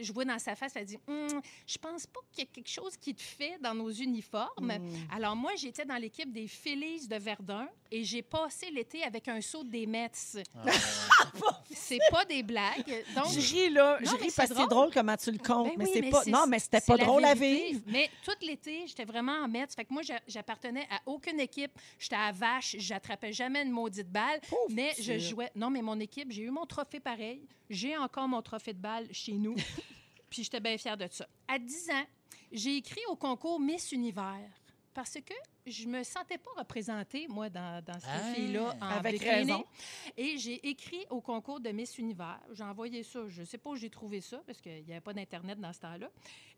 Speaker 2: Je vois dans sa face, elle dit Hum, Je pense pas qu'il y a quelque chose qui te fait dans nos uniformes.
Speaker 3: Mmh.
Speaker 1: Mm.
Speaker 2: Alors, moi, j'étais dans l'équipe des Phillies de Verdun et j'ai passé l'été avec un saut des Mets.
Speaker 3: Ah,
Speaker 2: [laughs] C'est pas des blagues. Donc,
Speaker 1: Je ris, là,
Speaker 2: Non,
Speaker 1: je
Speaker 2: mais
Speaker 1: ris
Speaker 2: c'est
Speaker 1: parce que c'est
Speaker 2: drôle.
Speaker 1: drôle comment tu le comptes,
Speaker 2: Ben
Speaker 1: mais
Speaker 2: oui,
Speaker 1: c'est pas, non, mais c'était
Speaker 2: c'est
Speaker 1: pas
Speaker 2: la
Speaker 1: drôle à
Speaker 2: vérité.
Speaker 1: vivre.
Speaker 2: Mais tout l'été, j'étais vraiment en maître. Fait que moi, j'a- j'appartenais à aucune équipe. J'étais à vache, j'attrapais jamais une maudite balle.
Speaker 1: Pauvre
Speaker 2: mais je
Speaker 1: petite.
Speaker 2: jouais. Non, mais mon équipe, j'ai eu mon trophée pareil. J'ai encore mon trophée de balle
Speaker 1: [laughs]
Speaker 2: chez nous. Puis j'étais bien fière de ça. À 10 ans, j'ai écrit au concours Miss Univers parce que je me sentais pas représentée, moi, dans, dans ces
Speaker 3: Ah.
Speaker 2: filles-là. en
Speaker 1: Avec
Speaker 2: décliné.
Speaker 1: raison.
Speaker 2: Et j'ai écrit au concours de Miss Univers. J'ai envoyé ça. Je sais pas où j'ai trouvé ça parce qu'il n'y avait pas d'Internet dans ce temps-là.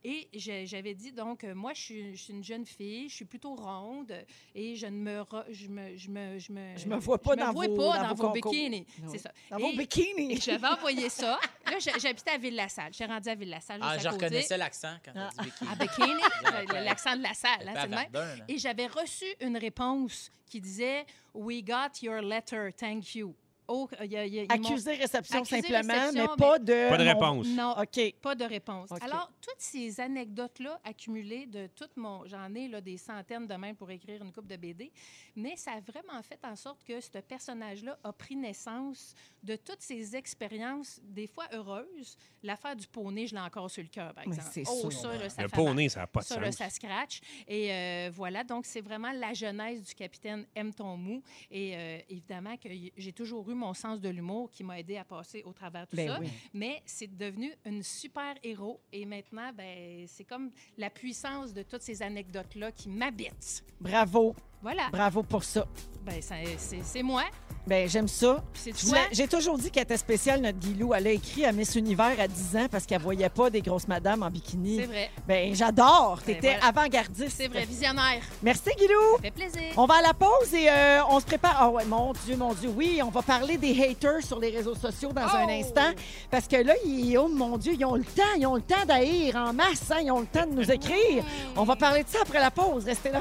Speaker 2: Et j'ai- j'avais dit, donc, euh, moi, je suis, je suis une jeune fille, je suis plutôt ronde et je ne me... re- je, me je, me, je, me,
Speaker 1: Je me vois pas
Speaker 2: me
Speaker 1: dans
Speaker 2: vois
Speaker 1: vos-
Speaker 2: pas
Speaker 1: dans
Speaker 2: dans
Speaker 1: vos
Speaker 2: vos
Speaker 1: concours.
Speaker 2: bikinis.
Speaker 1: Oui.
Speaker 2: C'est ça.
Speaker 1: Dans mon
Speaker 2: Et-
Speaker 1: bikini.
Speaker 2: et j'avais envoyé ça. Là, j'ai- j'habitais à Ville-la-Salle. J'ai rendu à Ville-la-Salle.
Speaker 3: Ah,
Speaker 2: juste
Speaker 3: je
Speaker 2: à côté.
Speaker 3: reconnaissais l'accent quand t'as dit Vicky.
Speaker 2: À
Speaker 3: [laughs]
Speaker 2: Bikini,
Speaker 3: J'avais-
Speaker 2: l'accent de la salle, hein,
Speaker 3: T'étais à
Speaker 2: c'est le même.
Speaker 3: Verdun, là.
Speaker 2: Et j'avais reçu une réponse qui disait We got your letter, thank you. oh, il y a- il y a- ils m'ont-
Speaker 1: [laughs] Accuser réception
Speaker 2: Accuser
Speaker 1: simplement,
Speaker 2: réception,
Speaker 1: mais pas de.
Speaker 4: Pas de
Speaker 1: mon-
Speaker 4: réponse.
Speaker 2: Non,
Speaker 1: OK.
Speaker 2: pas de réponse.
Speaker 1: OK.
Speaker 2: Alors, toutes ces anecdotes-là accumulées de toute mon... J'en ai là, des centaines de même pour écrire une coupe de BD, mais ça a vraiment fait en sorte que ce personnage-là a pris naissance de toutes ces expériences, des fois heureuses. L'affaire du poney, je l'ai encore sur le cœur, par
Speaker 1: Mais
Speaker 2: exemple.
Speaker 1: c'est
Speaker 2: oh,
Speaker 1: sûr.
Speaker 2: ça, là, ça
Speaker 4: Le
Speaker 2: fait mal.
Speaker 4: poney, ça n'a pas de
Speaker 2: Ça, là,
Speaker 4: sens.
Speaker 2: ça scratch. Et euh, voilà, donc c'est vraiment la genèse du capitaine Aime ton mou. Et euh, évidemment que y- j'ai toujours eu mon sens de l'humour qui m'a aidé à passer au travers de tout
Speaker 1: Ben
Speaker 2: ça.
Speaker 1: oui.
Speaker 2: Mais c'est devenu une super héros. Et maintenant, ben, c'est comme la puissance de toutes ces anecdotes-là qui m'habitent.
Speaker 1: Bravo.
Speaker 2: Voilà.
Speaker 1: Bravo pour ça.
Speaker 2: Ben, ça- c'est c'est moi.
Speaker 1: Ben j'aime ça.
Speaker 2: Puis c'est
Speaker 1: Je
Speaker 2: toi.
Speaker 1: voulais- J'ai toujours dit qu'elle était spéciale, notre Guilou. Elle a écrit à Miss Univers à 10 ans parce qu'elle voyait pas des grosses madames en bikini.
Speaker 2: C'est vrai.
Speaker 1: Ben j'adore.
Speaker 2: Ben,
Speaker 1: T'étais
Speaker 2: voilà.
Speaker 1: avant-gardiste.
Speaker 2: C'est vrai. Visionnaire.
Speaker 1: Merci, Guilou.
Speaker 2: Ça fait plaisir.
Speaker 1: On va à la pause et euh, on se prépare. Ah ouais, mon Dieu, mon Dieu, oui, on va parler des haters sur les réseaux sociaux dans un
Speaker 2: Oh!
Speaker 1: instant. Parce que là, ils, oh mon Dieu, ils ont le temps, ils ont le temps d'haïr en masse, hein, ils ont le temps de nous écrire. On va parler de ça après la pause, restez là.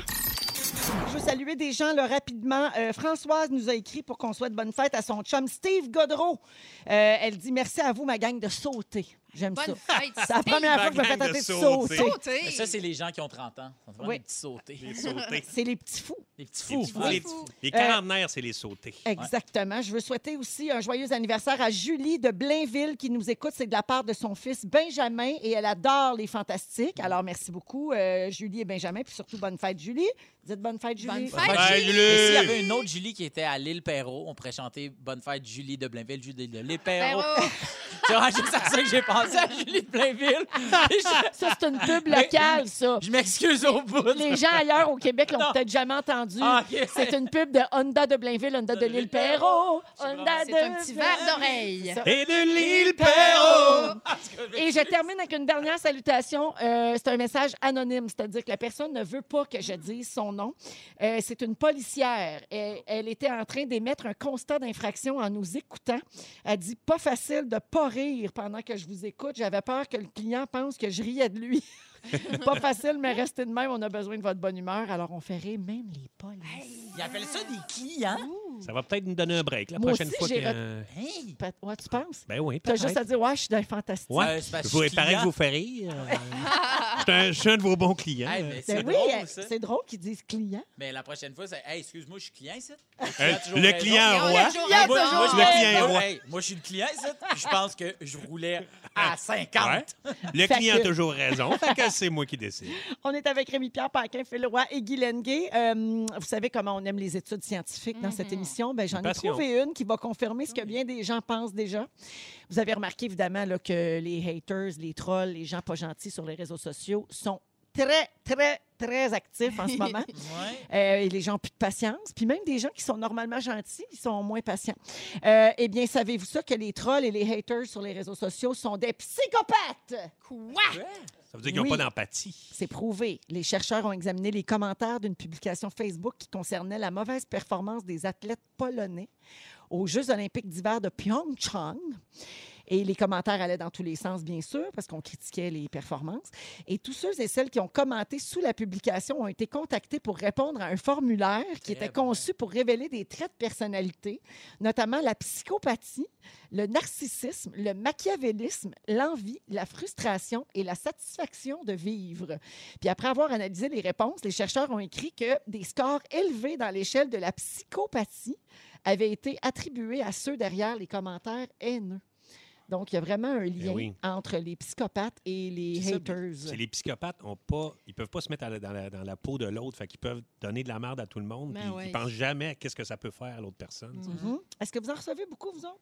Speaker 1: Je veux saluer des gens là, rapidement. Euh, Françoise nous a écrit pour qu'on souhaite bonne fête à son chum Steve Godreau. Euh, elle dit merci à vous, ma gang, de sauter. J'aime ça.
Speaker 2: Bonne fête.
Speaker 1: C'est la première
Speaker 4: Ma
Speaker 1: fois que je me fais
Speaker 4: gang de
Speaker 1: tenter de
Speaker 4: sauter.
Speaker 1: sauter.
Speaker 2: Sautez.
Speaker 3: Mais ça, c'est les gens qui ont 30 ans. Ils sont vraiment
Speaker 1: Oui.
Speaker 3: des petits sautés.
Speaker 4: Les [laughs] sautés.
Speaker 1: C'est les petits fous.
Speaker 3: Des petits
Speaker 4: Les,
Speaker 3: fous. hein.
Speaker 4: petits fous,
Speaker 3: Ouais.
Speaker 4: les-
Speaker 2: fous.
Speaker 4: les quarantenaires, c'est les sautés.
Speaker 1: Exactement. Je veux souhaiter aussi un joyeux anniversaire à Julie de Blainville qui nous écoute. C'est de la part de son fils Benjamin et elle adore les fantastiques. Alors, merci beaucoup, euh, Julie et Benjamin. Puis surtout, bonne fête, Julie. Dites bonne fête, Julie.
Speaker 2: Bonne fête.
Speaker 3: Bonne
Speaker 2: Bye,
Speaker 3: fête,
Speaker 4: Julie!
Speaker 3: Et s'il y avait une autre Julie qui était à l'île Perrault, on pourrait chanter Bonne fête Julie de Blainville, Julie de l'île Perrault.
Speaker 2: Véro.
Speaker 3: C'est vraiment juste à ça que j'ai pensé à Julie de Blainville. Et je-
Speaker 1: Ça, c'est une pub locale, ça.
Speaker 3: Je m'excuse au bout.
Speaker 1: Les gens ailleurs au Québec l'ont
Speaker 3: Non.
Speaker 1: peut-être jamais entendu.
Speaker 3: Ah, OK.
Speaker 1: C'est une pub de Honda de Blainville, Honda de l'île Perrault. Honda
Speaker 2: C'est un
Speaker 1: de
Speaker 2: petit verre d'oreille.
Speaker 1: Ça.
Speaker 4: Et de l'île Perrault!
Speaker 1: Et je termine avec une dernière salutation. Euh, c'est un message anonyme, c'est-à-dire que la personne ne veut pas que je dise son nom. Euh, c'est une policière. Elle, elle était en train d'émettre un constat d'infraction en nous écoutant. Elle dit Pas facile de pas rire pendant que je vous écoute. J'avais peur que le client pense que je riais de lui. [laughs] pas facile, mais restez de même. On a besoin de votre bonne humeur. Alors, on fait rire même les policiers.
Speaker 3: Ils appellent ça des clients.
Speaker 4: Ça va peut-être nous donner un break la
Speaker 1: Moi
Speaker 4: prochaine
Speaker 1: aussi,
Speaker 4: fois.
Speaker 1: j'ai
Speaker 4: que-
Speaker 3: Hey!
Speaker 1: Ouais, tu penses
Speaker 4: Ben oui,
Speaker 1: T'as
Speaker 4: peut-être.
Speaker 1: juste à dire Ouais, je suis d'un fantastique.
Speaker 4: Ouais.
Speaker 3: Euh, c'est parce que
Speaker 4: Vous-
Speaker 3: je suis
Speaker 4: pareil que
Speaker 3: client.
Speaker 4: vous fait rire. Je suis un- je suis un de vos bons clients.
Speaker 3: Hey, mais c'est
Speaker 1: Ben oui,
Speaker 3: drôle,
Speaker 1: elle-
Speaker 3: ça.
Speaker 1: c'est drôle qu'ils disent client.
Speaker 3: Mais la prochaine fois, c'est Hey, excuse-moi, je suis client ici.
Speaker 4: Euh, le client
Speaker 2: Et on
Speaker 4: roi.
Speaker 2: a toujours
Speaker 1: Moi,
Speaker 2: raison.
Speaker 1: moi, je
Speaker 4: Le client est roi.
Speaker 3: Hey, moi, je suis le client ici. puis Je pense que je roulais à 50.
Speaker 4: Ouais.
Speaker 1: [laughs]
Speaker 4: Le
Speaker 1: Fait
Speaker 4: client
Speaker 1: que-
Speaker 4: a toujours raison. Fait que c'est moi qui décide.
Speaker 1: On est avec Rémi-Pierre Paquin, Phil Roy et Guy Lenguet. Euh, vous savez comment on aime les études scientifiques dans cette émission. Ben, J'en ai
Speaker 4: Passion.
Speaker 1: trouvé une qui va confirmer ce que bien des gens pensent déjà. Vous avez remarqué, évidemment, là, que les haters, les trolls, les gens pas gentils sur les réseaux sociaux sont très, très, très actifs en ce moment.
Speaker 3: Ouais.
Speaker 1: Euh, et les gens n'ont plus de patience. Puis même des gens qui sont normalement gentils, ils sont moins patients. Euh, eh bien, savez-vous ça que les trolls et les haters sur les réseaux sociaux sont des psychopathes?
Speaker 2: Quoi?
Speaker 4: Ça veut dire qu'ils n'ont
Speaker 1: Oui.
Speaker 4: pas d'empathie.
Speaker 1: C'est prouvé. Les chercheurs ont examiné les commentaires d'une publication Facebook qui concernait la mauvaise performance des athlètes polonais aux Jeux olympiques d'hiver de Pyeongchang. Et les commentaires allaient dans tous les sens, bien sûr, parce qu'on critiquait les performances. Et tous ceux et celles qui ont commenté sous la publication ont été contactés pour répondre à un formulaire qui
Speaker 3: Très
Speaker 1: était
Speaker 3: bon.
Speaker 1: conçu pour révéler des traits de personnalité, notamment la psychopathie, le narcissisme, le machiavélisme, l'envie, la frustration et la satisfaction de vivre. Puis après avoir analysé les réponses, les chercheurs ont écrit que des scores élevés dans l'échelle de la psychopathie avaient été attribués à ceux derrière les commentaires haineux. Donc, il y a vraiment un lien
Speaker 4: oui.
Speaker 1: entre les psychopathes et les
Speaker 4: C'est ça,
Speaker 1: haters.
Speaker 4: C'est les psychopathes ont pas, ils peuvent pas se mettre à la- dans, la, dans la peau de l'autre, fait qu'ils peuvent donner de la merde à tout le monde,
Speaker 2: Ben
Speaker 4: puis
Speaker 2: ouais.
Speaker 4: ils pensent jamais à qu'est-ce que ça peut faire à l'autre personne.
Speaker 2: Mm.
Speaker 1: Mhm. Est-ce que vous en recevez beaucoup, vous autres?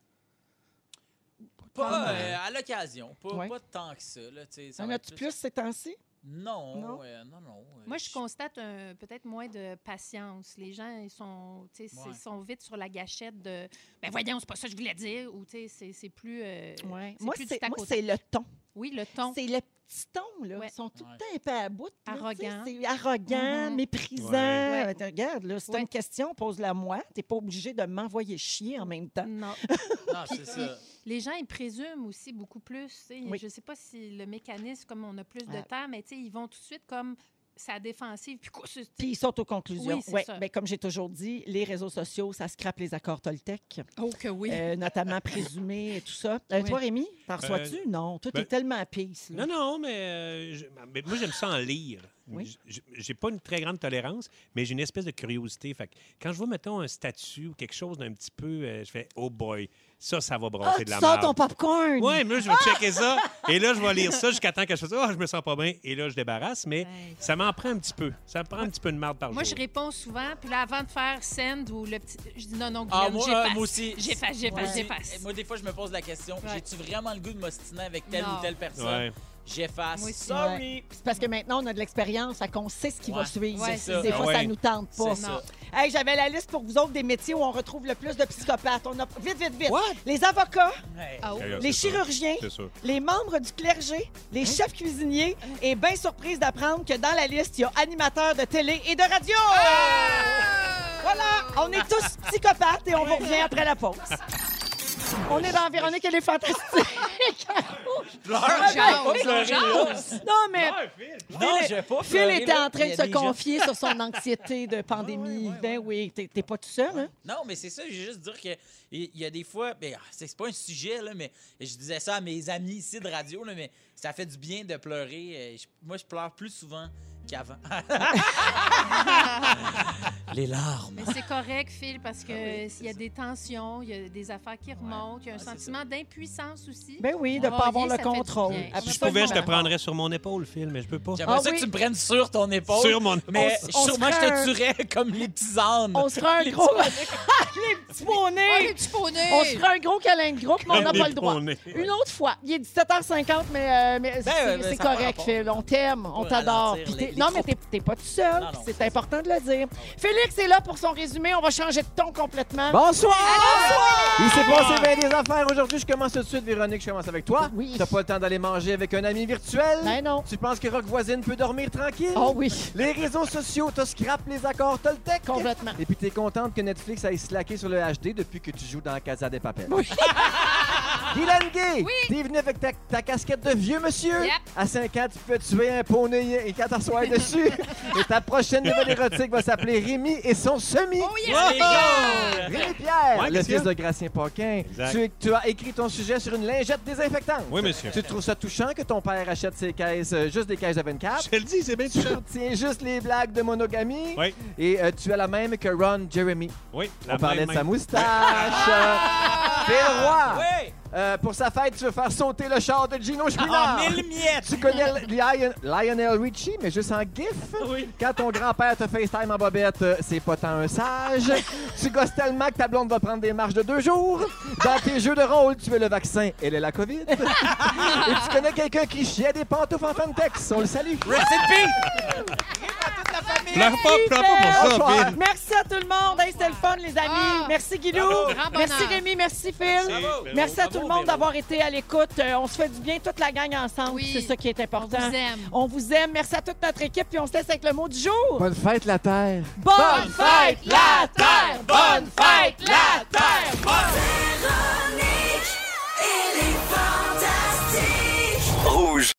Speaker 3: Pas euh, à l'occasion. Pas,
Speaker 1: Ouais.
Speaker 3: pas tant que ça. Là, tu sais, ça
Speaker 1: En
Speaker 3: va
Speaker 1: as-tu
Speaker 3: être
Speaker 1: plus ces temps-ci?
Speaker 3: Non,
Speaker 1: Non?
Speaker 3: non, non, non. euh,
Speaker 2: Moi, je constate un- peut-être moins de patience. Les gens, ils sont, tu sais, c'est-
Speaker 3: Ouais.
Speaker 2: sont vite sur la gâchette de « Ben voyons, c'est pas ça que je voulais dire » ou tu sais, c'est- c'est plus... euh, c'est
Speaker 1: Moi,
Speaker 2: plus du
Speaker 1: c'est
Speaker 2: tac
Speaker 1: moi,
Speaker 2: au
Speaker 1: c'est le ton.
Speaker 2: Oui, le ton.
Speaker 1: C'est le petit ton, là.
Speaker 2: Ouais.
Speaker 1: Ils sont tout le
Speaker 3: Ouais.
Speaker 1: temps un peu à bout. là, tu sais,
Speaker 2: Arrogant.
Speaker 1: C'est arrogant,
Speaker 2: Mhm.
Speaker 1: méprisant.
Speaker 4: Ouais.
Speaker 2: Ouais.
Speaker 1: Attends, Regarde, là, si t'as
Speaker 2: Ouais.
Speaker 1: une question, pose-la moi. T'es pas obligé de m'envoyer chier en même temps.
Speaker 2: Non.
Speaker 3: Non, c'est ça.
Speaker 2: Les gens, ils présument aussi beaucoup plus. tu sais.
Speaker 1: Oui.
Speaker 2: Je ne sais pas si le mécanisme, comme on a plus de
Speaker 1: Ah.
Speaker 2: temps, mais tu sais, ils vont tout de suite comme sa défensive. Puis quoi, c'est-
Speaker 1: Puis ils sont aux conclusions.
Speaker 2: Oui, c'est
Speaker 1: Ouais.
Speaker 2: ça.
Speaker 1: Ben, comme j'ai toujours dit, les réseaux sociaux, ça scrape les accords Toltec,
Speaker 2: Oh que oui.
Speaker 1: euh, notamment présumés et tout ça. Euh,
Speaker 2: Oui.
Speaker 1: Toi, Rémi, t'en reçois-tu? Non, toi, t'es
Speaker 4: ben-
Speaker 1: tellement peace. là.
Speaker 4: Non, non, mais, euh, je- mais moi, j'aime ça en lire.
Speaker 1: Oui.
Speaker 4: J- J'ai pas une très grande tolérance, mais j'ai une espèce de curiosité. Fait que quand je vois, mettons, un statut ou quelque chose d'un petit peu, euh, je fais « Oh boy, ça, ça va brasser
Speaker 1: Ah,
Speaker 4: Oh, de
Speaker 1: tu
Speaker 4: la
Speaker 1: sors ton
Speaker 4: merde. »
Speaker 1: popcorn!
Speaker 4: Ouais, mais là, je vais
Speaker 1: Ah!
Speaker 4: checker ça. Et là, je vais lire ça jusqu'à temps que je fasse Ah, je me sens pas bien. Et là, je débarrasse. Mais
Speaker 2: Ouais.
Speaker 4: ça m'en prend un petit peu. Ça me prend un petit peu de marde par
Speaker 2: Moi, je
Speaker 4: jour.
Speaker 2: réponds souvent. Puis là, avant de faire send ou le petit. Je dis non, non,
Speaker 3: Ah,
Speaker 2: Guylaine,
Speaker 3: moi, euh,
Speaker 2: j'efface.
Speaker 3: moi aussi.
Speaker 2: J'efface,
Speaker 3: Moi
Speaker 2: [laughs] j'efface,
Speaker 3: aussi.
Speaker 2: j'efface.
Speaker 3: Moi, des fois, je me pose la question
Speaker 2: Ouais.
Speaker 3: j'ai-tu vraiment le goût de m'ostiner avec telle
Speaker 2: Non.
Speaker 3: ou telle personne
Speaker 4: Ouais.
Speaker 3: J'efface.
Speaker 2: Moi aussi.
Speaker 3: Sorry.
Speaker 1: C'est parce que maintenant, on a de l'expérience, fait qu'on sait ce qui va
Speaker 3: Ouais.
Speaker 1: suivre.
Speaker 2: Ouais,
Speaker 3: c'est ça.
Speaker 1: Des fois,
Speaker 4: Ah
Speaker 1: ça
Speaker 4: ouais.
Speaker 1: nous tente pas.
Speaker 3: C'est
Speaker 2: Non.
Speaker 3: ça.
Speaker 1: Hey, J'avais la liste pour vous autres des métiers où on retrouve le plus de psychopathes. On a... Vite, vite, vite.
Speaker 4: What?
Speaker 1: Les avocats,
Speaker 3: Hey.
Speaker 2: Ah, oh.
Speaker 4: Regarde,
Speaker 1: les
Speaker 4: c'est sûr.
Speaker 1: chirurgiens,
Speaker 4: C'est sûr.
Speaker 1: les membres du clergé,
Speaker 3: Hein?
Speaker 1: les chefs cuisiniers. Et bien surprise d'apprendre que dans la liste, il y a animateurs de télé et de radio.
Speaker 3: Ah!
Speaker 1: Voilà, on est tous psychopathes et on vous revient après la pause. On est dans Véronique, elle est fantastique.
Speaker 3: Pleure,
Speaker 2: Jase,
Speaker 3: pleurer, là.
Speaker 1: [laughs] non, mais
Speaker 3: Non, je vais pas
Speaker 1: Phil
Speaker 3: pleurer,
Speaker 1: était
Speaker 3: là.
Speaker 1: en train
Speaker 3: Il y
Speaker 1: de
Speaker 3: a
Speaker 1: se
Speaker 3: des gens-
Speaker 1: confier sur son anxiété de pandémie.
Speaker 3: Ouais, ouais, ouais,
Speaker 1: Ben oui, t'es t'es pas tout seul, hein?
Speaker 3: Non, mais c'est ça, je veux juste dire que il il y a des fois, ben, ah, c'est c'est pas un sujet, là, mais je disais ça à mes amis ici de radio, là, mais ça fait du bien de pleurer. Euh, je- moi, je pleure plus souvent
Speaker 1: [laughs]
Speaker 3: qu'avant. Les larmes.
Speaker 1: Ah
Speaker 2: Mais c'est correct, Phil, parce que s'il y a des tensions, il y a des affaires qui remontent, il y a un
Speaker 3: Ah Ouais, c'est
Speaker 2: sentiment d'impuissance aussi.
Speaker 1: Ben oui, de
Speaker 2: Ah,
Speaker 1: pas avoir
Speaker 2: oui, ça
Speaker 1: le
Speaker 2: fait du bien.
Speaker 1: contrôle.
Speaker 2: Si je
Speaker 4: Si je
Speaker 1: Absolument.
Speaker 4: pouvais, je te prendrais sur mon épaule, Phil, mais je peux pas.
Speaker 3: J'aimerais
Speaker 1: Ah
Speaker 3: ça
Speaker 1: oui.
Speaker 3: que tu me prennes sur ton épaule.
Speaker 4: Sur mon épaule. [laughs]
Speaker 3: Mais
Speaker 1: On- on
Speaker 3: sûrement
Speaker 1: serait
Speaker 3: je
Speaker 1: un-
Speaker 3: te tuerais comme les petits ânes.
Speaker 1: [laughs] On se fera un
Speaker 3: [laughs] Les
Speaker 1: gros...
Speaker 3: petits-
Speaker 1: [laughs] les petits poneys!
Speaker 2: Oh, les petits poneys!
Speaker 1: On se fera un gros câlin de groupe, mais on n'a
Speaker 4: Les
Speaker 1: pas le droit.
Speaker 4: poneys.
Speaker 1: Une autre fois. Il est 17h50, mais, euh, mais c'est-
Speaker 3: ouais, ben,
Speaker 1: c'est
Speaker 3: ça a pas
Speaker 1: correct,
Speaker 3: rapport.
Speaker 1: Phil. On t'aime, on
Speaker 3: Faut
Speaker 1: t'adore.
Speaker 3: ralentir
Speaker 1: Puis
Speaker 3: les-
Speaker 1: t'es-
Speaker 3: les
Speaker 1: Non, mais
Speaker 3: troupes.
Speaker 1: t'es t'es pas tout seul.
Speaker 3: Non, non,
Speaker 1: puis
Speaker 3: c'est
Speaker 1: c'est
Speaker 3: ça. Ah
Speaker 1: important de le dire. Félix est là pour son résumé. On va changer de ton complètement.
Speaker 5: Bonsoir! Il s'est passé bien des affaires aujourd'hui. Je commence tout de suite, Véronique. Je commence avec toi.
Speaker 1: Oui.
Speaker 5: T'as pas le temps d'aller manger avec un ami virtuel?
Speaker 1: Ben non.
Speaker 5: Tu penses que Rock Voisine peut dormir tranquille?
Speaker 1: Oh oui,
Speaker 5: Les réseaux sociaux te scrapent les accords Toltec.
Speaker 1: complètement.
Speaker 5: Et puis t'es contente que Netflix aille slacker sur le HD depuis que tu joues dans Casa des Papel.
Speaker 1: Oui.
Speaker 5: [laughs] Dylan Gay, t'es venu avec ta, ta casquette de vieux monsieur.
Speaker 2: Yep.
Speaker 5: À 5 ans, tu peux tuer un poney et quand t'assois dessus.
Speaker 1: [laughs]
Speaker 5: et ta prochaine nouvelle érotique va s'appeler Rémi et son semi.
Speaker 2: Oh yes!
Speaker 3: Wow!
Speaker 2: les gars!
Speaker 5: Rémi Pierre,
Speaker 4: Ouais,
Speaker 5: le
Speaker 4: qu'est-ce qu'il y a?
Speaker 5: fils de Gracien Paquin.
Speaker 4: Exact.
Speaker 5: Tu, tu as écrit ton sujet sur une lingette désinfectante.
Speaker 4: Oui, monsieur.
Speaker 5: Tu trouves ça touchant que ton père achète ses caisses, euh, juste des caisses de 24?
Speaker 4: Je te le dis, c'est bien
Speaker 5: Tu
Speaker 4: touchant.
Speaker 5: retiens juste les blagues de monogamie.
Speaker 4: Oui.
Speaker 5: Et euh, tu as la même que Ron Jeremy.
Speaker 4: Oui,
Speaker 5: On parlait de sa
Speaker 4: mousse.
Speaker 5: moustache.
Speaker 4: [laughs]
Speaker 5: T'es
Speaker 1: [laughs]
Speaker 5: le roi.
Speaker 3: Ouais.
Speaker 5: Euh, pour sa fête, tu veux faire sauter le char de Gino Chouinard.
Speaker 3: En mille miettes.
Speaker 5: Tu connais le- Lion- Lionel Richie, mais juste en gif.
Speaker 3: Oui.
Speaker 5: Quand ton grand-père te FaceTime en bobette, euh, c'est pas tant un sage. tu gosses tellement que ta blonde va prendre des marches de deux jours. Dans tes jeux de rôle, tu veux le vaccin, elle est la COVID. Et tu connais quelqu'un qui chiait des pantoufles en fantex. On le salue.
Speaker 3: Rest in peace.
Speaker 4: Pleure pas, pleure pas pour ça,
Speaker 5: Bonsoir.
Speaker 4: Phil.
Speaker 1: Merci à tout le monde. Hey, C'était le fun, les amis.
Speaker 2: Ah.
Speaker 1: Merci, Guilou.
Speaker 4: Bravo.
Speaker 2: Grand bonheur.
Speaker 1: Merci, Rémi. Merci, Phil.
Speaker 3: Bravo.
Speaker 1: Merci à
Speaker 3: Bravo,
Speaker 1: tout le monde
Speaker 3: Véro.
Speaker 1: d'avoir été à l'écoute. Euh, on se fait du bien, toute la gang ensemble.
Speaker 2: Oui.
Speaker 1: C'est ça qui est
Speaker 2: On vous
Speaker 1: important.
Speaker 2: aime.
Speaker 1: On vous aime. Merci à toute notre équipe. Puis on se laisse avec le mot du jour.
Speaker 5: Bonne fête, la Terre.
Speaker 1: Bonne fête, la Terre!